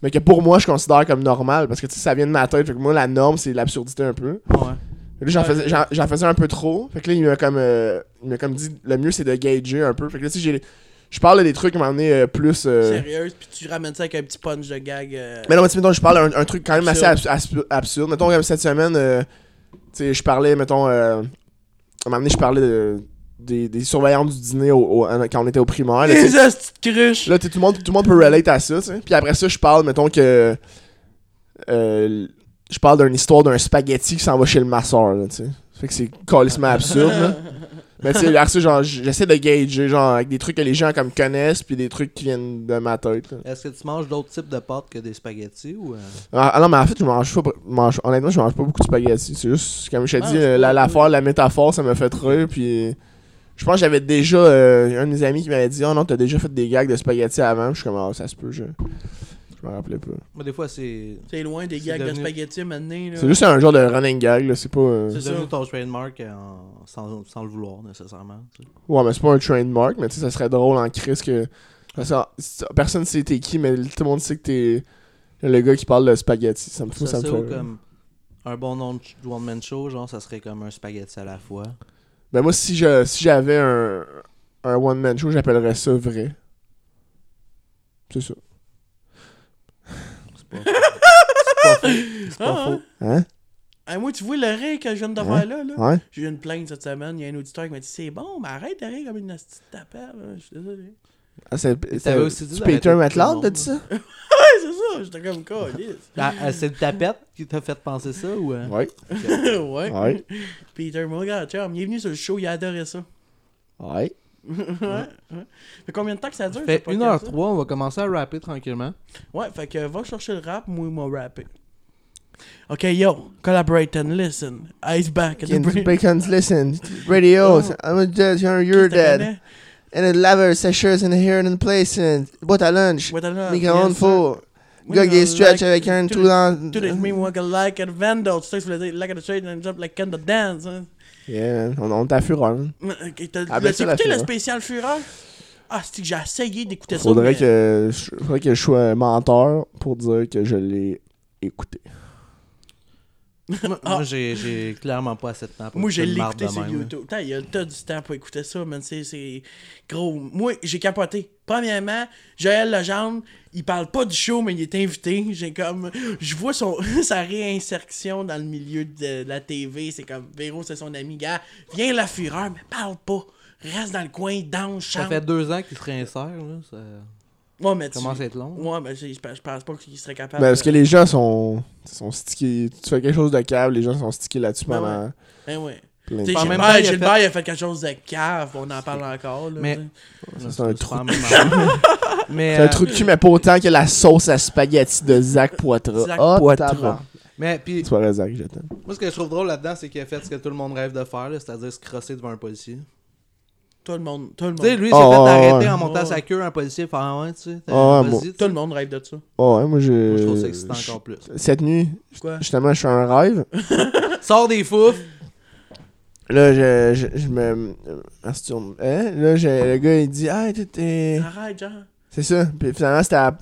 S4: mais que pour moi, je considère comme normal parce que tu sais, ça vient de ma tête. Fait que moi, la norme, c'est l'absurdité un peu.
S3: Ouais.
S4: Fait que là, j'en
S2: Ouais.
S4: faisais, j'en, j'en faisais un peu trop. Fait que là, il m'a comme, euh, il m'a comme dit le mieux, c'est de gager un peu. Fait que là, tu sais, j'ai. Je parle de des trucs qui m'ont amené euh, plus. euh,
S2: Sérieuse, puis tu ramènes ça avec un petit punch de gag. euh,
S4: Mais non, mais tu sais, mettons, je parle un, un truc quand même assez
S2: Absurde.
S4: abs- abs- absurde. Mettons, comme cette semaine, euh, tu sais, je parlais, mettons, euh, à un moment donné, je parlais de- des, des surveillants du dîner au- au- en- quand on était au primaire. Là, tu sais.
S2: Les hosties de cruche!
S4: Là, tu sais, tout le, monde, tout le monde peut relate à ça, tu sais. Puis après ça, je parle, mettons, que. euh, je parle d'une histoire d'un spaghetti qui s'en va chez le masseur, là, tu sais. Fait que c'est calissement absurde, là. Mais tu sais, après ça, genre, j- j'essaie de gager, genre, avec des trucs que les gens, comme, connaissent, puis des trucs qui viennent de ma tête, là.
S3: Est-ce que tu manges d'autres types de pâtes que des spaghettis ou euh,
S4: Ah ah non, mais en fait, je mange pas. je mange- honnêtement, je mange pas beaucoup de spaghettis. C'est juste, comme je t'ai
S2: Ah,
S4: dit,
S2: c'est
S4: euh,
S2: pas
S4: la, la,
S2: cool.
S4: fois, la métaphore, ça m'a fait rire. Puis je pense que j'avais déjà. euh, un de mes amis qui m'avait dit Oh non, t'as déjà fait des gags de spaghettis avant. Puis je suis comme Ah, ça se peut, je. Je me rappelais pas.
S3: Mais des fois, c'est
S2: C'est loin des
S3: C'est
S2: gags de
S3: devenu-
S2: spaghettis maintenant. là.
S4: C'est juste un genre de running gag, là. C'est pas. euh,
S2: C'est
S3: c'est
S2: ça.
S3: devenu ton trademark euh, en- sans, sans le vouloir nécessairement. tu sais.
S4: Ouais, mais c'est pas un trademark, mais tu sais, ça serait drôle en crise que. Parce que ah, c'est- personne sait t'es qui, mais tout le monde sait que t'es le gars qui parle de spaghettis. Ça me fout,
S3: Ça,
S4: ça me
S3: c'est
S4: fait.
S3: où
S4: rire.
S3: comme un bon nom de ch- one-man show, genre, ça serait comme un spaghetti à la fois.
S4: Ben moi, si je- si j'avais un, un one-man show, j'appellerais ça vrai. C'est ça.
S3: C'est pas faux. C'est pas faux. C'est pas
S2: Ah,
S3: faux.
S2: ah.
S4: Hein?
S2: Ah, moi, tu vois le rire que je viens de faire là, là?
S4: Ouais?
S2: J'ai eu une plainte cette semaine. Il y a un auditeur qui m'a dit C'est bon, mais arrête de rire comme une petite tapette. Je suis désolé.
S4: Ah, c'est
S3: t'avais
S4: c'est-
S3: aussi dit
S4: c'est
S3: d'arrêter
S4: Peter
S3: tout le
S4: McLeod,
S3: monde,
S4: t'as dit ça?
S2: Ouais, c'est ça. J'étais comme quoi,
S3: Ah, ah, c'est le tapette qui t'a fait penser ça ou. euh?
S4: Ouais.
S2: ouais.
S4: Ouais.
S2: Peter Morgan, chum, il est venu sur le show, il a adoré ça.
S4: Ouais.
S2: ouais, ouais. Fait combien de temps que ça dure
S3: Fait
S2: ce podcast,
S3: 1h03,
S2: ça?
S3: on va commencer à rapper tranquillement.
S2: Ouais, fait que va chercher le rap, moi, m'a rappé. Ok, yo, collaborate and listen. Ice back. at the
S4: Can
S2: bridge.
S4: Bacon's listen.
S3: Oh.
S4: Radio. I'm a judge, you're,
S2: Qu'est-ce que
S4: you're dead.
S2: t'apprenais?
S4: And a lover, sécheuse, and here and place. And boîte à lunch.
S2: Boîte à lunch,
S4: Micro-ondes
S2: yes,
S4: four.
S2: Oui,
S4: Gars qui
S2: euh,
S4: stretch
S2: like-
S4: avec un
S2: tout
S4: tout
S2: les-
S4: dans.
S2: Tout it mean walk a like a vandal. Tu sais, je voulais dire like a trade and jump like kind of dance. hein. Mm,
S4: Yeah, man. On, on t'a fureur, man.
S2: Ok, t'as
S4: Ah, ben,
S2: t'as
S4: ça, la
S2: écouté le
S4: Fureur.
S2: spécial Fureur? Ah, c'est que j'ai essayé d'écouter ça.
S4: Faudrait
S2: mais-
S4: que, je- faudrait que je sois menteur pour dire que je l'ai écouté.
S3: Moi,
S2: Ah.
S3: moi, j'ai, j'ai clairement pas assez de temps pour
S2: Moi, je
S3: écouter une
S2: l'ai
S3: marde
S2: écouté
S3: de
S2: sur
S3: même. hein.
S2: YouTube. T'as, il y a le tas du temps pour écouter ça, man. C'est- C'est gros. Moi, j'ai capoté. Premièrement, Joël Legendre, il parle pas du show, mais il est invité. J'ai comme. Je vois son... sa réinsertion dans le milieu de la TV. C'est comme Véro, c'est son ami. Gars, viens la fureur, mais parle pas. Reste dans le coin, danse,
S3: Ça
S2: chante.
S3: fait deux ans qu'il se réinsère, là. Ça
S2: Ouais, mais tu-
S3: commence à être long.
S2: Ouais, mais c'est- je pense je pense pas qu'il serait capable.
S4: Ben, parce
S2: de-
S4: que les gens sont, sont stickés. Tu fais quelque chose de câble, les gens sont stickés là-dessus
S2: Ben
S4: pendant
S2: Ben ouais.
S4: plein
S2: Tu
S4: de
S2: sais,
S3: En
S4: temps.
S3: même
S2: Gilbert,
S3: temps, il a
S2: Gilbert, il a fait quelque chose de cave, on en parle encore. Là,
S3: Mais-
S2: tu sais.
S3: Ça,
S4: c'est un trou
S3: pas la même affaire. mais,
S4: C'est un
S3: euh,
S4: trou de cul, mais pas autant que la sauce à spaghetti de Zach Poitras.
S2: Zach
S4: Ah,
S2: Poitras.
S4: tabarnak.
S3: mais puis,
S4: Soirée Zach, je t'aime.
S3: moi, ce que je trouve drôle là-dedans, c'est qu'il a fait ce que tout le monde rêve de faire, là, c'est-à-dire se crosser devant un policier.
S2: Tout le monde. Tout le
S3: Tu sais,
S2: monde.
S3: lui, il s'est
S4: Oh,
S3: fait
S4: ouais,
S3: arrêter
S4: ouais.
S3: en montant
S2: Ouais.
S3: sa queue un policier, faire ah ouais, tu sais. t'as-
S4: Ah, ouais,
S3: vas-y,
S4: moi-
S3: tu sais.
S2: Tout le monde rêve de ça.
S4: Oh, ouais, moi, je.
S3: Moi, je trouve ça excitant
S4: je-
S3: encore plus.
S4: Cette nuit,
S2: Quoi?
S4: justement, je fais un rêve.
S3: Sors des fouf.
S4: Là, je, je, je me. euh, masturbe. Hein? Là, je- le gars, il dit Ah, t'es- t'es.
S2: Arrête, genre.
S4: C'est ça. Puis finalement, c'était à.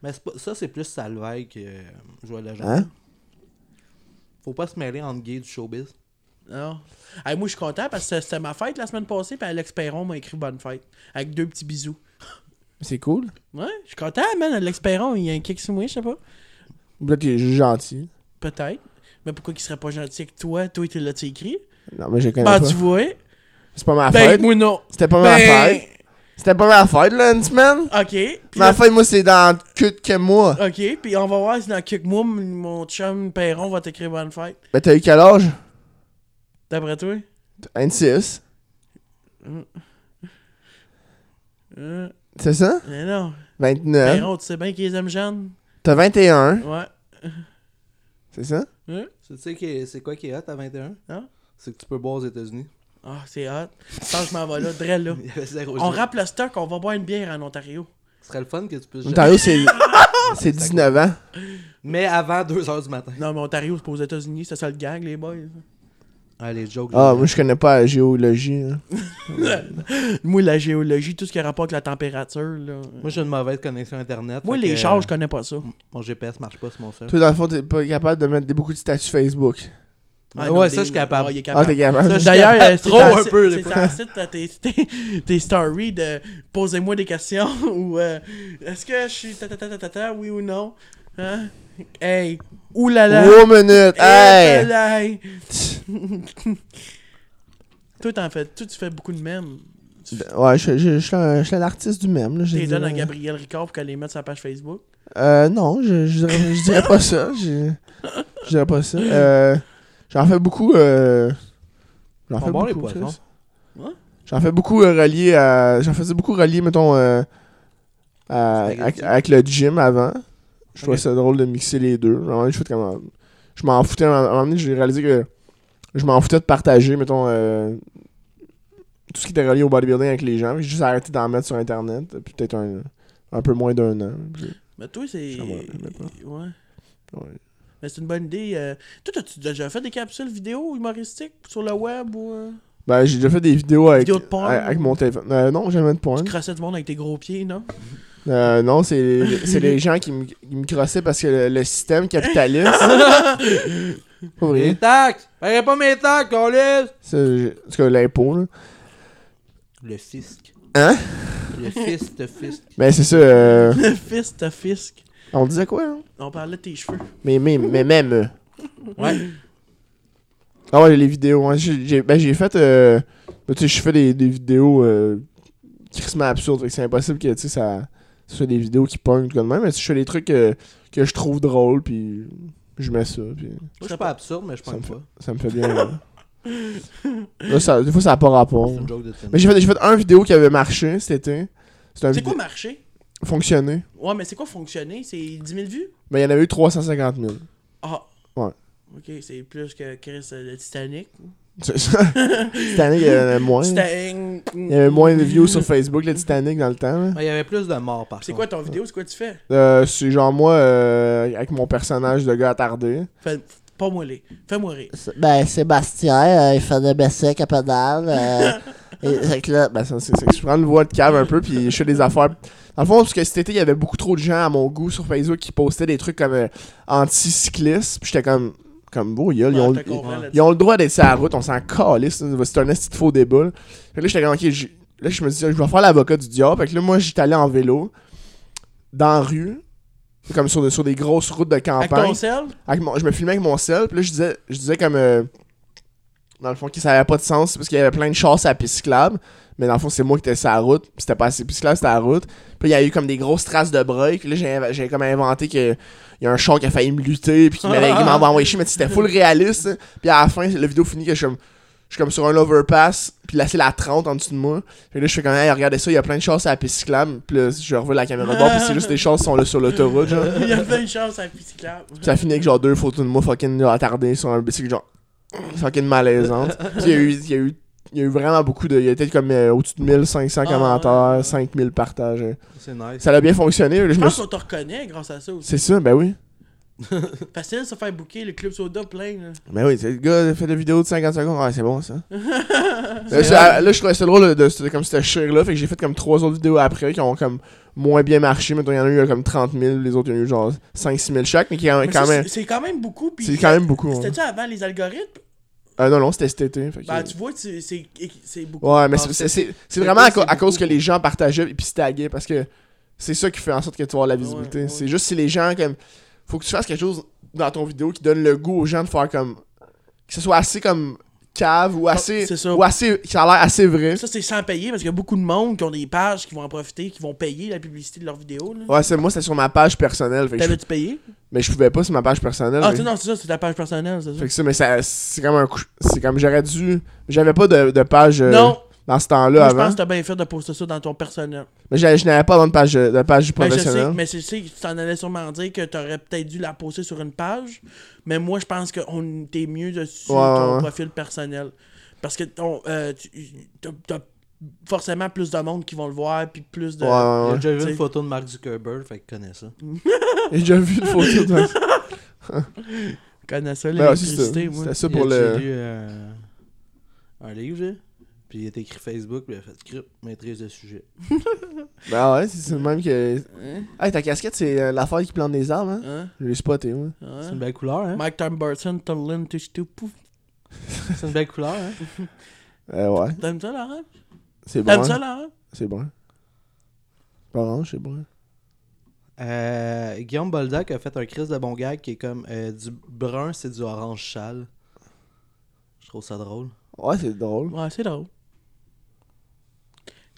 S3: Mais c'est pas- ça, c'est plus Salvaille que euh, Joël Legendre.
S4: Hein?
S3: Faut pas se mêler entre gays du showbiz.
S2: Non. Hey, moi, je suis content parce que c'était ma fête la semaine passée, puis Alex Perron m'a écrit bonne fête. Avec deux petits bisous.
S4: C'est cool.
S2: Ouais, je suis content, man. Alex Perron, il y a un kick sur moi, je sais pas.
S4: Peut-être qu'il est juste gentil.
S2: Peut-être. Mais pourquoi qu'il serait pas gentil avec toi? Toi, tu l'as-tu écrit?
S4: Non, mais je le connais
S2: Ben,
S4: pas.
S2: tu vois.
S4: C'est pas ma
S2: Ben,
S4: fête.
S2: moi, non.
S4: C'était pas ma
S2: Ben,
S4: fête. C'était pas ma fête, là, une semaine.
S2: ok. Puis
S4: Ma
S2: là-
S4: fête, moi, c'est dans que que moi.
S2: Ok, puis on va voir si dans quelques mois, m- mon chum Perron va t'écrire bonne fête.
S4: Ben, t'as eu quel âge
S2: D'après toi?
S4: 26.
S2: Hein?
S4: C'est ça
S2: Mais non.
S4: 29.
S2: Perron, tu sais bien qu'ils aiment Jeanne?
S4: T'as 21.
S2: Ouais.
S4: C'est ça
S2: Hein?
S3: Tu sais, que- c'est quoi qui est hot à 21
S2: Hein?
S3: C'est que tu peux boire aux États-Unis.
S2: Ah, c'est hot. Tant que je m'en vais là, drêle là.
S3: Il y avait zéro
S2: On
S3: jeu.
S2: rappe le stock, on va boire une bière en Ontario.
S3: Ce serait le fun que tu puisses.
S4: Ontario, c'est. c'est 19 ans.
S3: Mais avant 2h du matin.
S2: Non, mais Ontario, c'est pas aux États-Unis, c'est ça le gang, les boys.
S3: Ah, les jokes.
S4: Ah,
S3: je-
S4: moi, je connais pas la géologie. hein.
S2: Moi, la géologie, tout ce qui a rapport avec la température, là.
S3: Moi, j'ai une mauvaise connexion Internet.
S2: Moi,
S3: fait
S2: les
S3: que,
S2: chars, je
S3: euh,
S2: connais pas ça.
S3: Mon GPS marche pas sur mon cell.
S4: Toi, dans le fond, t'es pas capable de mettre des- beaucoup de statuts Facebook.
S3: Ouais,
S2: non,
S3: ouais,
S2: des-
S3: ça, je suis capable.
S2: Ouais, il est
S4: Ah,
S2: capable.
S4: t'es capable.
S3: Ça, je-
S2: D'ailleurs,
S3: capable
S2: euh, c'est
S3: trop
S2: un
S3: un
S2: site-
S3: peu, des
S2: C'est
S3: fois.
S2: un site, là, tes, tes, tes stories de posez-moi des questions ou euh, est-ce que je suis ta ta ta ta ta, ta, oui ou non? Hein? Hey, oulala!
S4: Wow, minute.
S2: Eh, Hey!
S4: Hey!
S2: hey. toi, t'en fais, toi, tu fais beaucoup de mèmes.
S4: Ouais, je, je, je suis un- je suis un artiste du même. Là, je
S2: T'es donnes à
S3: euh,
S4: dirais.
S2: Gabriel Ricard pour qu'elle les mette sur la page Facebook.
S4: Euh, non, je, je, dirais, je dirais pas ça. Je, je dirais pas ça. Euh, j'en fais beaucoup. Euh, j'en
S3: Sont
S4: fais
S3: bons, les
S4: beaucoup.
S3: poissons.
S4: ça.
S2: Ouais.
S4: J'en fais beaucoup euh, relié à. J'en faisais beaucoup relié, mettons, euh, à- avec,
S3: Spaghetti.
S4: avec le gym avant. Je trouvais
S3: Ok.
S4: ça drôle de mixer les deux. À un moment donné, je fais comme, euh, Je m'en foutais. À un moment donné, j'ai réalisé que je m'en foutais de partager, mettons, euh, tout ce qui était relié au bodybuilding avec les gens. Puis J'ai juste arrêté d'en mettre sur Internet. Puis peut-être un, un peu moins d'un an. Puis-
S2: Mais toi, c'est.
S4: Ça va, mais pas.
S2: Ouais.
S4: ouais.
S2: Mais c'est une bonne idée. euh. Toi, as-tu déjà fait des capsules vidéo humoristiques sur le web ou. euh,
S4: Ben, j'ai déjà fait des vidéos avec,
S2: Vidéos de porn?
S4: avec mon téléphone. Euh, non, jamais de porn.
S2: Tu crassais du monde avec tes gros pieds, non?
S4: Euh, non, c'est c'est les gens qui me, qui me crossaient parce que le, le système capitaliste. Pour
S3: Les
S4: vrai.
S3: taxes! Paierais pas mes taxes, qu'on laisse!
S4: ça, je- En tout cas, l'impôt, là.
S3: Le fisc.
S4: Hein?
S3: Le fisc, le fisc.
S4: Mais c'est ça. euh,
S2: Le fist à fisc.
S4: on disait quoi, là?
S2: On parlait de tes cheveux.
S4: Mais, mais, mais même. euh,
S2: Ouais.
S4: Ah ouais, les vidéos. hein. J'ai j'ai- ben, j'ai fait. euh, ben, tu sais, je fais des, des vidéos euh, crissement absurdes. Fait que c'est impossible que tu sais, ça, ça soit des vidéos qui pognent tout de même. Mais tu sais, je fais des trucs euh, que je trouve drôles, puis je mets ça, puis
S3: Moi, je suis pas absurde, mais je
S4: ça me
S3: pense
S4: fait,
S3: pas.
S4: ça me fait bien. rire. Là, ça- des fois, ça n'a pas rapport.
S3: C'est une joke de Tim.
S4: Mais j'ai fait, j'ai fait un vidéo qui avait marché cet été. C'était un
S2: C'est
S4: vidéo
S2: quoi marcher?
S4: fonctionné.
S2: Ouais, mais c'est quoi fonctionner? C'est 10 000 vues?
S4: Mais il y en avait eu 350 000.
S2: Ah.
S4: Ouais.
S2: Ok, c'est plus que Chris euh, le Titanic.
S4: C'est ça. Titanic, il y en avait moins.
S2: Titan-
S4: Il y avait moins de views sur Facebook, le Titanic, dans le temps. là.
S3: Ah, Il y avait plus de morts, par
S2: C'est
S3: contre.
S2: quoi ton vidéo? C'est quoi tu fais?
S4: Euh, c'est genre moi euh, avec mon personnage de gars attardé.
S2: Fais pas moi les. Fais-moi rire.
S5: Ben, Sébastien, euh, il fait des bicycles à pédale. Euh, et, fait que là,
S4: Ben, ça, c'est, c'est que je prends une voix de cave un peu puis je fais des affaires. Dans le fond, parce que cet été, il y avait beaucoup trop de gens à mon goût sur Facebook qui postaient des trucs comme euh, anti-cyclistes. Puis j'étais comme, comme beau, ils,
S2: Ouais,
S4: ont,
S2: je te comprends,
S4: ils-
S2: là,
S4: ils ont le droit d'être sur la route, on s'en calisse. là. C'est un esti de faux débat. Là, Fait que là j'étais comme, ok, j'ai- là, je me dis, je vais faire l'avocat du diable. Fait que là, moi, j'étais allé en vélo, dans la rue, comme sur, des- sur des grosses routes de
S2: Avec
S4: campagne.
S2: ton sel?
S4: avec mon- je me filmais avec mon sel, puis là je disais, je disais comme euh, dans le fond que ça avait pas de sens parce qu'il y avait plein de chars à piste cyclable, mais dans le fond c'est moi qui étais sur la route, puis c'était pas assez piste cyclable, c'était la route. Puis il y a eu comme des grosses traces de break, puis là j'ai- j'ai comme inventé que il y a un char qui a failli me lutter puis qui m'avait qui m'avait envoyé chier, mais c'était full réaliste. hein. Puis à la fin, la vidéo finit que je suis comme je suis comme sur un overpass, puis là c'est la 30 en dessous de moi. Puis là je fais comme hey, regardez ça, il y a plein de chars à piste cyclable, puis là je revois la caméra de bord, puis c'est juste des chars qui sont là sur l'autoroute genre.
S2: Il y avait une chance à la piste cyclable.
S4: Puis ça finit avec genre deux photos de moi fucking attardé sur un bicycle, genre fucking malaisante. Puis il y a eu. Il y a eu il y a eu vraiment beaucoup de. Il y a peut-être comme euh, au-dessus de 1500
S2: Ah,
S4: commentaires,
S2: ouais.
S4: 5000 partages. hein.
S3: C'est nice.
S4: Ça a bien fonctionné. là, je
S2: Je
S4: me
S2: pense
S4: suis-
S2: qu'on te reconnaît grâce à ça aussi.
S4: C'est ça, ben oui.
S2: Facile de se faire bouquer le club soda plein. là.
S4: Ben oui, c'est le gars, fait des vidéos de 50 secondes. Ah, c'est bon ça. là, c'est- là, je trouvais Euh, ça drôle de, de- comme c'était chire là. Fait que j'ai fait comme trois autres vidéos après qui ont comme moins bien marché. Mettons, il y en a eu euh, comme 30 000, les autres, il y en a eu genre 5-6 000 chaque, mais qui quand,
S2: Mais
S4: quand
S2: ça,
S4: même.
S2: c'est- C'est quand même beaucoup. puis-
S4: C'est quand même beaucoup. hein.
S2: C'était-tu avant les algorithmes?
S4: Euh, non, non, c'était cet été. fait que-
S2: Ben, tu vois, tu- c'est c'est beaucoup.
S4: Ouais, mais
S3: Ah,
S4: c'est-
S3: c'est-
S4: c'est c'est
S3: c'est
S4: vraiment
S3: pas-
S4: à, co-
S3: c'est
S4: à cause que
S3: beaucoup.
S4: les gens partageaient et puis se taguaient parce que c'est ça qui fait en sorte que tu vas avoir la visibilité.
S2: Ouais, ouais.
S4: C'est juste si les gens, comme. Faut que tu fasses quelque chose dans ton vidéo qui donne le goût aux gens de faire comme. Que ce soit assez comme cave ou assez.
S2: c'est ça.
S4: Ou assez. Ça a l'air assez vrai.
S2: Ça, c'est sans payer parce qu'il y a beaucoup de monde qui ont des pages qui vont en profiter, qui vont payer la publicité de leurs vidéos. là.
S4: Ouais, c'est moi, c'était sur ma page personnelle. fait que je-
S2: T'avais-tu payé?
S4: mais je pouvais pas sur ma page personnelle.
S2: Ah,
S4: mais-
S2: tu- non, c'est ça, c'est ta page personnelle, c'est ça.
S4: Fait que ça, mais ça, c'est comme un coup. C'est comme j'aurais dû. J'avais pas de, de page. euh,
S2: Non,
S4: Dans ce temps-là,
S2: moi, je
S4: avant.
S2: pense que t'as bien fait de poster ça dans ton personnel.
S4: Mais j'avais- je n'avais pas vraiment de page, euh, de page
S2: Ben, je sais,
S4: professionnelle.
S2: mais je sais que tu t'en allais sûrement dire que t'aurais peut-être dû la poster sur une page, mais moi, je pense qu'on était mieux dessus
S4: Ouais, ouais,
S2: ton
S4: ouais.
S2: profil personnel. Parce que ton, euh, tu- t'as t'as forcément plus de monde qui vont le voir, puis plus de...
S4: Ouais, ouais,
S3: J'ai déjà
S4: ouais.
S2: Tu
S3: vu
S2: sais.
S3: une photo de Mark Zuckerberg, fait qu'il connaît ça.
S4: J'ai déjà vu une photo de
S2: Je connais ça,
S4: Ben, ouais, c'est ça.
S2: l'électricité, moi.
S4: C'était ça
S3: Il
S4: pour
S3: a-
S4: le.
S3: J'ai lu euh, un livre, là. Puis il est écrit Facebook, puis il a fait script, maîtrise de sujet.
S4: Ben ouais, c'est c'est le même que. Hey, ta casquette, c'est euh, l'affaire qui plante des arbres, hein?
S2: Hein?
S4: Je l'ai spoté, ouais.
S3: C'est
S2: Hein?
S3: une belle couleur, hein?
S2: Mike Tom Burton, Tom Lynn, Tish Tou, pouf.
S3: C'est une belle couleur, hein?
S4: Euh, ouais.
S2: T'aimes ça, Laurent?
S4: C'est bon.
S2: T'aimes ça,
S4: hein?
S2: Laurent?
S4: C'est bon. Pas orange, c'est bon.
S3: Euh, Guillaume Boldac a fait un crise de bon gag qui est comme euh, du brun, c'est du orange châle. Je trouve ça drôle.
S4: Ouais, c'est drôle.
S2: Ouais, c'est drôle.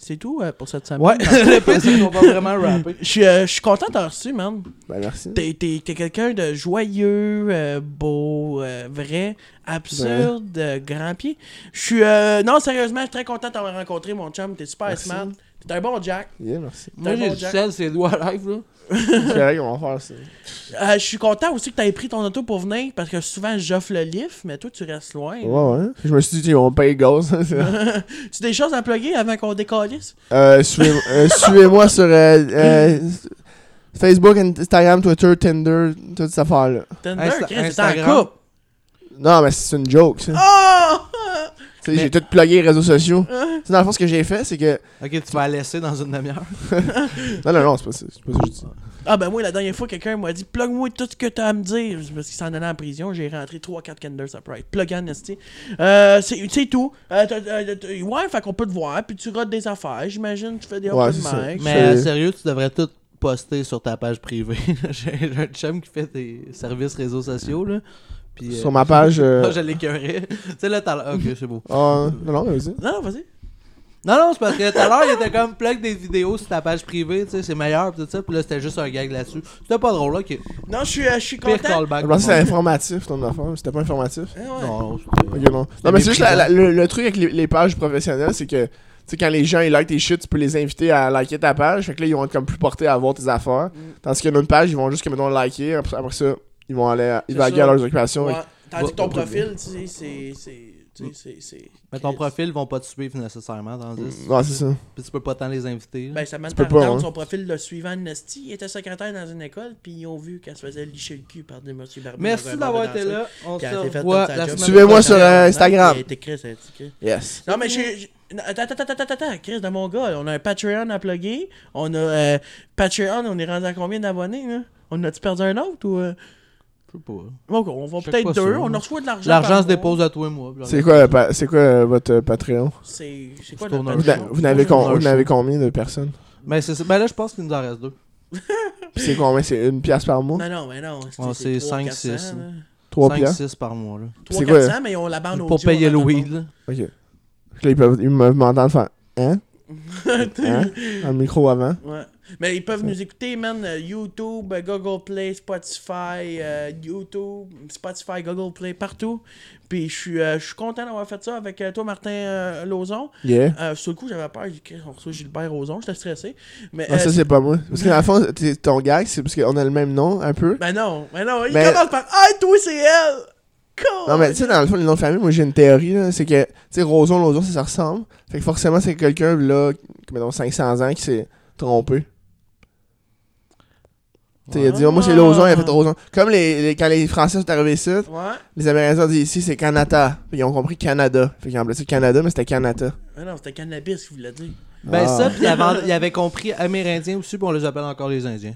S2: C'est tout euh, pour cette semaine.
S3: Ouais, le pire, c'est qu'on va vraiment rapper.
S2: Je suis euh, je suis content de t'avoir reçu, man.
S4: Ben merci.
S2: T'es, t'es- t'es quelqu'un de joyeux, euh, beau, euh, vrai, absurde, euh, grand pied. Je suis. euh, non, sérieusement, je suis très content de t'avoir rencontré, mon chum. T'es super
S4: Merci.
S2: smart. T'es un bon Jack.
S4: Yeah, merci.
S2: T'es un
S3: Moi, j'ai
S2: bon
S3: du
S2: Jack.
S3: sel, c'est doigts live, là.
S4: c'est vrai qu'on va faire ça.
S2: Euh, je suis content aussi que t'aies pris ton auto pour venir parce que souvent j'offre le lift, mais toi tu restes loin.
S4: Ouais, ouais. Je me suis dit, on paye gaz. hein, c'est-
S2: Tu as des choses à plugger avant qu'on décalisse?
S4: euh, suivez- euh, Suivez-moi sur euh, euh, Facebook, Instagram, Twitter, Tinder, toute cette affaire-là.
S2: Tinder,
S3: Insta-
S2: Chris, t'es en
S3: Instagram.
S2: couple. Ah!
S4: Non, mais c'est une joke, ça.
S2: Oh!
S4: Tu sais, J'ai tout plugué les réseaux sociaux. Tu
S2: Ah!
S4: sais, dans le fond, ce que j'ai fait, c'est que.
S3: Ok, tu vas la laisser dans une demi-heure.
S4: Non, non, non, c'est pas, ça- c'est pas ça que je dis.
S2: Ah ben moi, la dernière fois, quelqu'un m'a dit « Plug-moi tout ce que t'as à me dire. » Parce qu'il s'en allait en prison, j'ai rentré 3-4 Kinder Surprise. Plug en esti. Euh, c'est c'est tout. Euh, t'as- t'as- t'as- ouais, fait qu'on peut te voir, puis tu rates des affaires, j'imagine. Tu fais des
S4: Ouais,
S2: open
S4: c'est ça.
S2: mic.
S4: Mais,
S3: Mais
S4: euh,
S3: sérieux, tu devrais tout poster sur ta page privée. J'ai un chum qui fait tes services réseaux sociaux, là. Puis,
S4: Sur ma page. euh,
S2: Ah,
S3: je l'écœurais. tu sais, là, t'as l'air- Ok, c'est beau.
S4: ah, non, non, mais vas-y.
S2: Non, non, vas-y.
S3: Non, non, c'est parce que tout à l'heure, il était comme plug des vidéos sur ta page privée, tu sais, c'est meilleur, pis tout ça. Puis là, c'était juste un gag là-dessus. C'était pas drôle, ok.
S2: Non, je suis euh, je suis
S3: Pire
S2: content.
S4: Je
S3: callback.
S4: pensais que
S3: du
S4: c'était
S3: monde.
S4: informatif ton affaire, mais c'était pas informatif.
S2: Eh ouais.
S3: Non, non,
S4: Ok,
S3: c'était-
S4: non. Non, mais c'est juste la- la-
S3: méprisant.
S4: le, le truc avec les, les pages professionnelles, c'est que. Tu sais, quand les gens ils likent tes shit, tu peux les inviter à liker ta page. Fait que là, ils vont être comme plus portés à voir tes affaires. Tandis qu'il y a une page, ils vont juste, comme, mettons, liker. Après, après ça, ils vont aller à- ils
S2: C'est
S4: vaguer
S2: ça.
S4: à leurs occupations.
S2: Ouais. Tandis que ton
S3: Ouais.
S2: profil, tu sais, c'est- c'est... tu sais, c'est- c'est-
S3: Mais ton profil, ils vont pas te suivre nécessairement, tandis.
S4: Non, mm, c'est ça.
S3: Puis tu peux pas tant les inviter. là.
S2: Ben, ça m'a
S4: peux pas, hein.
S2: son profil le suivant de Nasty. Il était secrétaire dans une école, puis ils ont vu qu'elle se faisait licher le cul par des monsieur barbus.
S3: Merci d'avoir été là. On se
S2: Puis elle s'est fait
S3: revoit
S2: toute sa
S3: la
S2: job.
S3: semaine
S4: Suivez-moi sur
S3: prochaine.
S4: euh, Instagram.
S2: Elle était Chris, elle était Chris.
S4: Yes.
S2: Non, mais j'ai. j'ai- non, Attends, attends, attends, attends, attends, Chris de mon gars, on a un Patreon à plugger. On a euh, Patreon, on est rendu à combien d'abonnés, là On a-tu perdu un autre ou. euh?
S3: Je sais pas.
S2: Bon, on va
S3: Je sais
S2: peut-être
S3: pas
S2: deux,
S3: ça.
S2: on en reçoit de l'argent.
S3: L'argent
S2: par
S3: se
S2: mois.
S3: dépose à toi et moi. puis
S4: C'est quoi, euh, pa- c'est quoi euh, votre euh, Patreon
S2: C'est c'est quoi
S3: Je
S2: le
S3: tourne un
S4: Vous
S3: Ouais.
S4: n'a-
S2: Patreon
S3: show.
S4: Ben, vous n'avez com-
S3: Ouais.
S4: vous n'avez combien de personnes
S3: Mais c'est ça. Ben là, je pense qu'il nous en reste deux.
S4: Puis c'est combien C'est une pièce par mois
S2: Non, non, mais non.
S3: Ouais, Ah, c'est cinq, six, là.
S4: Trois
S3: 5,
S4: pièces
S3: 6 par mois. Là.
S4: C'est quoi,
S2: 3-400, mais on la bande au
S3: Pour payer le weed. Là.
S4: Ok. Fait que Là, ils peuvent ils peuvent m'entendre faire Hein Hein Dans le micro avant.
S2: Ouais. Mais ils peuvent nous écouter, man. euh, YouTube, euh, Google Play, Spotify, euh, YouTube, Spotify, Google Play, partout. Puis je suis euh, je suis content d'avoir fait ça avec euh, toi, Martin euh, Lauzon.
S4: Yeah.
S2: Euh, sur le coup, j'avais peur. J'ai dit, Chris, on reçoit Gilbert Rozon, j'étais stressé. Mais.
S4: Ah,
S2: euh,
S4: ça, c'est pas moi. Parce que dans le fond, t'es- ton gag, c'est parce qu'on a le même nom, un peu.
S2: ben non, ben non, il
S4: Mais-
S2: commence par Ah, toi, c'est elle! Cool!
S4: Non, mais tu sais, dans le fond, les noms de famille, moi j'ai une théorie, là, c'est que, tu sais, Roson, Lozon, ça, ça ressemble. Fait que forcément, c'est quelqu'un, là, qui- mettons, 500 ans, qui s'est trompé. Tu sais, il a dit, oh, moi c'est Lozon, il a fait Roson. Comme les, les- quand les Français sont arrivés ici,
S2: Ouais.
S4: les Américains ont dit ici, c'est Canada. Fait qu'ils ont compris Canada. Fait qu'ils ont appelé ça Canada, mais c'était Canada.
S2: Ben non, c'était cannabis qu'il voulait dire.
S3: Ben
S4: Ah.
S3: ça, puis il avait, il avait compris Amérindien aussi, puis on les appelle encore les Indiens.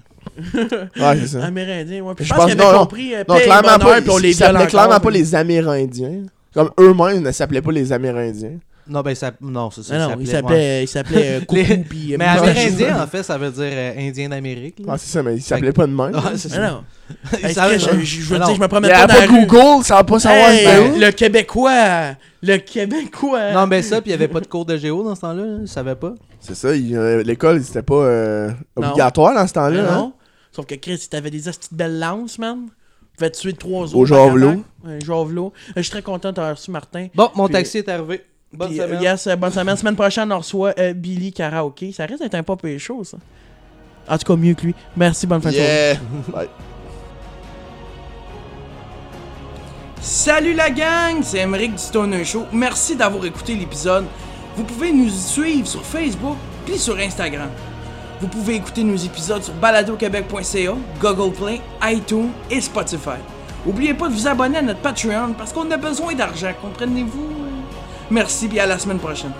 S4: Ouais, c'est ça.
S2: Amérindien, ouais. Puis
S4: Hein? Je
S2: je pense
S4: pense-
S2: qu'il
S4: non,
S2: avait
S4: non.
S2: compris. euh,
S4: Donc,
S2: paix et
S4: clairement
S2: bonheur,
S4: pas,
S2: puis on les
S4: ils s'appelaient
S2: viole
S4: clairement
S2: encore,
S4: pas
S2: mais-
S4: les Amérindiens. Comme eux-mêmes ne s'appelaient pas les Amérindiens.
S3: Non, ben ça. Non, c'est ça.
S2: Ah non, il s'appelait, il s'appelait euh, Coucou,
S3: Les-
S2: puis,
S3: ouais.
S2: euh,
S3: Mais
S2: Moustache.
S3: Amérindien, en fait, ça veut dire euh, Indien d'Amérique. là.
S4: Ah, c'est ça, mais ils s'appelaient pas de même.
S3: Ah, c'est
S2: Ah
S3: ça.
S2: non.
S3: Il
S2: Est-ce
S3: savait-
S2: que je, je- je veux
S3: Non.
S2: dire, je me
S4: Il
S2: promets
S4: y
S2: pas
S4: avait
S2: dans
S4: pas
S2: la rue.
S4: Google, ça va pas savoir.
S2: Hey,
S4: c'était où.
S2: le Québécois! Le Québécois!
S3: Non, ben ça, puis il n'y avait pas de cours de géo dans ce temps-là, là, je savais pas.
S4: C'est ça, il- euh, l'école, c'était pas euh,
S2: Non.
S4: obligatoire dans ce
S2: Mais
S4: temps-là.
S2: non.
S4: hein.
S2: Sauf que Chris, si t'avais des astuces de belles lances, man, tu pouvais tuer trois autres.
S4: Au javelot.
S2: par attaque. Ouais, javelot. Euh, Je suis très content d'avoir reçu Martin.
S3: Bon, mon
S2: Puis-
S3: taxi est arrivé. Bonne
S2: Puis, euh,
S3: semaine.
S2: yes, euh, bonne semaine. Semaine prochaine, on reçoit euh, Billy Karaoke. Ça risque d'être un pas pire chaud, ça. En tout cas, mieux que lui. Merci, bonne fin de soirée.
S4: Yeah. Bye.
S1: Salut la gang, c'est Emeric du Stoner Show. Merci d'avoir écouté l'épisode. Vous pouvez nous suivre sur Facebook puis sur Instagram. Vous pouvez écouter nos épisodes sur baladoquebec.ca, Google Play, iTunes et Spotify. N'oubliez pas de vous abonner à notre Patreon parce qu'on a besoin d'argent, comprenez-vous? Merci et à la semaine prochaine.